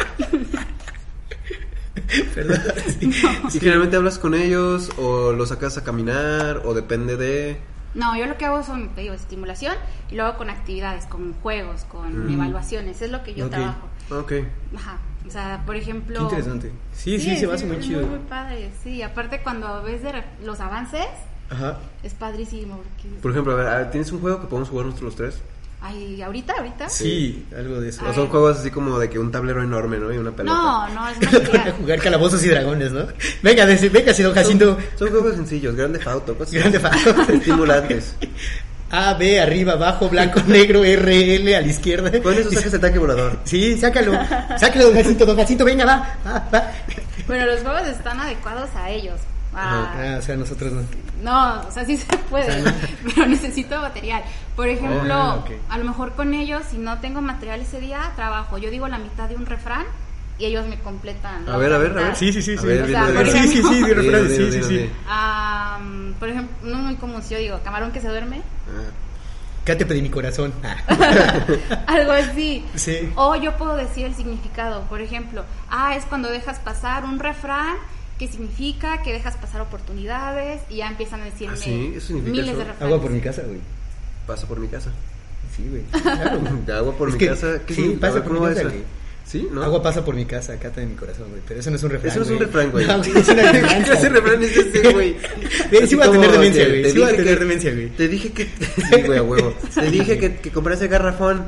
A: Y generalmente hablas con ellos o los sacas a caminar o depende de...
C: No, yo lo que hago son, te digo, estimulación y luego con actividades, con juegos, con evaluaciones, es lo que yo
B: Mm. Ok.
C: trabajo.
A: ah, Ok.
C: Ajá. O sea, por ejemplo...
B: Qué interesante. Sí, sí, se me hace muy
C: es
B: chido.
C: Muy, padre, sí. Aparte cuando ves de re- los avances,
B: Ajá.
C: es padrísimo. Porque,
A: Por ejemplo, a ver, a ver, ¿tienes un juego que podemos jugar nosotros los tres?
C: ay, ahorita, ahorita.
B: Sí, algo de eso.
A: O son
C: Ay.
A: juegos así como de que un tablero enorme, ¿no? Y una pelota.
C: No, no,
B: Lo
C: es
B: pone a
C: material.
B: jugar calabozos y dragones, ¿no? Venga, dese- venga, si don Jacinto.
A: Son, son juegos sencillos, grande fauto, cosas
B: Grande Theft Auto.
A: estimulantes.
B: A, B, arriba, abajo, blanco, negro, R, L, a la izquierda.
A: Con eso sacas ataque volador.
B: Sí, sácalo. Sácalo, don Jacinto. Don Jacinto, venga, va. va, va.
C: Bueno, los juegos están adecuados a ellos.
B: Ah,
C: a-
B: o sea, nosotros no.
C: No, o sea, sí se puede, pero necesito material. Por ejemplo,
B: Ah, ok.
C: a lo mejor con ellos, si no tengo material ese día, trabajo. Yo digo la mitad de un refrán y ellos me completan. la
A: A ver, a
C: otra
A: ver, a ver.
C: mitad.
B: Sí, sí, sí,
A: A
B: sí.
A: ver,
C: O
A: dilo,
C: sea,
A: dilo, dilo.
C: por Sí, sí, sí,
B: de refranes, sí, sí,
A: Dilo, dilo,
B: sí.
A: dilo.
C: Ah, por ejemplo, no muy común, si yo digo, camarón que se duerme,
A: Ah.
B: Ya te pedí mi corazón. Ah.
C: Algo así.
B: Sí.
C: O yo puedo decir el significado. Por ejemplo, ah, es cuando dejas pasar un refrán que significa que dejas pasar oportunidades y ya empiezan a decirme
A: Ah, sí, eso significa
C: miles
A: eso.
C: de
A: Agua
C: refranes.
B: Agua por mi casa, güey.
A: Pasa por mi casa.
B: Sí, güey. Claro. güey.
A: De agua por
B: Es
A: mi
B: que-
A: casa. ¿Qué
B: sí,
A: significa?
B: pasa
A: A ver,
B: por mi
A: ¿cómo va
B: casa,
A: eso?
B: güey.
A: Sí, ¿no?
B: Agua pasa por mi casa, cata de mi corazón, güey. Pero eso no es un refrán.
A: Eso no es un refrán, güey.
B: No, es una adivinanza.
A: Ese refrán es ese, güey.
B: Ve, sí
A: Así
B: voy a tener
A: como
B: demencia,
A: que
B: güey.
A: te
B: Sí voy a
A: dije
B: tener
A: que-
B: demencia, güey.
A: Te dije que. Sí, güey, a huevo. Te dije que, que compras ese garrafón.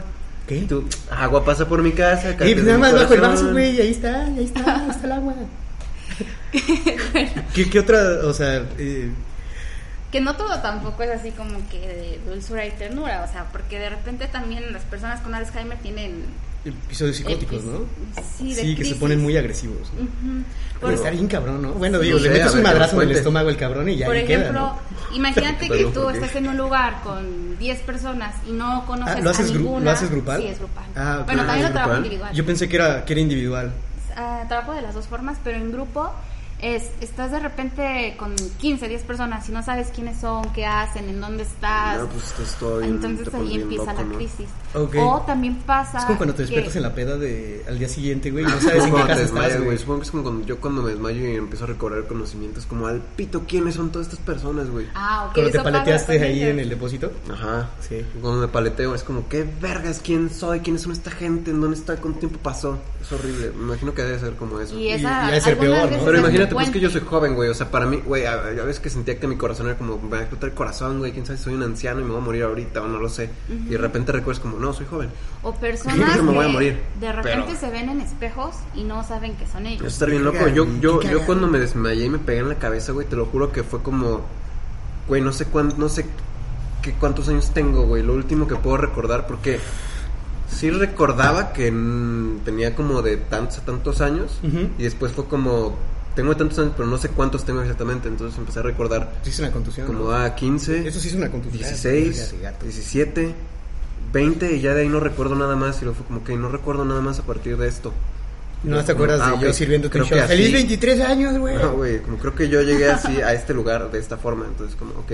B: ¿Qué?
A: Y Tú, agua pasa por mi casa.
B: Y pues
A: cate de
B: nada
A: mi
B: más bajo el
A: corazón.
B: vaso, güey. Ahí está, ahí está, ahí está el agua. ¿Qué, ¿Qué otra, o sea, eh,
C: Que no todo tampoco es así como que de dulzura y ternura, o sea, porque de repente también las personas con Alzheimer tienen...
B: episodios psicóticos, ¿no?
C: epis- Sí, de
B: que se
C: crisis.
B: ponen muy agresivos. ¿no?
C: Ujú.
A: Por-
B: Pero está bien cabrón, ¿no? Bueno, digo,
A: No
B: le
A: sé, a
B: metes un
A: ver, que
B: madrazo
A: nos
B: en el
A: cuentes.
B: estómago al cabrón y ya
C: Por
B: ahí queda,
C: ejemplo,
B: ¿no?
C: imagínate que
A: Perdón,
C: tú
A: ¿por qué?
C: estás en un lugar con 10 personas y no conoces
B: Ah, ¿lo haces
C: a
B: gru- lo
C: ninguna.
B: haces grupal?
C: Sí, es grupal.
B: Ah, ok.
C: bueno,
A: Ah,
C: también
A: ¿es
C: lo trabajo
A: grupal?
C: individual.
B: Yo pensé que era, que era individual.
C: Ah, trabajo de las dos formas, pero en grupo es estás de repente con 15, 10 personas y no sabes quiénes son, qué hacen, en dónde estás.
A: No, pues tú estoy.
C: Entonces
A: te
C: ahí
A: pones bien
C: empieza
A: loco,
C: la
A: ¿no?
C: crisis.
B: Ok.
C: O también pasa.
B: Es como cuando te
C: que-
B: despiertas en la peda de, al día siguiente, güey, y no
A: Es
B: sabes en
A: como
B: qué
A: cuando te
B: casa estás,
A: desmayas, güey.
B: güey.
A: Supongo que es como cuando yo cuando me desmayo y empiezo a recobrar conocimientos, como al pito, ¿quiénes son todas estas personas, güey?
C: Ah, ok.
B: Cuando te
C: eso pasa
B: paleteaste
C: también,
B: ahí
C: pero-
B: en el depósito.
A: Ajá.
B: Sí.
A: Cuando me paleteo, es como, ¿qué vergas? ¿Quién soy? ¿Quiénes son esta gente? ¿En dónde está? ¿Cuánto tiempo pasó? Es horrible. Me imagino que debe ser como eso.
C: Y
B: Y-
C: esa,
B: y ha de ser
C: algunas
B: peor, ¿no?
C: veces
A: Pero
C: es
A: imagínate, pues
C: frecuente.
A: que yo soy joven, güey. O sea, para mí, güey, a, a veces que sentía que mi corazón era como, me va a explotar el corazón, güey. Quién sabe, si soy un anciano y me voy a morir ahorita o no lo sé. Y de repente recuerdas como, no, soy joven.
C: O personas
A: Yo me voy a
C: que
A: morir,
C: de repente
A: pero-
C: se ven en espejos y no saben que son
A: Eso
C: ellos.
A: está bien loco.
B: Verga,
A: Yo,
B: güey,
A: yo,
B: qué
A: yo
B: cagado.
A: cuando me desmayé y me pegué en la cabeza, güey, te lo juro que fue como, güey, no sé cuán, no sé qué cuántos años tengo, güey. Lo último que puedo recordar, porque sí recordaba que mm, tenía como de tantos a tantos años.
B: Ujú.
A: Y después fue como, tengo tantos años, pero no sé cuántos tengo exactamente. Entonces empecé a recordar.
B: Sí, es una contusión.
A: Como ah,
B: ¿no?
A: a 15,
B: Eso sí es una contusión.
A: 16,
B: Verga, gato.
A: 17, 20 y ya de ahí no recuerdo nada más. Y luego fue como que no recuerdo nada más a partir de esto.
B: No te acuerdas
A: Ah,
B: de
A: ok.
B: yo sirviendo tu
A: Creo que
B: shot.
A: así.
B: ¡Feliz 23 años, güey!
A: No, güey, como creo que yo llegué así a este lugar de esta forma. Entonces como, ok,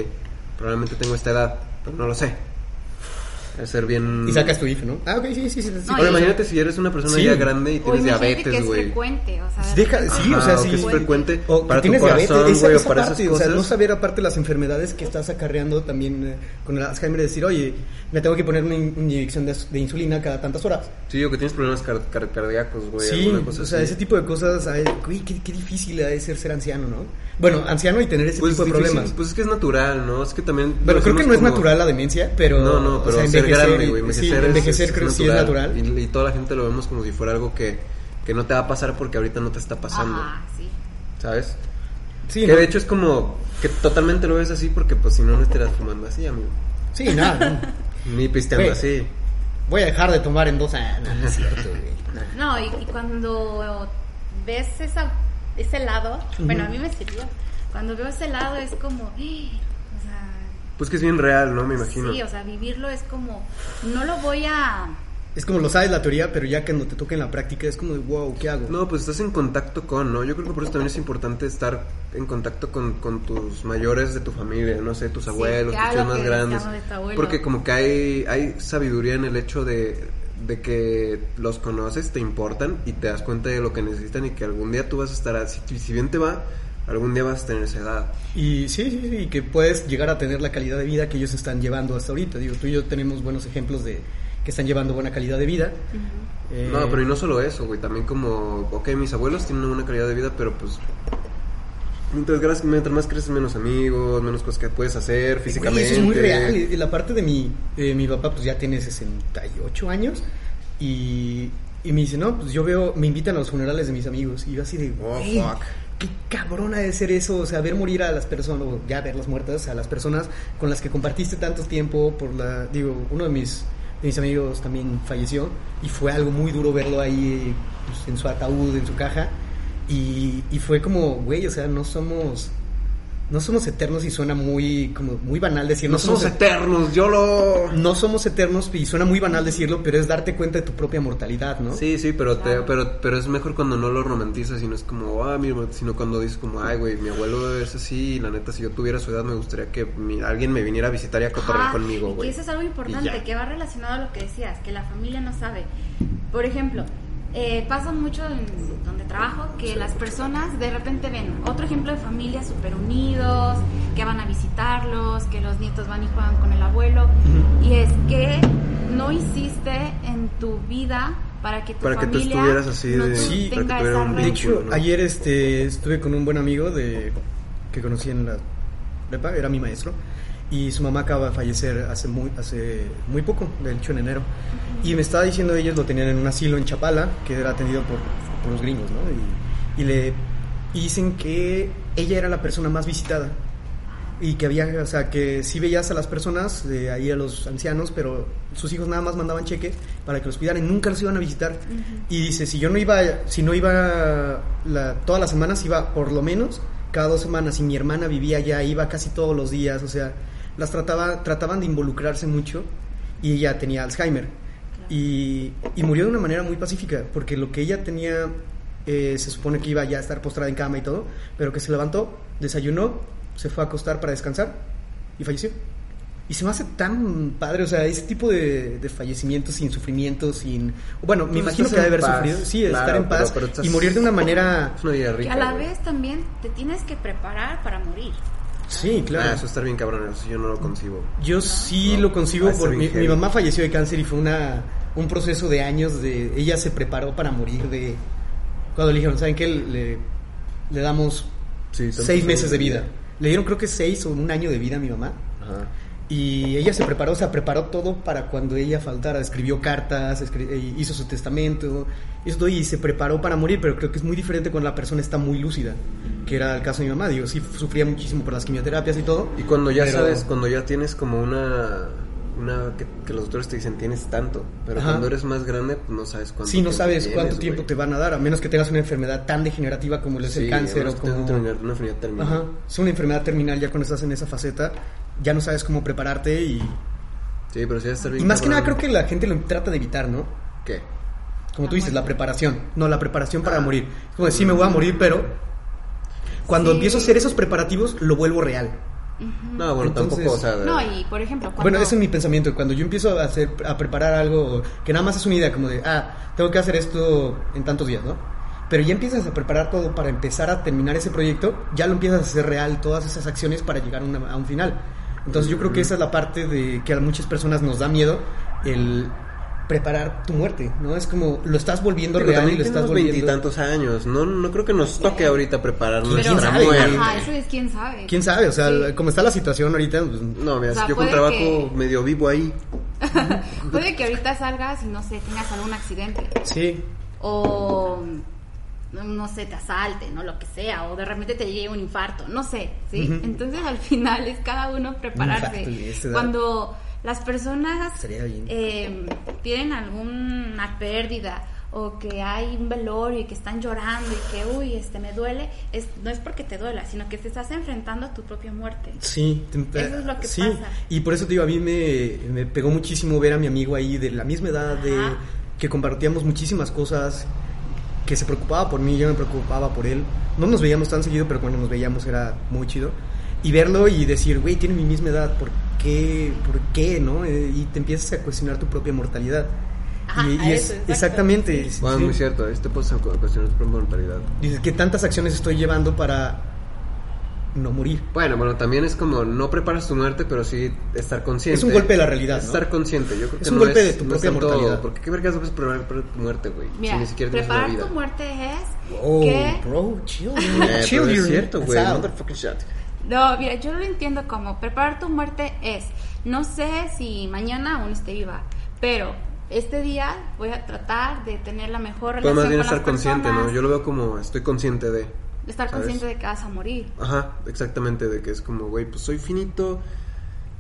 A: probablemente tengo esta edad, pero no lo sé. Es ser bien...
B: Y sacas tu IF, ¿no? Ah, ok, sí, sí, sí. sí.
C: No,
A: Ahora
C: y-
A: imagínate si eres una persona
B: Sí.
A: ya grande y
C: O
A: tienes
C: imagínate que
A: diabetes,
C: es
A: güey.
C: frecuente, o sea,
B: Deja-
C: de-
B: sí, o sea,
A: Ajá,
B: sí.
A: que es frecuente
B: O que
A: para tu
B: tienes
A: corazón,
B: diabetes, esa,
A: güey, o
B: esa
A: para
B: parte,
A: esas
B: o
A: cosas.
B: sea, no saber aparte las enfermedades que estás acarreando también eh, con el Alzheimer, decir, oye, me tengo que poner una, in- una inyección de, de insulina cada tantas horas.
A: Sí, o que tienes problemas car- car- cardíacos, güey.
B: sí,
A: alguna cosa
B: o sea,
A: así.
B: ese tipo de cosas, ay, güey, qué, qué difícil ha de ser ser anciano, ¿no? Bueno, anciano y tener ese
A: Pues,
B: tipo de
A: difícil,
B: problemas.
A: pues es que es natural, ¿no? Es que también...
B: pero creo que no
A: nacemos
B: es
A: como-
B: natural la demencia, pero...
A: No, no, pero
B: o sea,
A: ser grande, güey.
B: sí,
A: Envejecer, es-
B: envejecer creo que sí es natural.
A: Y, y toda la gente lo vemos como si fuera algo que, que no te va a pasar porque ahorita no te está pasando,
C: Ajá, sí.
A: ¿sabes?
B: Sí,
A: que
B: ¿no?
A: de hecho es como que totalmente lo ves así porque pues si no, no estarás fumando así, amigo.
B: Sí, nada, no.
A: Ni pisteando
B: Güey.
A: así.
B: Voy a dejar de tomar en dos años. No, no es cierto, güey. No.
C: No, y, y cuando ves esa, ese lado, bueno, a mí me sirvió. Cuando veo ese lado es como, ¡ah! o sea,
A: Pues que es bien real, ¿no? Me imagino.
C: sí, o sea, vivirlo es como, no lo voy a...
B: Es como lo sabes la teoría, pero ya cuando te toca en la práctica es como de, wow, ¿qué hago?
A: No, pues estás en contacto con, ¿no? Yo creo que por eso también es importante estar en contacto con, con tus mayores de tu familia, no sé, tus
C: Sí,
A: abuelos, tus
C: que hablo
A: tíos más
C: que
A: grandes.
C: llamo de tu abuelo.
A: Porque como que hay, hay sabiduría en el hecho de, de que los conoces, te importan y te das cuenta de lo que necesitan y que algún día tú vas a estar así. Si, si bien te va, algún día vas a tener esa edad.
B: Y sí, sí, sí, que puedes llegar a tener la calidad de vida que ellos están llevando hasta ahorita. Digo, tú y yo tenemos buenos ejemplos de que están llevando buena calidad de vida. Eh,
A: No, pero y no solo eso, güey. También como, ok, mis abuelos tienen una calidad de vida, pero pues... Mientras, gra- mientras más creces, menos amigos, menos cosas que puedes hacer
B: Güey,
A: físicamente.
B: eso es muy real. Y La parte de mi, eh, mi papá, pues ya tiene 68 años. Y, y me dice, no, pues yo veo, me invitan a los funerales de mis amigos. Y yo así de,
A: Oh,
B: "Güey,
A: fuck.
B: qué cabrona de ser eso. O sea, ver morir a las personas, o ya verlas muertas, a las personas con las que compartiste tanto tiempo. por la Digo, uno de mis, de mis amigos también falleció. Y fue algo muy duro verlo ahí pues, en su ataúd, en su caja. Y, y fue como, güey, o sea, no somos No somos eternos y suena muy, como muy banal decir.
A: No, somos eternos, yo lo...
B: No somos eternos y suena muy banal decirlo, pero es darte cuenta de tu propia mortalidad, ¿no?
A: Sí, sí, pero, te, pero, pero es mejor cuando no lo romantizas y no es como, ah, mi hermano", sino cuando dices como, ay, güey, mi abuelo es así y la neta, si yo tuviera su edad me gustaría que mi- alguien me viniera a visitar y a cotorrear
C: Ajá, y
A: conmigo,
C: que
A: güey.
C: eso es algo
A: Y ya.
C: importante, que va relacionado a lo que decías, que la familia no sabe. Por ejemplo, eh, pasa mucho en donde trabajo que las personas de repente ven otro ejemplo de familias súper unidos, que van a visitarlos, que los nietos van y juegan con el abuelo, y es que no hiciste en tu vida para que tu
A: Para que tú
C: familia
A: estuvieras así
C: no
A: de-
C: tu-
B: Sí, para que
C: tenga
A: tuviera
C: esa
A: un
C: red.
B: De hecho,
A: ¿no?
B: ayer este, estuve con un buen amigo de, que conocí en la prepa, era mi maestro, y su mamá acaba de fallecer hace muy, hace muy poco, de hecho en enero. Y me estaba diciendo, ellos lo tenían en un asilo en Chapala, que era atendido por, por los gringos, ¿no? Y, y le y dicen que ella era la persona más visitada. Y que había, o sea, que sí veías a las personas, de ahí a los ancianos, pero sus hijos nada más mandaban cheque para que los cuidaran, y nunca los iban a visitar. Y dice, si yo no iba, si no iba la- todas las semanas, iba por lo menos cada dos semanas, y mi hermana vivía allá, iba casi todos los días, o sea, las trataba, trataban de involucrarse mucho, y ella tenía Alzheimer. Y, y murió de una manera muy pacífica, porque lo que ella tenía, eh, se supone que iba ya a estar postrada en cama y todo, pero que se levantó, desayunó, se fue a acostar para descansar y falleció. Y se me hace tan padre, o sea, ese tipo de, de fallecimientos sin sufrimiento, sin... Bueno, me
A: Pues
B: imagino
A: estás
B: que debe haber
A: en paz,
B: sufrido, sí,
A: claro,
B: estar en
A: pero-
B: paz
A: pero estás-
B: y morir de una manera...
A: Es una vida
C: Que
A: rica,
C: a la
A: güey. Ah,
C: vez también te tienes que preparar para morir.
B: Sí,
A: Ah,
B: claro.
A: eso estar bien cabrón, eso yo no lo concibo.
B: Yo sí lo
A: Ah,
B: consigo
A: está
B: porque
A: bien
B: mi,
A: heavy.
B: mi mamá falleció de cáncer y fue una, un proceso de años de... Ella se preparó para morir de... Cuando le dijeron, ¿saben qué? Le, le damos
A: Sí, tantos
B: seis meses
A: años
B: de vida. Le dieron creo que seis o un año de vida a mi mamá.
A: Ajá.
B: Y ella se preparó, o sea, preparó todo para cuando ella faltara. Escribió cartas, escri- eh, hizo su testamento, hizo todo y se preparó para morir. Pero creo que es muy diferente cuando la persona está muy lúcida, que era el caso de mi mamá. Digo, sí, sufría muchísimo por las quimioterapias y todo.
A: Y cuando ya
B: pero-
A: sabes, cuando ya tienes como una... una que, que los doctores te dicen tienes tanto, pero
B: Ajá.
A: cuando eres más grande pues, no sabes cuánto
B: Sí, no
A: tiempo
B: sabes
A: tienes,
B: cuánto tiempo
A: güey.
B: te van a dar, a menos que tengas una enfermedad tan degenerativa como lo es el
A: Sí,
B: cáncer o
A: además que tengas
B: como...
A: una enfermedad- una enfermedad terminal.
B: Ajá, es una enfermedad terminal ya cuando estás en esa faceta, ya no sabes cómo prepararte y...
A: Sí, pero sí va a estar bien
B: Y más que nada creo
A: cabrón.
B: que la gente lo trata de evitar, ¿no?
A: ¿Qué?
B: Como tú dices, la preparación. No, la preparación para
A: Ah.
B: morir. Es como decir, sí, me voy a morir, pero cuando
C: Sí.
B: empiezo a hacer esos preparativos, lo vuelvo real.
A: No, bueno,
B: Entonces-
A: tampoco, o sea...
C: No, y por ejemplo, cuando...
B: Bueno, ese es mi pensamiento. Cuando yo empiezo a, hacer, a preparar algo que nada más es una idea, como de, ah, tengo que hacer esto en tantos días, ¿no? Pero ya empiezas a preparar todo para empezar a terminar ese proyecto, ya lo empiezas a hacer real, todas esas acciones para llegar a, una- a un final. Entonces yo creo que esa es la parte de que a muchas personas nos da miedo, el preparar tu muerte, ¿no? Es como lo estás volviendo
A: Digo,
B: real y
A: también
B: lo estás
A: tenemos
B: volviendo...
A: veintitantos años, no, no creo que nos toque ahorita preparar
C: Pero,
A: nuestra
B: sabe?
A: muerte.
C: ajá, eso es quién sabe.
B: ¿Quién sabe? O sea,
C: Sí.
B: como está la situación ahorita, pues,
A: No, mira,
C: O sea,
A: si yo con
C: puede
A: trabajo
C: que-
A: medio vivo ahí.
C: Puede que ahorita salgas y no sé, tengas algún accidente.
B: sí.
C: O mm, no sé, te asalten o lo que sea. O de repente te llegue un infarto. No sé, ¿sí?
B: Ujú.
C: Entonces al final es cada uno prepararse.
B: infarto, y esa edad.
C: Cuando las personas
B: Sería bien.
C: eh, tienen alguna pérdida o que hay un velorio y que están llorando y que, uy, este me duele, es, no es porque te duela, sino que te estás enfrentando a tu propia muerte.
B: Sí, te-
C: Eso es lo que
B: sí.
C: pasa.
B: Y por eso te digo, a mí me, me pegó muchísimo ver a mi amigo ahí de la misma edad, de,
C: Ajá.
B: que compartíamos muchísimas cosas, que se preocupaba por mí, yo me preocupaba por él. No nos veíamos tan seguido, pero cuando nos veíamos era muy chido. Y verlo y decir, güey, tiene mi misma edad, ¿por qué? ¿Por qué? ¿No? Eh, y te empiezas a cuestionar tu propia mortalidad.
C: Ajá,
B: y
C: a
B: es-
C: eso, exacto.
B: exactamente.
C: Sí.
B: sí,
A: Bueno, es
B: sí.
A: muy cierto, este puedes cuestionar tu propia mortalidad.
B: Dices, ¿qué tantas acciones estoy llevando para no morir?
A: Bueno, bueno, también es como no preparas tu muerte, pero sí estar consciente.
B: Es un golpe de la realidad, ¿no?
A: Estar consciente, yo creo
B: Es
A: que
B: un
A: no
B: golpe
A: es,
B: de tu
A: no
B: propia
A: es tanto-
B: mortalidad.
A: Porque qué vergas puedes preparar tu muerte, güey.
C: Mira,
A: si ni siquiera tienes una
C: preparar
A: vida.
C: tu muerte es
B: Oh,
C: que
B: bro, chill.
A: Eh, pero
B: chill,
A: es
B: you're
A: cierto, güey.
B: cansado.
A: motherfucking shot.
C: No, mira, yo lo entiendo como preparar tu muerte es, no sé si mañana aún esté viva, pero este día voy a tratar de tener la mejor
A: Pero
C: relación
A: más bien
C: con
A: estar
C: las
A: consciente, ¿no?
C: personas,
A: Yo lo veo como estoy consciente de.
C: estar
A: ¿sabes?
C: consciente de que vas a morir.
A: Ajá, exactamente, de que es como, güey, pues soy finito,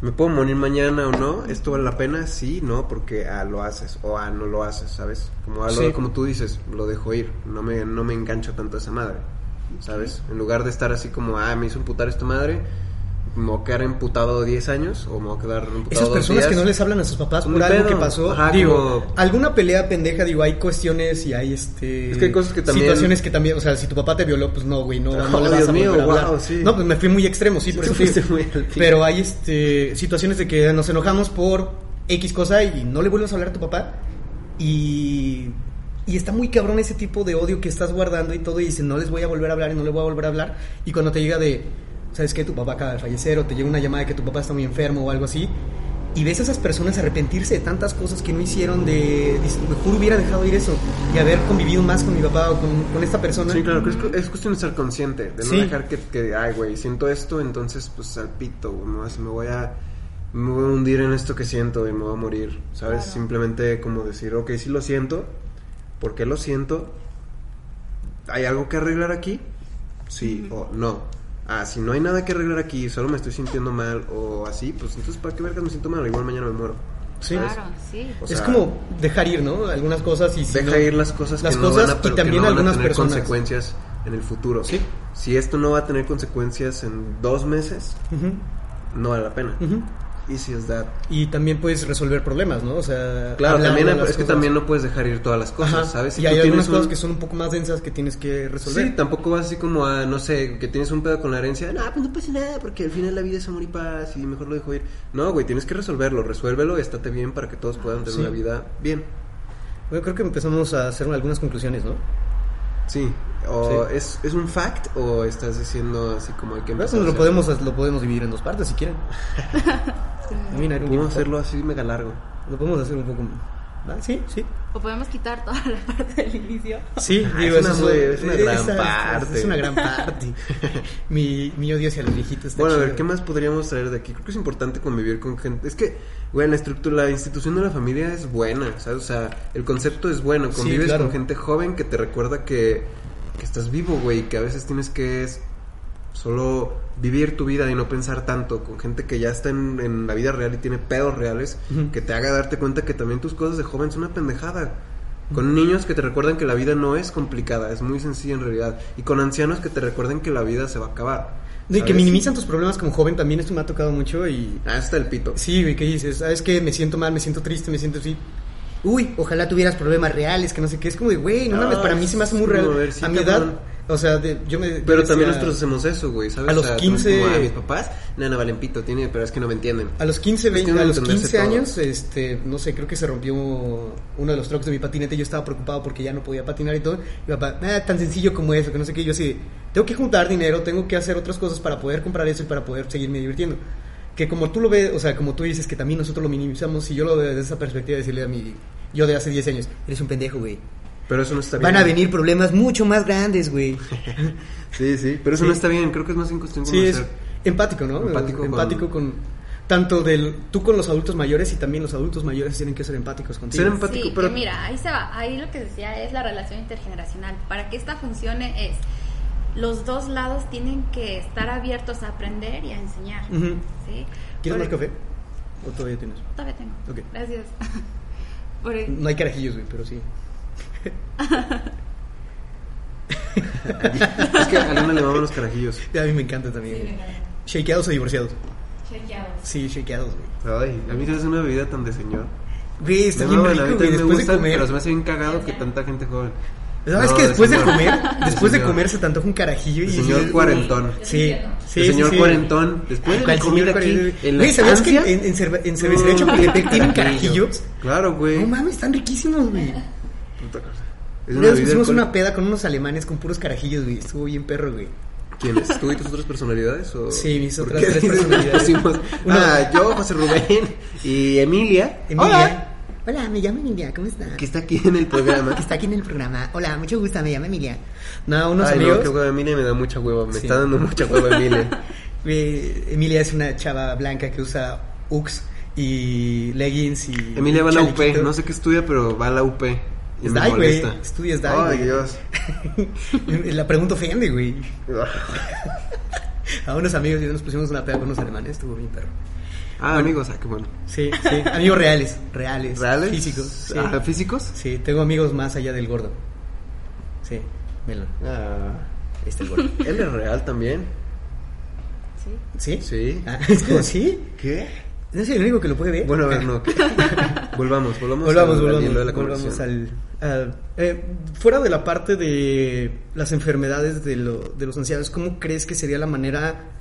A: me puedo morir mañana o no, esto vale la pena, sí, no, porque ah, lo haces, o ah, no lo haces, ¿sabes? Como, ah, lo-
B: Sí.
A: como tú dices, lo dejo ir, no me, no me engancho tanto a esa madre. ¿sabes? En lugar de estar así como, ah, me hizo emputar esta madre, me voy a quedar emputado 10 años o me voy a quedar emputado
B: Esas
A: dos
B: personas que
A: días.
B: no les hablan a sus papás
A: Son
B: por
A: un
B: algo
A: pedo.
B: que pasó,
A: Ajá,
B: digo,
A: como-
B: alguna pelea pendeja, digo, hay cuestiones y hay este
A: Es que hay cosas que también-
B: situaciones que también, o sea, si tu papá te violó, pues no, güey, no, no,
A: Oh,
B: le vas
A: Dios
B: a volver
A: mío,
B: a hablar.
A: wow, sí.
B: No, pues me fui muy extremo, sí, por
A: te
B: eso te digo.
A: fuiste muy al pico.
B: Pero hay este situaciones de que nos enojamos por X cosa y no le vuelves a hablar a tu papá y y está muy cabrón ese tipo de odio que estás guardando y todo y dices, no les voy a volver a hablar y no les voy a volver a hablar. Y cuando te llega de, ¿sabes qué? Tu papá acaba de fallecer o te llega una llamada de que tu papá está muy enfermo o algo así. Y ves a esas personas arrepentirse de tantas cosas que no hicieron, de, dices, mejor hubiera dejado ir eso y haber convivido más con mi papá o con, con esta persona.
A: Sí, claro, que es, cu- es cuestión de ser consciente, de no
B: Sí.
A: dejar que, que, ay, güey, siento esto, entonces, pues, salpito, güey, me, vas- me voy a... Me voy a hundir en esto que siento y me voy a morir, ¿sabes?
C: Claro.
A: Simplemente como decir, ok, sí lo siento, ¿por qué lo siento? ¿Hay algo que arreglar aquí? Sí o no. Ah, si no hay nada que arreglar aquí, solo me estoy sintiendo mal o así, pues entonces, ¿para qué vergas me siento mal? Igual mañana me muero.
B: Sí.
C: Claro, sí.
A: O
B: es
A: sea,
B: como dejar ir, ¿no? Algunas cosas y si
A: deja
B: no-
A: ir las cosas
B: las
A: que
B: cosas
A: no van a,
B: y
A: pero que
B: también
A: no van a
B: algunas
A: tener
B: personas.
A: consecuencias en el futuro.
B: Sí.
A: Si esto no va a tener consecuencias en dos meses,
B: Ujú,
A: no vale la pena.
B: ujú.
A: Y si es that.
B: Y también puedes resolver problemas, ¿no? O sea,
A: Claro,
B: hablando
A: también
B: de
A: es
B: las
A: que
B: cosas.
A: también no puedes dejar ir todas las cosas,
B: Ajá.
A: ¿sabes? Si
B: y
A: tú
B: hay
A: tienes
B: algunas cosas
A: un-
B: que son un poco más densas que tienes que resolver.
A: Sí, tampoco vas así como a, no sé, que tienes un pedo con la herencia. No, pues no pasa nada, porque al final la vida es amor y paz y mejor lo dejo ir. No, güey, tienes que resolverlo, resuélvelo, estate bien para que todos puedan tener
B: Sí.
A: una vida bien.
B: Bueno, creo que empezamos a hacer algunas conclusiones, ¿no?
A: Sí. O
B: Sí.
A: Es, ¿Es un fact o estás diciendo así como hay que
B: Pues
A: empezar? a
B: lo
A: hacer?
B: podemos lo podemos dividir en dos partes si quieren. Mira, un
A: Podemos
B: poco-
A: hacerlo así mega largo.
B: Lo podemos hacer un poco. ¿Ah, sí, sí.
C: O podemos quitar toda la parte del inicio.
B: Sí,
A: Ah, es una
B: eso
A: muy- es una gran
B: esa- esa-
A: parte.
B: Es una gran parte. mi, mi odio hacia los viejitos. está
A: Bueno, a ver,
B: chido.
A: ¿qué más podríamos traer de aquí? Creo que es importante convivir con gente. Es que, güey, la estructura, la institución de la familia es buena, ¿sabes? O sea, el concepto es bueno.
B: Sí,
A: Convives
B: claro.
A: con gente joven que te recuerda que, que estás vivo, güey, y que a veces tienes que es- solo vivir tu vida y no pensar tanto. Con gente que ya está en, en la vida real y tiene pedos reales,
B: Ujú.
A: que te haga darte cuenta que también tus cosas de joven son una pendejada. Con niños que te recuerdan que la vida no es complicada, es muy sencilla en realidad. Y con ancianos que te recuerden que la vida se va a acabar.
B: No, y que
A: ¿sabes?
B: minimizan tus problemas como joven también, esto me ha tocado mucho y...
A: Ah, está el pito.
B: Sí, güey, que dices, ¿sabes qué? Me siento mal, me siento triste, me siento así. Uy, ojalá tuvieras problemas reales, que no sé qué. Es como de, güey, no
A: Ah,
B: mames, para mí se me hace muy
A: sí,
B: real.
A: a ver, sí,
B: a mi edad,
A: cabrón.
B: o sea, de- yo me... yo
A: Pero
B: decía-
A: también nosotros hacemos eso, güey, ¿sabes?
B: a los
A: O sea, también es
B: 15
A: como, "Ah, mis papás, no, no valen pito, tiene, pero es que no me entienden.
B: A los 15,
A: Es que
B: 20,
A: no
B: a los
A: entenderse
B: 15
A: todo.
B: años, este, no sé, creo que se rompió uno de los trucks de mi patinete. Yo estaba preocupado porque ya no podía patinar y todo. Y mi papá, nada, tan sencillo como eso, que no sé qué. Yo así, tengo que juntar dinero, tengo que hacer otras cosas para poder comprar eso y para poder seguirme divirtiendo. Que como tú lo ves, o sea, como tú dices que también nosotros lo minimizamos, y yo lo veo desde esa perspectiva, decirle a mi yo de hace 10 años, eres un pendejo, güey.
A: Pero eso no está bien.
B: Van a venir problemas mucho más grandes, güey.
A: Sí, sí, pero eso
B: Sí.
A: no está bien, creo que es más en cuestión como
B: Sí, es
A: hacer-
B: empático, ¿no?
A: Empático con-
B: empático con... Tanto del, tú con los adultos mayores y también los adultos mayores tienen que ser empáticos contigo.
A: Ser empático,
C: sí,
A: pero-
C: que mira, ahí se va. Ahí lo que decía es la relación intergeneracional. Para que esta funcione es los dos lados tienen que estar abiertos a aprender y a enseñar.
B: Ujú.
C: ¿sí?
B: ¿Quieres más
C: Por-
B: café? ¿O todavía tienes?
C: Todavía tengo.
B: Ok.
C: Gracias. Por-
B: No hay carajillos, güey, pero sí.
A: Es que a Luna le maman los carajillos.
B: A mí me encanta también. güey. ¿Shakeados o divorciados? Sí, shakeados, güey.
A: Ay, a mí se me hace una bebida tan de señor.
B: Güey, está
A: De
B: bien
A: nuevo,
B: rico,
A: a mí
B: güey,
A: también me
B: después de
A: gusta,
B: comer.
A: pero se me hace bien cagado que tanta gente joven.
B: No, es
A: No,
B: que después de,
A: señor.
B: comer, después de
A: señor.
B: comer se te antoja un carajillo y...
A: De señor cuarentón.
B: Sí, sí,
A: el señor
B: sí, sí.
A: cuarentón, después de
B: ¿Cuál
A: la comida
B: señor
A: aquí,
B: cuarentón?
A: en
B: Güey,
A: las
B: ¿sabías que
A: ansias,
B: en, en, cerve en cervecería Chapultepec tienen carajillos?
A: Claro, güey.
B: No mames, están riquísimos, güey.
A: Puta cosa. Es
B: Una vez
A: bebida
B: pusimos una
A: alcohólica.
B: peda con unos alemanes con puros carajillos, güey. Estuvo bien perro, güey.
A: ¿Quiénes? ¿Tú y tus otras personalidades? O...
B: Sí, mis
A: ¿Por
B: otras
A: qué
B: tres
A: dices que
B: personalidades.
A: pusimos?
B: Una-
A: Ah, yo, José Rubén y Emilia.
B: Emilia. Hola, me llamo Emilia, ¿cómo estás?
A: Que está aquí en el programa.
B: Que está aquí en el programa. Hola, mucho gusto, me llamo Emilia. No, unos
A: Ay, no,
B: amigos.
A: qué hueva, Emilia me da mucha hueva. Me
B: Sí.
A: está dando mucha hueva, Emilia.
B: Eh, Emilia es una chava blanca que usa Ux y leggings y.
A: Emilia va a la UP.
B: chalequito.
A: No sé qué estudia, pero va a la UP. Y me
B: Ay, güey,
A: molesta.
B: estudias DAI,
A: Ay,
B: güey.
A: Dios.
B: la pregunta ofende, güey. A unos amigos y nos pusimos una peda con unos alemanes, estuvo bien perro.
A: Ah, amigos, ah, qué bueno.
B: Sí, sí. Amigos reales, reales.
A: ¿Reales?
B: Físicos. Sí.
A: Ah, ¿Físicos?
B: Sí, tengo amigos más allá del gordo. Sí, Melon.
A: Ah,
B: Este el gordo.
A: Él es real también.
C: Sí.
B: ¿Sí?
A: Sí.
B: Ah, es como, ¿sí?
A: ¿Qué?
B: No soy el único que lo puede ver. Ah,
A: Bueno, a ver, no. ¿qué? volvamos, volvamos.
B: Volvamos,
A: al- al hilo
B: volvamos,
A: de la conversación.
B: volvamos al... al- eh, fuera de la parte de las enfermedades de, lo- de los ancianos, ¿cómo crees que sería la manera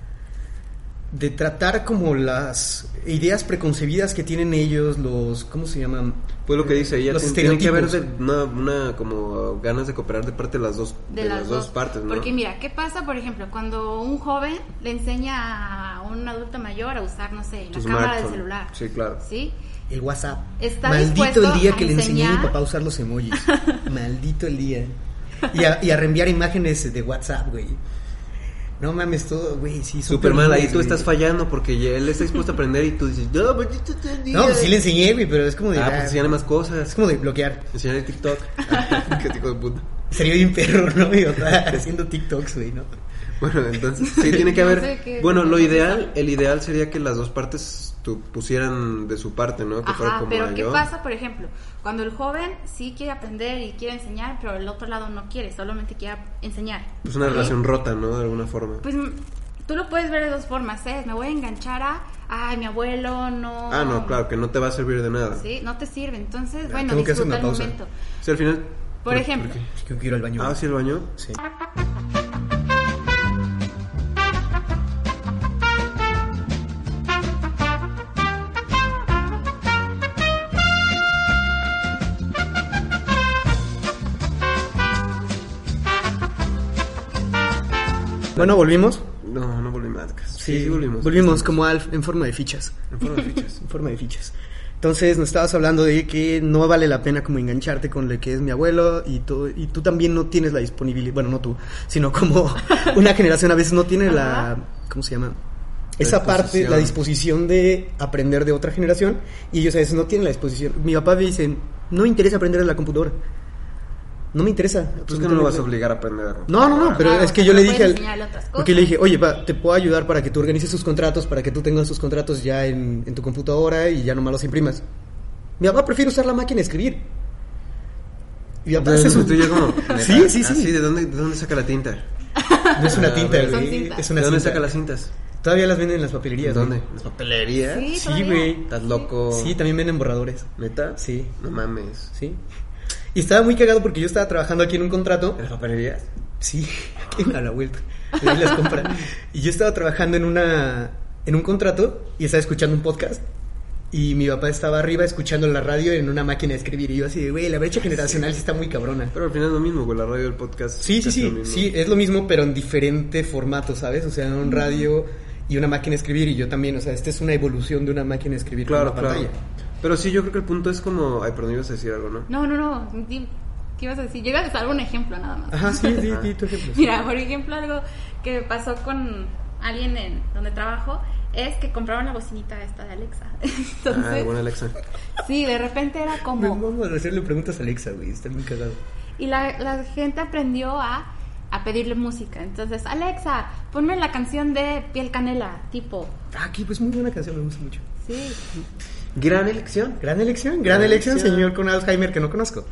B: de tratar como las ideas preconcebidas que tienen ellos, los... ¿Cómo se llaman?
A: Pues lo que dice ella,
B: Los
A: tiene, tiene que haber
B: estereotipos.
A: de una, una como ganas de cooperar de parte de las dos, de, las, dos, partes, ¿no?
C: Porque mira, ¿qué pasa, por ejemplo, cuando un joven le enseña a un adulto mayor a usar, no sé, la
A: Tu
C: cámara del
A: smartphone.
C: celular?
A: Sí, claro.
C: ¿Sí?
B: El WhatsApp.
C: Está
B: Maldito
C: dispuesto
B: el día
C: a
B: que le enseñé a mi
C: enseñar.
B: papá a usar los emojis. Maldito el día. Y a, y a reenviar imágenes de WhatsApp, güey. No mames, todo, güey, sí. son
A: Superman, ahí
B: peligros,
A: tú
B: güey.
A: estás fallando porque ya él está dispuesto a aprender y tú dices, no, pues yo te entendí".
B: No, pues sí le enseñé, güey, pero es como de...
A: Ah, pues
B: ah,
A: enseñale más
B: es
A: cosas.
B: como de bloquear.
A: Enseñale TikTok. Qué tipo de puta.
B: Sería bien perro, ¿no? güey? O sea, haciendo TikToks, güey, ¿no?
A: Bueno, entonces sí tiene que
C: No
A: haber.
C: sé qué-
A: bueno, lo ideal, el ideal sería que las dos partes tu- pusieran de su parte, ¿no? Que fuera
C: Ajá,
A: como
C: pero
A: "Ah,
C: ¿qué
A: yo".
C: pasa, por ejemplo? Cuando el joven sí quiere aprender y quiere enseñar, pero el otro lado no quiere, solamente quiere enseñar.
A: Pues una
C: ¿Sí?
A: relación rota, ¿no? De alguna forma.
C: Pues mm, tú lo puedes ver de dos formas, ¿eh? Me voy a enganchar a, ay, mi abuelo, no.
A: ah, no, claro, que no te va a servir de nada.
C: Sí, no te sirve. Entonces,
B: Ya,
C: bueno,
B: tengo que hacer
C: disfruta el
B: una pausa.
C: momento.
A: Si al final.
C: Por ejemplo.
A: qué?
B: Es que quiero ir al baño.
A: Ah, sí, el baño.
B: Sí. Bueno, volvimos.
A: No, no volvimos. Sí, sí, volvimos.
B: Volvimos como Alf en forma de fichas.
A: En forma de fichas.
B: en forma de fichas. Entonces nos estabas hablando de que no vale la pena como engancharte con lo que es mi abuelo y tú, y tú también no tienes la disponibilidad, bueno, no tú, sino como una generación a veces no tiene la,
C: Ajá.
B: ¿cómo se llama?
A: La
B: Esa parte, la disposición
A: disposición.
B: de aprender de otra generación y ellos a veces no tienen la disposición. Mi papá me dice, no me interesa aprender de la computadora. No me interesa.
A: Pues que no lo vas a
B: absolutamente".
A: obligar a aprender.
B: No, no, no, pero
C: Ah,
B: es que
C: o sea,
B: yo
C: no
B: le
C: pueden
B: dije al,
C: enseñarle otras
B: porque
C: cosas.
B: le dije, oye, pa, te puedo ayudar para que tú organices sus contratos, para que tú tengas tus contratos ya en, en tu computadora y ya nomás los imprimas. Mi papá prefiere usar la máquina a escribir. Y mi papá
A: Entonces,
B: hace su-
A: tú ya como, ¿neta?
B: Sí, sí,
A: Ah,
B: sí.
A: ¿de, dónde, ¿De dónde saca la tinta?
B: No es una tinta,
A: Son
B: güey.
C: cintas.
B: Es
A: Ah, ¿De
B: una
A: dónde
B: cinta.
A: saca las cintas?
B: Todavía las venden en las papelerías.
A: ¿Dónde? Oh.
B: güey.
A: ¿Las papelerías?
C: Sí,
B: Sí,
C: todavía.
B: güey.
A: ¿Estás loco?
B: Sí, también venden borradores.
A: ¿Neta?
B: Sí.
A: No mames.
B: Sí. Y estaba muy cagado porque yo estaba trabajando aquí en un contrato.
A: ¿En las papelerías?
B: Sí, aquí a la vuelta. Y ahí las compran. Y yo estaba trabajando en una en un contrato y estaba escuchando un podcast. Y mi papá estaba arriba escuchando la radio en una máquina de escribir. Y yo así de, güey, la
A: Ah,
B: brecha generacional sí está muy cabrona.
A: Pero al final es lo mismo, güey, la radio, el podcast.
B: Sí, sí,
A: casi lo
B: sí.
A: mismo.
B: Sí, eh, es lo mismo, pero en diferente formato, ¿sabes? O sea, un radio y una máquina de escribir. Y yo también, o sea, esta es una evolución de una máquina de escribir con
A: Claro,
B: una
A: claro.
B: pantalla.
A: Pero sí, yo creo que el punto es como... Ay, perdón, ibas a decir algo, ¿no?
C: No, no, no. di- ¿Qué ibas a decir? Yo iba a dar un ejemplo nada más.
B: Ajá, sí, sí, sí, tu ejemplo.
C: Mira, por ejemplo, algo que me pasó con alguien en donde trabajo es que compraron la bocinita esta de Alexa.
A: Ah,
C: Entonces,
A: bueno, Alexa.
C: sí, de repente era
B: Me-
C: como...
B: Pues Vamos a hacerle preguntas a Alexa, güey. Está bien cagado.
C: Y la, la gente aprendió a, a pedirle música. Entonces, Alexa, ponme la canción de Piel Canela, tipo.
B: Ah, aquí, pues muy buena canción, me gusta mucho.
C: Sí.
A: Gran elección.
B: Gran elección, gran elección,
A: elección.
B: señor con Alzheimer que no conozco.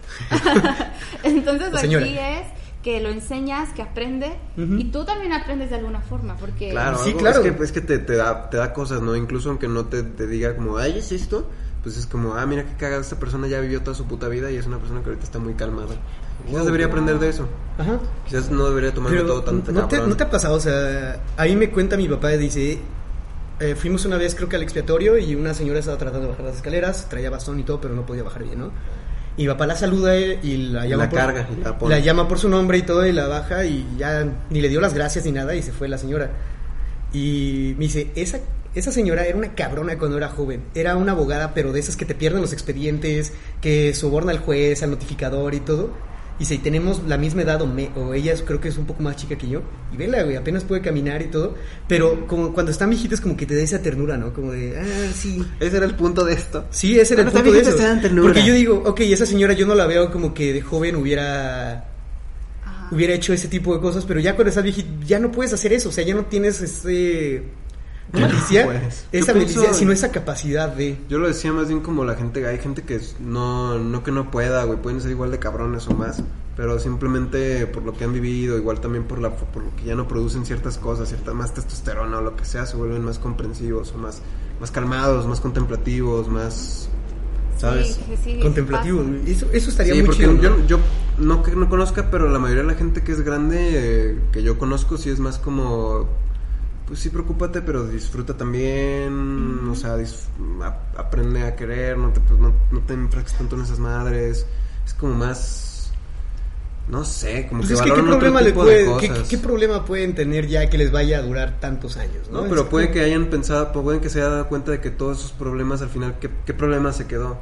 C: Entonces,
B: O señora.
C: aquí es que lo enseñas, que aprende.
B: Ujú.
C: Y tú también aprendes de alguna forma, porque...
A: Claro,
B: Sí,
A: algo-
B: claro.
A: Es que, es que te, te da, te da cosas, ¿no? Incluso aunque no te, te diga como, ay, es esto, pues es como, ah, mira qué cagada, esta persona ya vivió toda su puta vida y es una persona que ahorita está muy calmada. Quizás
B: Wow.
A: debería aprender de eso.
B: Ajá.
A: Quizás no debería tomarlo
B: Pero
A: todo tan
B: ¿no, te,
A: cabrón.
B: ¿no te ha pasado? O sea, ahí me cuenta mi papá, dice, eh, fuimos una vez creo que al expiatorio y una señora estaba tratando de bajar las escaleras, traía bastón y todo, pero no podía bajar bien, ¿no? Y mi papá la saluda eh, y la llama,
A: La
B: por,
A: carga, la pone.
B: la llama por su nombre y todo y la baja y ya ni le dio las gracias ni nada y se fue la señora. Y me dice, esa, esa señora era una cabrona cuando era joven. Era una abogada, pero de esas que te pierden los expedientes, que soborna al juez, al notificador y todo. Y si tenemos la misma edad o, me- o ella es- creo que es un poco más chica que yo. Y vela, güey, apenas puede caminar y todo. Pero como cuando está mi hijita es como que te da esa ternura, ¿no? Como de, ah, sí.
A: Ese era el punto de esto.
B: Sí, ese era el
A: Bueno,
B: punto de
A: también
B: eso.
A: te dan ternura.
B: Porque yo digo, ok, esa señora yo no la veo como que de joven hubiera
C: Ajá.
B: hubiera hecho ese tipo de cosas, pero ya cuando estás viejito ya no puedes hacer eso, o sea, ya no tienes ese
A: Ya no
B: malicia,
A: puedes.
B: esa
A: Yo pienso-
B: malicia, sino esa capacidad de
A: Yo lo decía más bien como la gente, hay gente que es- no, no que no pueda, güey, pueden ser igual de cabrones o más, pero simplemente por lo que han vivido, igual también por, la, por lo que ya no producen ciertas cosas, cierta más testosterona o lo que sea, se vuelven más comprensivos o más, más calmados, más contemplativos, más... ¿Sabes?
C: Sí, sí,
B: Contemplativo.
C: pasa.
B: Eso, eso estaría
A: sí,
B: muy
A: porque
B: chido. ¿no?
A: yo, yo no que no conozca, pero la mayoría de la gente que es grande, eh, que yo conozco, sí es más como, pues sí, preocúpate, pero disfruta también, o sea, dis- a- aprende a querer, no te, pues, no, no te enfrasques tanto en esas madres, es como más, no sé, como
B: Pues
A: que
B: es que ¿qué
A: valoran otro
B: problema, le
A: tipo de
B: puede- qué-
A: cosas.
B: qué problema pueden tener ya que les vaya a durar tantos años? No,
A: No, pero
B: Es
A: puede
B: como-
A: que hayan pensado, pueden que se haya dado cuenta de que todos esos problemas al final, ¿qué, qué problema se quedó?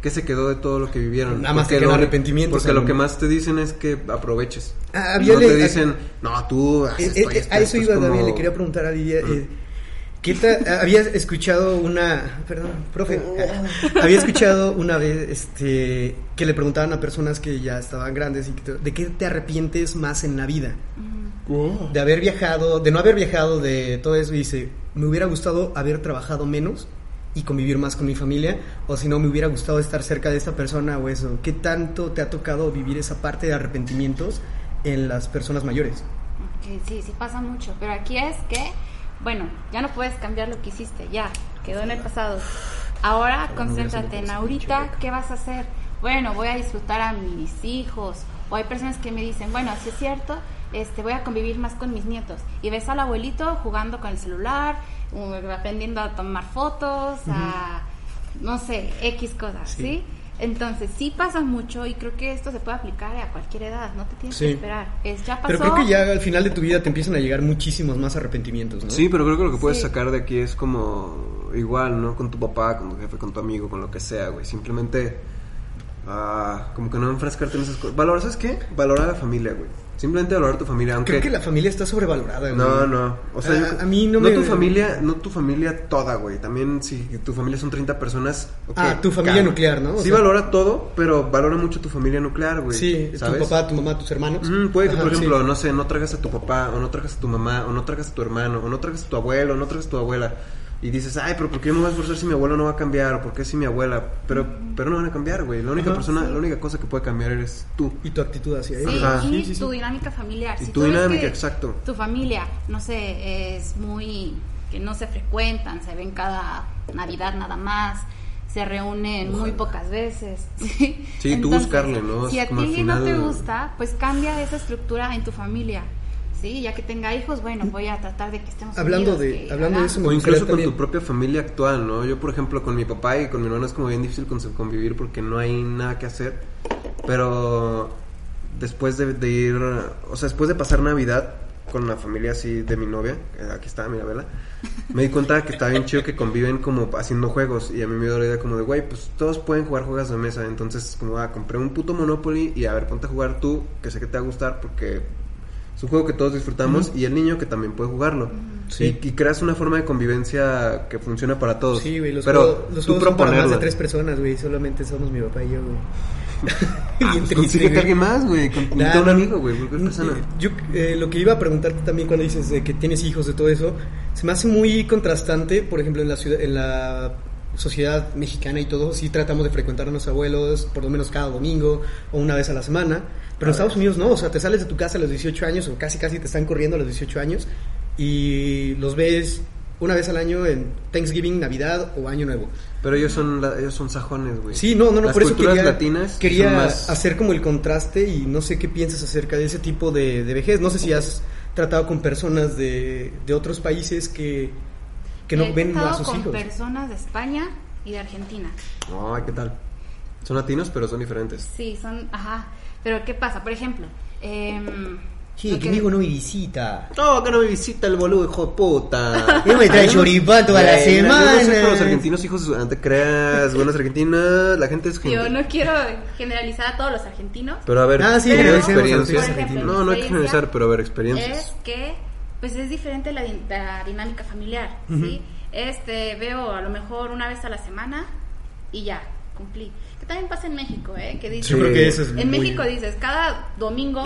A: ¿Qué se quedó de todo lo que vivieron?
B: Nada más
A: Porque
B: te quedan
A: lo-
B: arrepentimientos,
A: Porque lo
B: ¿no?
A: que más te dicen es que aproveches.
B: Ah, había
A: no
B: le-
A: te dicen, no, tú
B: Eh,
A: haces
B: eh,
A: esto y
B: eh,
A: esto,
B: a eso
A: esto es
B: iba, Gabriel,
A: como-
B: le quería preguntar a Lidia. eh, ¿Qué tal? Habías escuchado una. Perdón, profe. eh, Había escuchado una vez este, que le preguntaban a personas que ya estaban grandes y que te- de qué te arrepientes más en la vida.
A: Mm.
B: De haber viajado, de no haber viajado, de todo eso. Y dice, me hubiera gustado haber trabajado menos y convivir más con mi familia. O si no, me hubiera gustado estar cerca de esta persona o eso. ¿Qué tanto te ha tocado vivir esa parte de arrepentimientos en las personas mayores?
C: Ok, sí, sí pasa mucho, pero aquí es que, bueno, ya no puedes cambiar lo que hiciste, ya, quedó en el pasado. Ahora concéntrate en ahorita, ¿qué vas a hacer? Bueno, voy a disfrutar a mis hijos, o hay personas que me dicen, bueno, si es cierto, este, voy a convivir más con mis nietos. Y ves al abuelito jugando con el celular, u- aprendiendo a tomar fotos, a, no sé, X cosas,
B: Sí.
C: ¿sí? Entonces, sí pasa mucho y creo que esto se puede aplicar a cualquier edad, no te tienes
B: Sí.
C: que esperar. Es, ya pasó,
B: Pero creo que ya al final de tu vida te empiezan a llegar muchísimos más arrepentimientos, ¿no?
A: Sí, pero creo que lo que puedes
C: Sí.
A: sacar de aquí es como igual, ¿no? Con tu papá, con tu jefe, con tu amigo, con lo que sea, güey. Simplemente, ah, como que no enfrascarte en esas cosas. Valor, ¿sabes qué? Valorar a la familia, güey. Simplemente valorar tu familia, aunque...
B: Creo que la familia está sobrevalorada, güey.
A: No, no. O sea,
B: A-
A: yo-
B: a mí no me-
A: tu familia, no tu familia toda, güey. También si tu familia son 30 personas. ok,
B: Ah, tu familia nuclear, ¿no? O
A: sí
B: sea-
A: valora todo, pero valora mucho tu familia nuclear, güey.
B: Sí,
A: ¿sabes?
B: tu papá, tu mamá, tus hermanos.
A: Mm, puede que,
B: Ajá,
A: por
B: sí.
A: ejemplo, no sé, no tragas a tu papá, o no tragas a tu mamá, o no tragas a tu hermano, o no tragas a tu abuelo, o no tragas a tu abuela. Y dices, ay, pero ¿por qué yo me voy a esforzar si mi abuelo no va a cambiar? ¿O por qué si mi abuela? Pero, pero no van a cambiar, güey. La única
B: Ajá,
A: persona,
B: sí.
A: la única cosa que puede cambiar eres tú.
B: Y tu actitud hacia
C: Sí,
B: ellos.
A: Ajá.
C: y
A: Sí,
C: tu dinámica familiar.
A: Y
C: Si
A: tu
C: tú ves
A: dinámica,
C: que
A: exacto.
C: Tu familia, no sé, es muy. que no se frecuentan, se ven cada Navidad nada más, se reúnen muy pocas veces. Sí,
A: Sí, tú buscarle, ¿no?
C: Si
A: Es
C: a
A: como al
C: ti
A: final-
C: no te gusta, pues cambia esa estructura en tu familia. Sí, ya que tenga hijos, bueno, voy a tratar de que estemos
B: Hablando
C: unidos,
B: de-
C: que
B: hablando de eso,
A: O
C: hagamos.
A: incluso con
B: también.
A: tu propia familia actual, ¿no? Yo, por ejemplo, con mi papá y con mi hermano es como bien difícil con- convivir porque no hay nada que hacer. Pero después de, de ir, o sea, después de pasar Navidad con la familia así de mi novia, eh, aquí está, mira, vela, me di cuenta que está bien chido que conviven como haciendo juegos y a mí me dio la idea como de, güey, pues todos pueden jugar juegos de mesa, entonces como, ah, compré un puto Monopoly y a ver, ponte a jugar tú, que sé que te va a gustar porque es un juego que todos disfrutamos y el niño que también puede jugarlo.
B: Sí.
A: Y, y creas una forma de convivencia que funciona para todos.
B: Sí, güey, los
A: Pero
B: juegos, los
A: tú
B: juegos son para más de
A: proponerla.
B: tres personas, güey. Solamente somos mi papá y yo, güey.
A: Ah,
B: Bien
A: pues
B: triste,
A: consíguete
B: güey.
A: a alguien más, güey. Con-
B: Nah,
A: Invita a un
B: no,
A: amigo, güey. cualquier
B: no,
A: persona.
B: eh, Yo eh, lo que iba a preguntarte también cuando dices de que tienes hijos de todo eso, se me hace muy contrastante, por ejemplo, en la ciudad, en la sociedad mexicana y todo, sí tratamos de frecuentar a nuestros abuelos por lo menos cada domingo o una vez a la semana, pero en
A: Ah,
B: Estados Unidos no, o sea, te sales de tu casa a los 18 años o casi casi te están corriendo a los 18 años y los ves una vez al año en Thanksgiving, Navidad o Año Nuevo.
A: Pero ellos son, la- ellos son sajones, güey.
B: Sí, no, no, no,
A: Las
B: por eso
A: culturas
B: quería,
A: latinas
B: quería
A: son más-
B: hacer como el contraste y no sé qué piensas acerca de ese tipo de, de vejez. No sé si has tratado con personas de, de otros países que, que
C: He
B: no ven
C: estado
B: a sus
C: con
B: hijos.
C: personas de España y de Argentina.
A: Ay, ¿qué tal? Son latinos, pero son diferentes.
C: Sí, son. Ajá. Pero, ¿qué pasa? Por ejemplo. em, lo que-
B: no me visita.
A: No, que no me visita el boludo, hijo de puta.
B: No me trae choripán toda la
A: Güey, no, yo no sé
B: semana.
A: con los argentinos, hijos, de su- no te creas. Buenos argentinos, la gente es gente.
C: Yo no quiero generalizar a todos los argentinos.
A: Pero a ver,
B: Ah, sí,
C: pero-
A: experiencias.
B: por
C: ejemplo,
A: no, no hay que
C: experiencia
A: generalizar, pero a ver,
C: Es
A: experiencias.
C: que, pues es diferente la, din- la dinámica familiar, ¿sí? Este, veo a lo mejor una vez a la semana y ya, cumplí. Que también pasa en México, ¿eh? Que dice,
B: Yo creo que eso es
C: en
B: muy-
C: México dices, cada domingo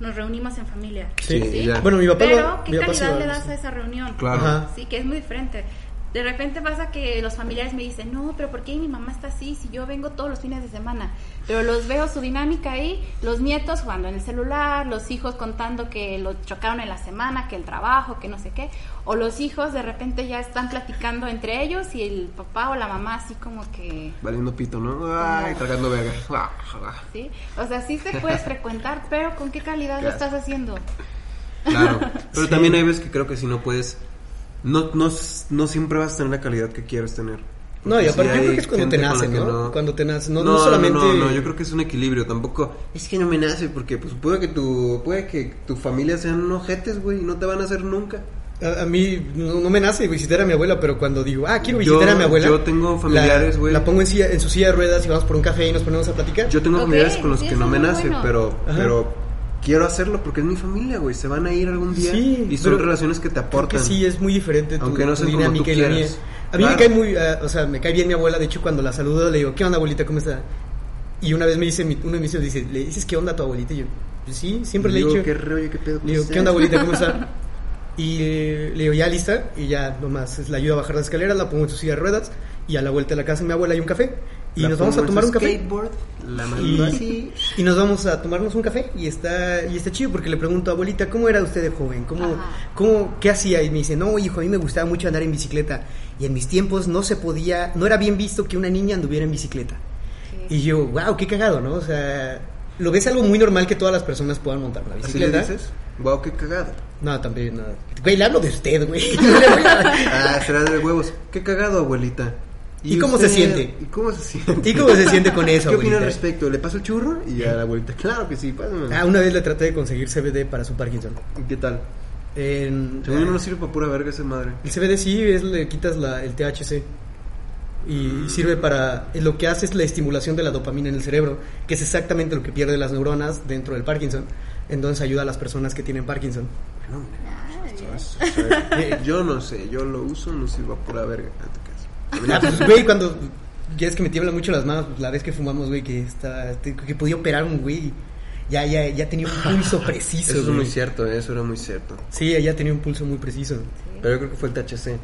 C: nos reunimos en familia.
A: Sí,
B: Sí.
A: ya.
B: Bueno, mi papá
C: Pero,
B: lo-
C: ¿qué
B: mi papá sí
C: calidad
B: lo
C: le
B: hace.
C: das a esa reunión?
A: Claro.
B: Ajá.
C: Sí, que es muy diferente. De repente pasa que los familiares me dicen, no, pero ¿por qué mi mamá está así si yo vengo todos los fines de semana? Pero los veo su dinámica ahí, los nietos jugando en el celular, los hijos contando que lo chocaron en la semana, que el trabajo, que no sé qué, o los hijos de repente ya están platicando entre ellos y el papá o la mamá así como que...
A: Valiendo pito, ¿no? Ay, tragando verga. Ah,
C: ¿Sí? O sea, sí te puedes frecuentar, pero ¿con qué calidad lo
A: Claro.
C: estás haciendo?
A: Claro. Pero
B: Sí.
A: también hay veces que creo que si no puedes, no, no, no siempre vas a tener la calidad que quieres tener.
B: No, y aparte
A: Porque sí
B: yo creo
A: hay
B: que es cuando
A: gente
B: te
A: con la
B: nace,
A: que
B: ¿no? Cuando te nace, no, no,
A: no,
B: solamente...
A: no, no, yo creo que es un equilibrio, tampoco es que no me nace porque pues puede que tu puede que tu familia sean unos jetes, güey, y no te van a hacer nunca.
B: A, a mí no, no me nace visitar a mi abuela, pero cuando digo, ah, quiero visitar
A: Yo-
B: a mi abuela.
A: yo tengo familiares,
B: la-
A: güey.
B: La, pongo en, silla- en su silla de ruedas y vamos por un café y nos ponemos a platicar.
A: Yo tengo
C: Ok,
A: familiares con los
C: sí,
A: que
C: eso
A: no
C: es
A: me
C: muy
A: nace,
C: bueno.
A: pero
B: Ajá.
A: pero quiero hacerlo porque es mi familia, güey, se van a ir algún día
B: Sí,
A: y son
B: pero
A: relaciones que te
B: Porque
A: aportan.
B: sí, es muy diferente tu,
A: Aunque no
B: tu
A: sea como
B: dinámica
A: tú
B: y la mía.
A: quieras.
B: A mí me
A: Claro.
B: cae muy, ah, o sea, me cae bien mi abuela. De hecho, cuando la saludo le digo, ¿qué onda, abuelita? ¿Cómo está? Y una vez me dice, mi- uno de mis hijos dice, ¿le dices qué onda a tu abuelita? Y yo, pues sí, siempre le he
A: Digo,
B: dicho.
A: qué re, oye, qué pedo.
B: Le digo,
A: pues,
B: ¿qué onda,
A: eh".
B: abuelita? ¿Cómo está? Y eh, le digo, ¿ya lista? Y ya nomás es- la ayudo a bajar las escaleras, la pongo en su silla de ruedas y a la vuelta de la casa de mi abuela hay un café. Y
A: La
B: nos vamos a
A: pongo en
B: tomar
A: su
B: un café.
A: skateboard, la
B: Y,
A: mando así.
B: y nos vamos a tomarnos un café y está y está chido porque le pregunto abuelita cómo era usted de joven cómo
C: Ajá.
B: cómo qué hacía y me dice no hijo a mí me gustaba mucho andar en bicicleta y en mis tiempos no se podía no era bien visto que una niña anduviera en bicicleta
C: Que-
B: y yo wow qué cagado no o sea lo ves algo muy normal que todas las personas puedan montar una
A: Así le
B: bicicleta
A: dices, wow, qué cagado.
B: no también no güey le hablo de usted güey No le voy a-
A: Ah, será de huevos. Qué cagado, abuelita.
B: ¿Y cómo se siente?
A: ¿Y cómo se siente?
B: y cómo se siente con eso
A: ¿Qué opina al
B: abuelita?
A: respecto? ¿Le paso el churro? Y a la abuelita, claro que sí, pásame.
B: ah una vez le traté de conseguir CBD para su Parkinson
A: ¿Qué tal?
B: En-
A: Según yo no sirve para pura verga esa madre.
B: El CBD sí es le quitas la, el THC
A: Mm.
B: y sirve para eh, lo que hace es la estimulación de la dopamina en el cerebro, que es exactamente lo que pierden las neuronas dentro del Parkinson. Entonces ayuda a las personas que tienen Parkinson.
A: Bueno, ¿sabes? O sea, eh, yo no sé, yo lo uso, no sirve para pura verga. Ah, te caso.
B: Ah, pues, güey, cuando ya es que me tiemblan mucho las manos, la vez que fumamos, güey, que estaba te- que podía operar un güey, ya ya ya tenía un pulso preciso.
A: Eso es
B: güey.
A: muy cierto, eh, eso era muy cierto.
B: Sí, ya tenía un pulso muy preciso.
A: Pero yo creo que fue el THC.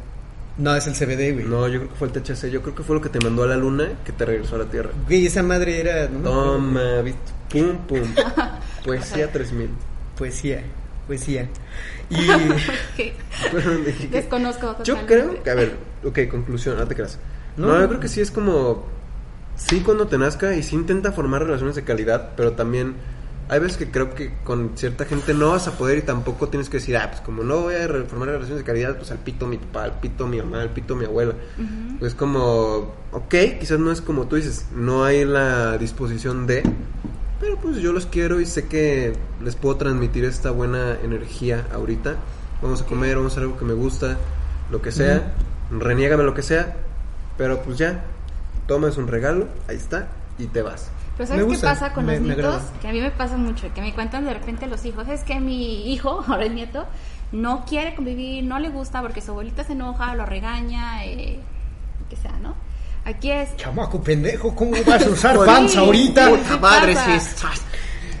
B: No, es el CBD, güey.
A: No, yo creo que fue el THC. Yo creo que fue lo que te mandó a la luna que te regresó a la Tierra.
B: Güey, esa madre era no me acuerdo.
A: Toma, ¿viste? Pum, pum. Poesía 3000.
B: poesía, poesía. Y
C: que
A: Pero de que-
C: Desconozco
A: Yo
C: totalmente.
A: creo que, a ver, ok, conclusión, no te creas.
B: No,
A: No,
B: no.
A: yo creo que sí es como. Sí, cuando te nazca y sí intenta formar relaciones de calidad, pero también hay veces que creo que con cierta gente no vas a poder y tampoco tienes que decir, ah, pues como no voy a re- formar relaciones de calidad, pues al pito mi papá, al pito mi mamá, al pito mi abuela. Pues como, ok, quizás no es como tú dices, no hay la disposición de, pero pues yo los quiero y sé que les puedo transmitir esta buena energía ahorita. Vamos a comer, vamos a hacer algo que me gusta, lo que sea, reniégame lo que sea, pero pues ya, tomas un regalo, ahí está, y te vas.
C: Pero
B: Me
C: ¿sabes qué
B: gusta,
C: pasa con
B: me-
C: los
B: me
C: nietos?
B: agrada.
C: Que a mí me pasa mucho, que me cuentan de repente los hijos, es que mi hijo, ahora el nieto, no quiere convivir, no le gusta porque su abuelita se enoja, lo regaña, eh, que sea, ¿no? Aquí es...
B: Chamaco pendejo, ¿cómo vas a usar
A: Joder.
B: panza ahorita?
C: Puta ¿Qué madre, pasa? sí,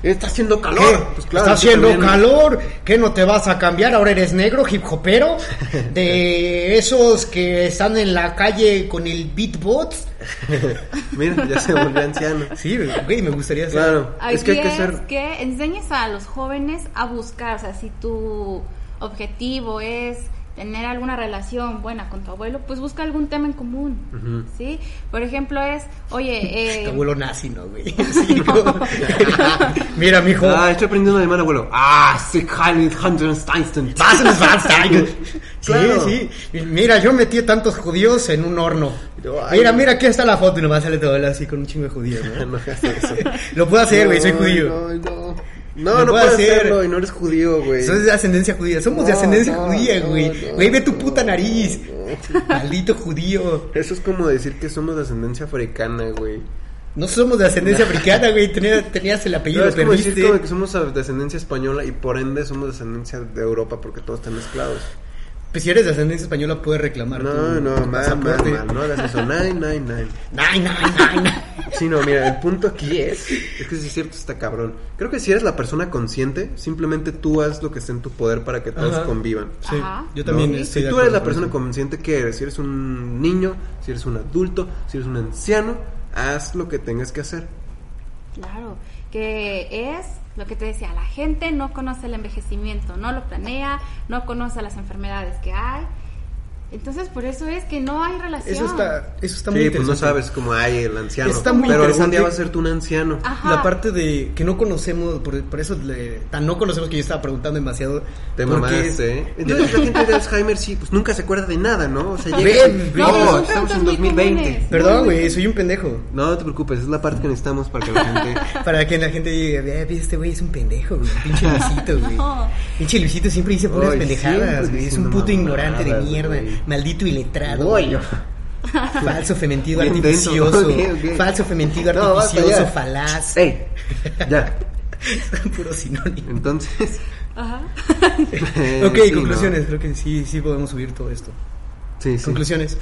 A: Está haciendo
B: ¿Qué?
A: calor. Pues
B: Está haciendo
A: calor
B: calor, que no te vas a cambiar, ahora eres negro, hip hopero, de esos que están en la calle con el beatbot.
A: Mira, ya se volvió anciano.
B: Sí, güey, me gustaría ser.
A: Claro,
C: Aquí
A: es que hay que
C: es
A: ser
C: que enseñes a los jóvenes a buscar, o sea, si tu objetivo es tener alguna relación buena con tu abuelo, pues busca algún tema en común,
A: Ujú.
C: ¿sí? Por ejemplo es, oye, eh,
B: Abuelo nazi, ¿no, güey? Sí, como- Mira, mijo.
A: Ah, estoy aprendiendo alemán, abuelo. Ah, sí, Heinrich Hansensteinstein.
B: pásenos, Schwarzenegger. Sí,
A: Claro.
B: sí. Y Mira, yo metí a tantos judíos en un horno.
A: Ay.
B: Mira, mira, aquí está la foto y nomás sale todo él así con un chingo de judíos, ¿no?
A: No hagas eso.
B: Lo puedo hacer, güey, soy
A: No,
B: judío. Lo
A: No, no. No, no
B: puedo
A: puedes
B: hacer.
A: hacerlo y no eres judío, güey.
B: Soy de ascendencia judía. Somos de
A: No,
B: ascendencia
A: no,
B: judía,
A: no,
B: güey.
A: no,
B: güey, ve tu
A: no,
B: puta nariz.
A: no.
B: Maldito judío.
A: Eso es como decir que somos de ascendencia africana, güey.
B: No somos de ascendencia africana, güey. Tenía- Tenías el apellido,
A: No, es como decir
B: perdiste.
A: como que somos de ascendencia española y por ende somos de ascendencia de Europa porque todos están mezclados.
B: Pues si eres de ascendencia española, puedes reclamar.
A: No,
B: tu- tu
A: no, mal, mal,
B: pasaporte.
A: mal, no hagas eso. Nine, nine, nine.
B: Ay, no, ay, no.
A: Sí, no, mira, el punto aquí es, es que si es cierto está cabrón. Creo que si eres la persona consciente, simplemente tú haz lo que esté en tu poder para que todos
B: Ajá.
A: convivan.
B: Sí,
C: Ajá.
B: yo también
A: ¿no?
B: estoy
A: Si
B: de
A: tú eres
B: acuerdo
A: la
B: con
A: persona
B: eso.
A: consciente que eres, si eres un niño, si eres un adulto, si eres un anciano, haz lo que tengas que hacer.
C: Claro, que es lo que te decía, la gente no conoce el envejecimiento, no lo planea, no conoce las enfermedades que hay. Entonces, por eso es que no hay relación.
B: Eso está, eso está muy
A: Sí, pues no
B: interesante.
A: sabes cómo hay el anciano.
B: Está muy
A: pero algún
B: interesante.
A: día vas a ser tú un anciano.
C: Ajá.
B: La parte de que no conocemos, por, por eso le- tan no conocemos que yo estaba preguntando demasiado.
A: Te
B: porque-
A: mamaste, ¿eh? Entonces la gente de Alzheimer sí, pues nunca se acuerda de nada, ¿no? O sea,
B: Ven,
A: llega-
B: ven.
A: No,
C: No, pero son
A: estamos en
C: preguntas muy
A: 2020.
C: comunes.
B: Perdón, güey, soy un pendejo.
A: No, no te preocupes, es la parte que necesitamos para que la gente...
B: Para que la gente diga, "Ve, este güey es un pendejo, güey. Pinche Luisito, güey.
C: No.
B: Pinche Luisito siempre dice puras
A: Ay, siempre
B: pendejadas, güey. Es
A: dice
B: un
A: una
B: puto ignorante de
A: mamada,
B: mierda.
A: güey.
B: Maldito iletrado.
A: Güey.
B: Falso fementido
A: Bien denso,
B: artificioso.
A: bien, bien.
B: Falso fementido
A: No, basta
B: artificioso,
A: ya.
B: falaz.
A: ¡Ey! Ya,
B: Puro sinónimo.
A: entonces...
C: Ajá.
A: eh,
B: ok,
A: sí, ¿no?
B: conclusiones. Creo que sí, sí podemos subir todo esto.
A: Sí, sí.
B: Conclusiones.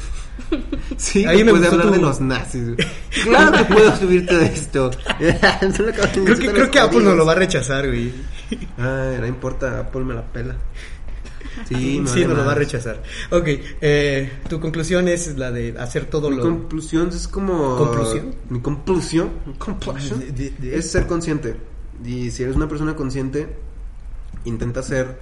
A: Sí,
B: Ahí me
A: después de
B: gustó
A: hablar de
B: tu-
A: los nazis. güey. Claro que puedo subirte de esto. creo
B: Creo que, creo que Apple nos lo va a rechazar, güey.
A: Ay, no Ah, importa, Apple me la pela. Sí, me
B: sí, nos
A: vale
B: lo va a
A: madre.
B: rechazar. Ok, eh, tu conclusión es la de hacer todo
A: Mi
B: lo...
A: conclusión es como...
B: ¿Conclusión?
A: Mi conclusión. mi conclusión
B: De- de- de-
A: Es ser consciente. Y si eres una persona consciente, intenta ser...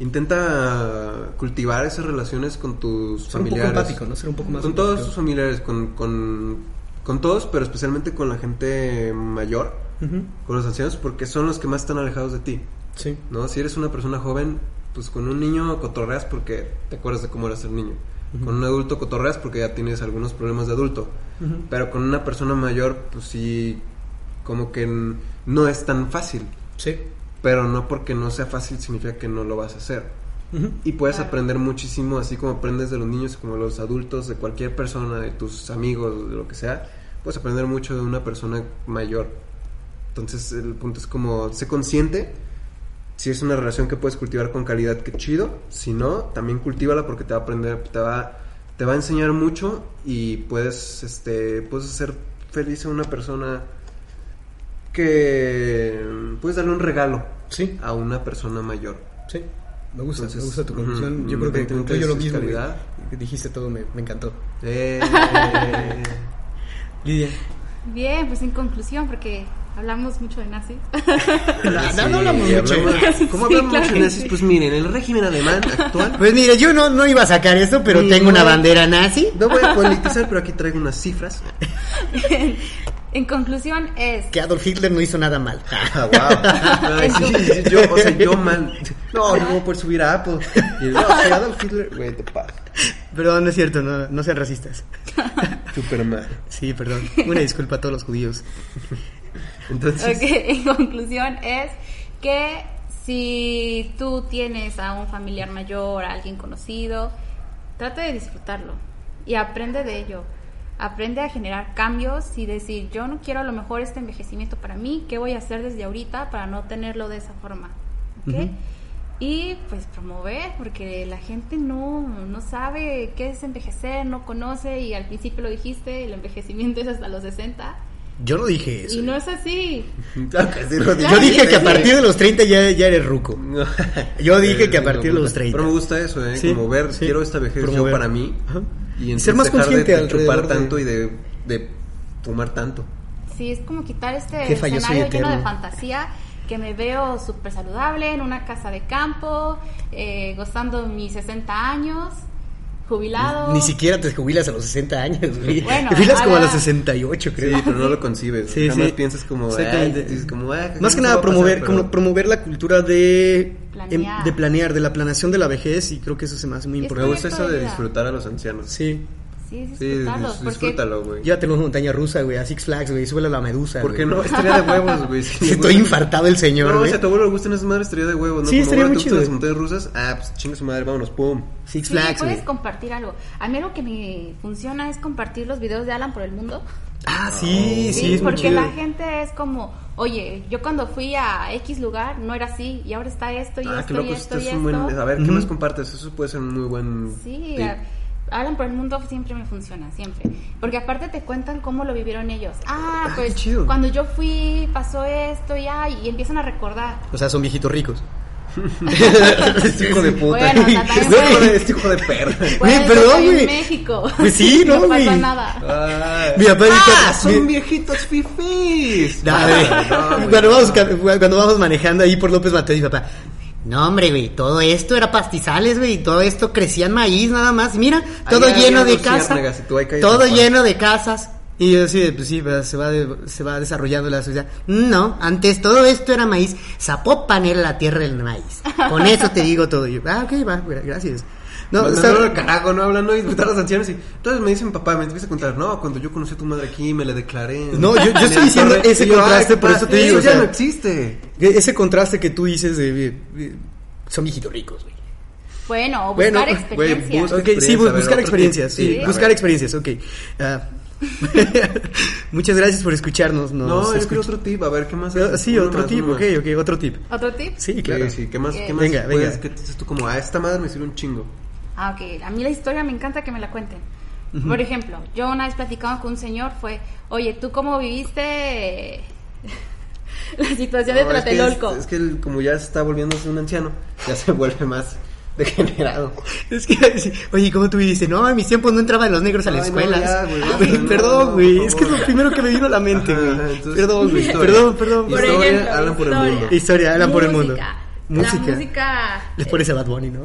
A: Intenta cultivar esas relaciones con tus
B: ser un poco
A: familiares.
B: empático, ¿no? Ser un poco más...
A: con todos tus
B: empático.
A: familiares, con, con, con todos, pero especialmente con la gente mayor,
B: Ujú,
A: con los ancianos, porque son los que más están alejados de ti,
B: Sí.
A: ¿no? Si eres una persona joven, pues con un niño cotorreas porque te acuerdas de cómo eras el niño.
B: Ujú.
A: Con un adulto cotorreas porque ya tienes algunos problemas de adulto.
B: Ujú.
A: Pero con una persona mayor, pues sí, como que n- no es tan fácil.
B: Sí.
A: Pero no porque no sea fácil significa que no lo vas a hacer.
B: Ujú.
A: Y puedes
C: Claro.
A: aprender muchísimo, así como aprendes de los niños, como de los adultos, de cualquier persona, de tus amigos, de lo que sea. Puedes aprender mucho de una persona mayor. Entonces, el punto es como, sé consciente. Si es una relación que puedes cultivar con calidad, qué chido. Si no, también cultívala porque te va a aprender, te va, te va a enseñar mucho y puedes, este, puedes hacer feliz a una persona que puedes darle un regalo
B: Sí,
A: a una persona mayor.
B: sí. Me gusta,
A: Entonces,
B: me gusta tu conclusión.
A: ujú,
B: Yo creo que
A: intento
B: concluyo lo
A: entonces
B: mismo. güey.
A: calidad.
B: Dijiste todo, me, me encantó.
A: Eh,
B: Lidia.
C: Bien, pues en conclusión, porque hablamos mucho de nazis.
B: No,
A: sí,
B: no hablamos mucho.
A: hablamos- ¿Cómo
C: Sí,
A: hablamos
C: claro
A: mucho
C: que
A: de nazis?
C: sí.
A: Pues miren, el régimen alemán actual.
B: Pues mira, yo no, no iba a sacar esto, pero
A: Sí,
B: tengo una
A: no.
B: bandera nazi.
A: No voy a politizar, pero aquí traigo unas cifras.
C: en conclusión es,
B: Que Adolf Hitler no hizo nada mal.
A: Ay, sí, sí, yo, o sea, yo mal. No, no voy a poder subir a Apple. Y el, no, soy Adolf Hitler. Güey, te pasa.
B: Perdón, no es cierto, no, no sean racistas.
A: Superman.
B: Sí, perdón. Una disculpa a todos los judíos.
A: Entonces,
C: Ok, en conclusión es que si tú tienes a un familiar mayor, a alguien conocido, trata de disfrutarlo y aprende de ello. Aprende a generar cambios y decir, yo no quiero a lo mejor este envejecimiento para mí, ¿qué voy a hacer desde ahorita para no tenerlo de esa forma? ¿Ok?
B: Ujú.
C: Y pues promover, porque la gente no, no sabe qué es envejecer, no conoce y al principio lo dijiste, el envejecimiento es hasta los 60
B: Yo no dije eso.
C: y no es así.
A: claro que sí, Rodrigo.
B: Yo dije que a partir de los 30 ya, ya eres ruco.
A: No.
B: Yo dije que a
A: Eh,
B: partir de los 30.
A: Pero me gusta eso, ¿eh?
B: Sí,
A: Como ver,
B: sí.
A: quiero esta vejez yo
B: Promover.
A: para mí.
B: Ajá.
A: Y
B: Y
A: entonces
B: ser más
A: dejar
B: consciente
A: de,
B: alrededor
A: chupar
B: de-
A: tanto y de, de fumar tanto.
C: Sí, es como quitar este
B: Jefa, yo soy
C: escenario lleno de
B: eterno.
C: fantasía que me veo súper saludable en una casa de campo, eh, gozando mis 60 años, jubilado.
B: Ni siquiera te jubilas a los 60 años, güey.
C: Bueno,
B: te jubilas como a
C: ahora-
B: los 68,
A: Sí,
B: creo.
A: pero no lo concibes.
B: Sí,
A: Jamás
B: sí.
A: piensas como...
B: Exactamente.
A: "Ay", dices como, "Ay,
B: Más que
A: no
B: nada
A: va a pasar",
B: promover,
A: pero-
B: como promover la cultura de
C: Planear.
B: em- de planear, de la planeación de la vejez y creo que eso se me hace muy
C: Es
A: Me
B: importante.
A: gusta eso de
C: Proyecto de vida.
A: disfrutar a los ancianos.
B: Sí.
C: Sí,
A: Sí,
C: disfrutarlos,
A: dis-
C: porque
A: disfrútalo, güey.
B: Llévatelo a una montaña rusa, güey, a Six Flags, güey, súbela a la medusa.
A: ¿Por qué
B: güey.
A: no? Estaría de huevos, güey. Si le
B: Estoy
A: gusta-
B: infartado el señor,
A: No,
B: güey.
A: si a tu abuelo le gustan esas madres, estaría de huevos, ¿no?
B: Sí,
A: Como,
B: estaría
A: "Ahora
B: muy
A: te
B: chido.
A: gustan las montañas rusas? Ah, pues chinga su madre, vámonos, pum.
B: Six
C: sí,
B: Flags,
C: puedes
B: güey.
C: compartir algo. A mí algo que me funciona es compartir los videos de Alan por el mundo.
B: Ah, sí, sí,
C: Sí,
B: es muy
C: porque
B: chido.
C: la gente es como, oye, yo cuando fui a X lugar no era así y ahora está esto y
A: Ah,
C: esto
A: qué loco,
C: y
A: este
C: esto y
A: es
C: esto.
A: un buen... A ver, ¿qué
B: Ujú.
A: más compartes? Eso puede ser un muy buen...
C: Sí,
A: tip.
C: a- hablan por el mundo siempre me funciona, siempre. Porque aparte te cuentan cómo lo vivieron ellos. Ah,
B: Ah, qué
C: pues
B: chido.
C: cuando yo fui pasó esto y ay, y empiezan a recordar.
B: O sea, son viejitos ricos. este hijo de puta.
C: Bueno, o sea, también
A: Este hijo
C: fue-
A: de- este hijo de perra.
C: Pues,
B: Güey, perdón,
C: estoy en
B: güey.
C: México.
B: Pues sí, no,
C: no pasó
B: güey.
C: nada.
A: Ah,
B: Mi papá
A: ah,
B: dice-
A: son
B: mi-
A: viejitos fifís. Ah,
B: No, güey.
A: No, güey.
B: cuando, vamos, ca- cuando vamos manejando ahí por López Mateo, mi papá. No, hombre, güey, todo esto era pastizales, güey, y todo esto crecía en maíz nada más. Mira, todo
A: había
B: lleno de
A: unos
B: casas.
A: ciérnagas y tú ahí caías
B: Todo
A: en cuál.
B: lleno de casas. Y yo sí, pues sí, pero se va, de- se va desarrollando la sociedad. No, antes todo esto era maíz. Zapopan era la tierra del maíz. Con eso te digo todo. Yo, ah, ok, va, gra- gracias. No,
A: No,
B: o
A: no,
B: sea,
A: no, carajo, no hablando y disfrutar las ancianas y entonces me dicen papá, me empieza a contar, no, cuando yo conocí a tu madre aquí me le declaré.
B: No, yo- yo
A: En la
B: estoy diciendo
A: torre".
B: ese
A: Y yo, "Ay,
B: contraste, por
A: papá,
B: eso te digo, o
A: ya
B: sea-
A: no existe.
B: ese contraste que tú dices de, son viejitos ricos, güey.
C: Bueno, o buscar
B: Bueno, güey,
C: experiencias.
A: busca-
B: Ok, sí,
A: experiencia,
B: bu-
A: a ver,
B: buscar
A: otro
B: experiencias.
A: tip.
B: Sí,
A: Sí, a
B: buscar
A: ver.
B: experiencias, ok. Ah, muchas gracias por escucharnos. Nos
A: No, yo
B: escuch-
A: creo otro tip, a ver, ¿qué más?
B: Ah,
A: haces?
B: Sí,
A: Uno
B: otro
A: más,
B: tip,
A: uno
B: ok,
A: más.
B: ok, otro tip.
C: ¿Otro tip?
B: Sí,
A: Sí,
B: claro.
A: sí, ¿qué más?
C: Eh,
A: ¿Qué más?
B: Venga,
A: puedes-
B: venga.
A: ¿Qué dices tú como, a esta madre me sirve un chingo?
C: Ah, ok. A mí la historia me encanta que me la cuenten. Por ejemplo, yo una vez platicando con un señor fue, oye, ¿tú cómo viviste la situación de
A: No, es que es-
C: Tlatelolco?
A: Es, que él, como ya está volviéndose un anciano, ya se vuelve más degenerado.
B: Es que, sí, oye, ¿cómo tú dices? No, en mis tiempos no entraban los negros a la
A: Ay, no,
B: escuela.
A: ya, güey, basta,
B: Güey,
A: no,
B: perdón,
A: no,
B: güey.
A: por
B: es que es lo
A: favor.
B: primero que me vino a la mente,
A: Ajá,
B: güey.
A: entonces,
B: Perdón,
A: tu
B: güey.
A: historia.
B: Perdón, perdón.
A: Por
B: Historia.
A: ejemplo, Alan por el mundo.
B: Historia, Alan por el mundo.
C: Música.
B: Música.
C: La música.
B: Les pones a Bad Bunny, ¿no?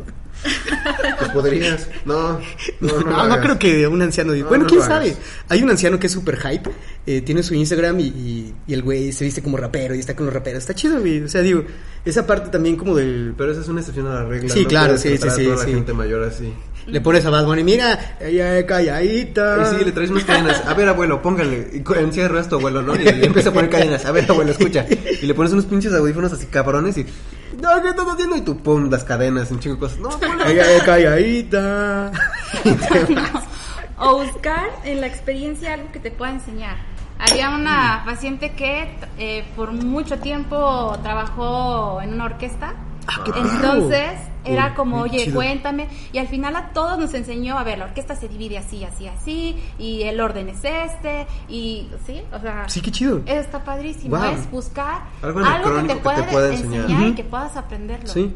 A: Pues podrías. No,
B: No,
A: no,
B: no, creo que un anciano. diga-
A: No,
B: bueno,
A: no
B: quién
A: lo hagas.
B: sabe. Hay un anciano que es super hype. eh, tiene su Instagram y, y- y el güey se viste como rapero y está con los raperos. Está chido, güey. O sea, digo, esa parte también como del.
A: Pero esa es una excepción a la regla.
B: Sí,
A: no
B: claro,
A: puedes
B: sí,
A: tratar
B: sí,
A: a
B: sí,
A: toda la
B: sí.
A: gente mayor así.
B: Le pones a Bad Bunny, mira, ella es calladita.
A: Ay, sí, le traes unas cadenas. A ver, abuelo, póngale. Y co- Encierra esto, abuelo, ¿no? Y le empieza a poner cadenas. A ver, abuelo, escucha. Y le pones unos pinches audífonos así cabrones y. No, ¿qué estás haciendo? Y tú, pum, las cadenas, un chingo de cosas. No, abuelo.
B: Ella es calladita. Y te vas.
C: O buscar en la experiencia algo que te pueda enseñar. Había
B: Mm.
C: una paciente que eh, por mucho tiempo trabajó en una orquesta.
B: Ah, qué perro.
C: Entonces
B: Uy,
C: era como,
B: qué
C: oye,
B: chido.
C: cuéntame. Y al final a todos nos enseñó, a ver, la orquesta se divide así, así, así, y el orden es este, y sí, o sea,
B: sí, qué chido.
C: eso está padrísimo.
B: Guau.
C: Es buscar
A: Algo
C: algo,
A: electrónico
C: que te pueda enseñar, y
B: Ujú.
C: que puedas aprenderlo.
B: Sí.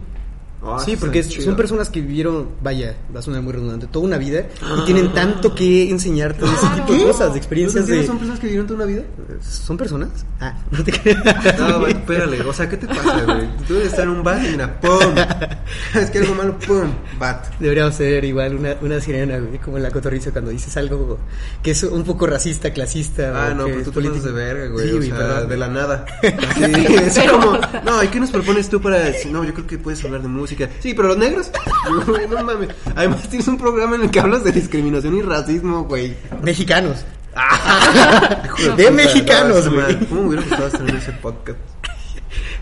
A: Ah,
B: Sí,
A: está
B: porque es-
A: chido.
B: son personas que vivieron, vaya, va a sonar muy redundante, toda una vida
A: Ah.
B: y tienen tanto que enseñarte de ese tipo de
C: Claro.
B: cosas, de
A: ¿Los
B: experiencias
A: ancianos
B: de...
A: son personas que vivieron toda una vida?
B: ¿Son personas? Ah, no te creas.
A: No, bueno, espérale, o sea, ¿qué te pasa, güey? Tú debes estar en un bat y mira, ¡pum! Es que algo malo, ¡pum! Bat.
B: Debería ser igual una, una sirena, güey, como en la cotorriza cuando dices algo que es un poco racista, clasista.
A: Ah,
B: o
A: no,
B: que
A: pues
B: es
A: tú te pasas
B: político.
A: de verga, güey.
B: Sí,
A: o sea,
B: perdón.
A: de la nada. Así, es como, no, ¿y qué nos propones tú para decir? No, yo creo que puedes hablar de música. Sí, pero los negros. Yo, güey, no mames. Además, tienes un programa en el que hablas de discriminación y racismo, güey.
B: Mexicanos.
A: Hijo puta,
B: de mexicanos,
A: no,
B: güey.
A: ¿Cómo me hubiera gustado estar en ese podcast?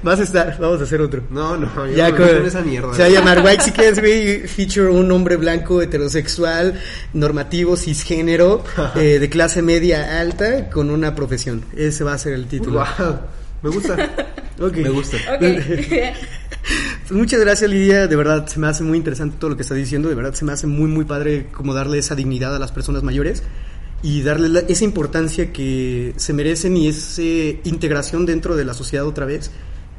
B: Vas a estar, vamos a hacer otro.
A: No, no, yo
B: Ya
A: no me
B: con-
A: meto en esa mierda.
B: se va a llamar White Chickens, güey, feature un hombre blanco, heterosexual, normativo, cisgénero, eh, de clase media alta, con una profesión. Ese va a ser el título.
A: Wow, me gusta.
B: Ok.
A: Me gusta.
C: Ok.
B: Pues Muchas gracias Lidia, de verdad se me hace muy interesante todo lo que está diciendo, de verdad se me hace muy muy padre como darle esa dignidad a las personas mayores y darle la- esa importancia que se merecen y esa integración dentro de la sociedad otra vez,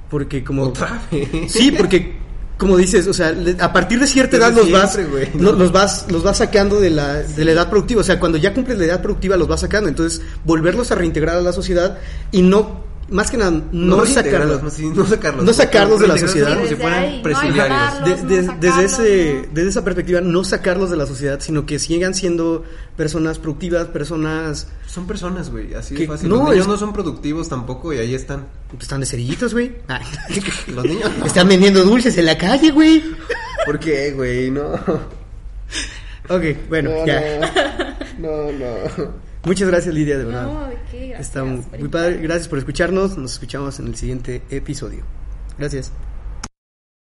B: porque como
A: Otra vez.
B: Sí, porque como dices, o sea, le- a partir de cierta
A: Desde
B: edad los vas,
A: siempre, güey,
B: lo-
A: ¿no?
B: los vas los vas sacando de la, de la edad productiva, o sea, cuando ya cumples la edad productiva los vas sacando, entonces volverlos a reintegrar a la sociedad y no más que nada no, sacarlos
A: reintegrarlos, no, sí, no sacarlos.
B: No sacarlos de la sociedad.
A: Como si
C: Desde ahí,
A: fueran
C: no
A: presidiarios.
C: agarrarlos.
B: de-
C: no
B: de-
C: sacarlos,
B: desde, ese,
C: ¿no?
B: desde esa perspectiva, no sacarlos de la sociedad, sino que sigan siendo personas productivas, personas
A: Son personas, güey, así
B: Que-
A: de fácil.
B: no,
A: Los niños
B: es-
A: no son productivos tampoco y ahí están.
B: pues, están de cerillitos, güey. Ah.
A: Los niños no.
B: Están vendiendo dulces en la calle, güey.
A: ¿Por qué, güey? No.
B: Ok, bueno, ya.
A: No, no.
B: Muchas gracias, Lidia, de verdad.
C: No, ¿de qué? Gracias
B: Está muy
C: por
B: muy padre. Gracias por escucharnos. Nos escuchamos en el siguiente episodio. Gracias.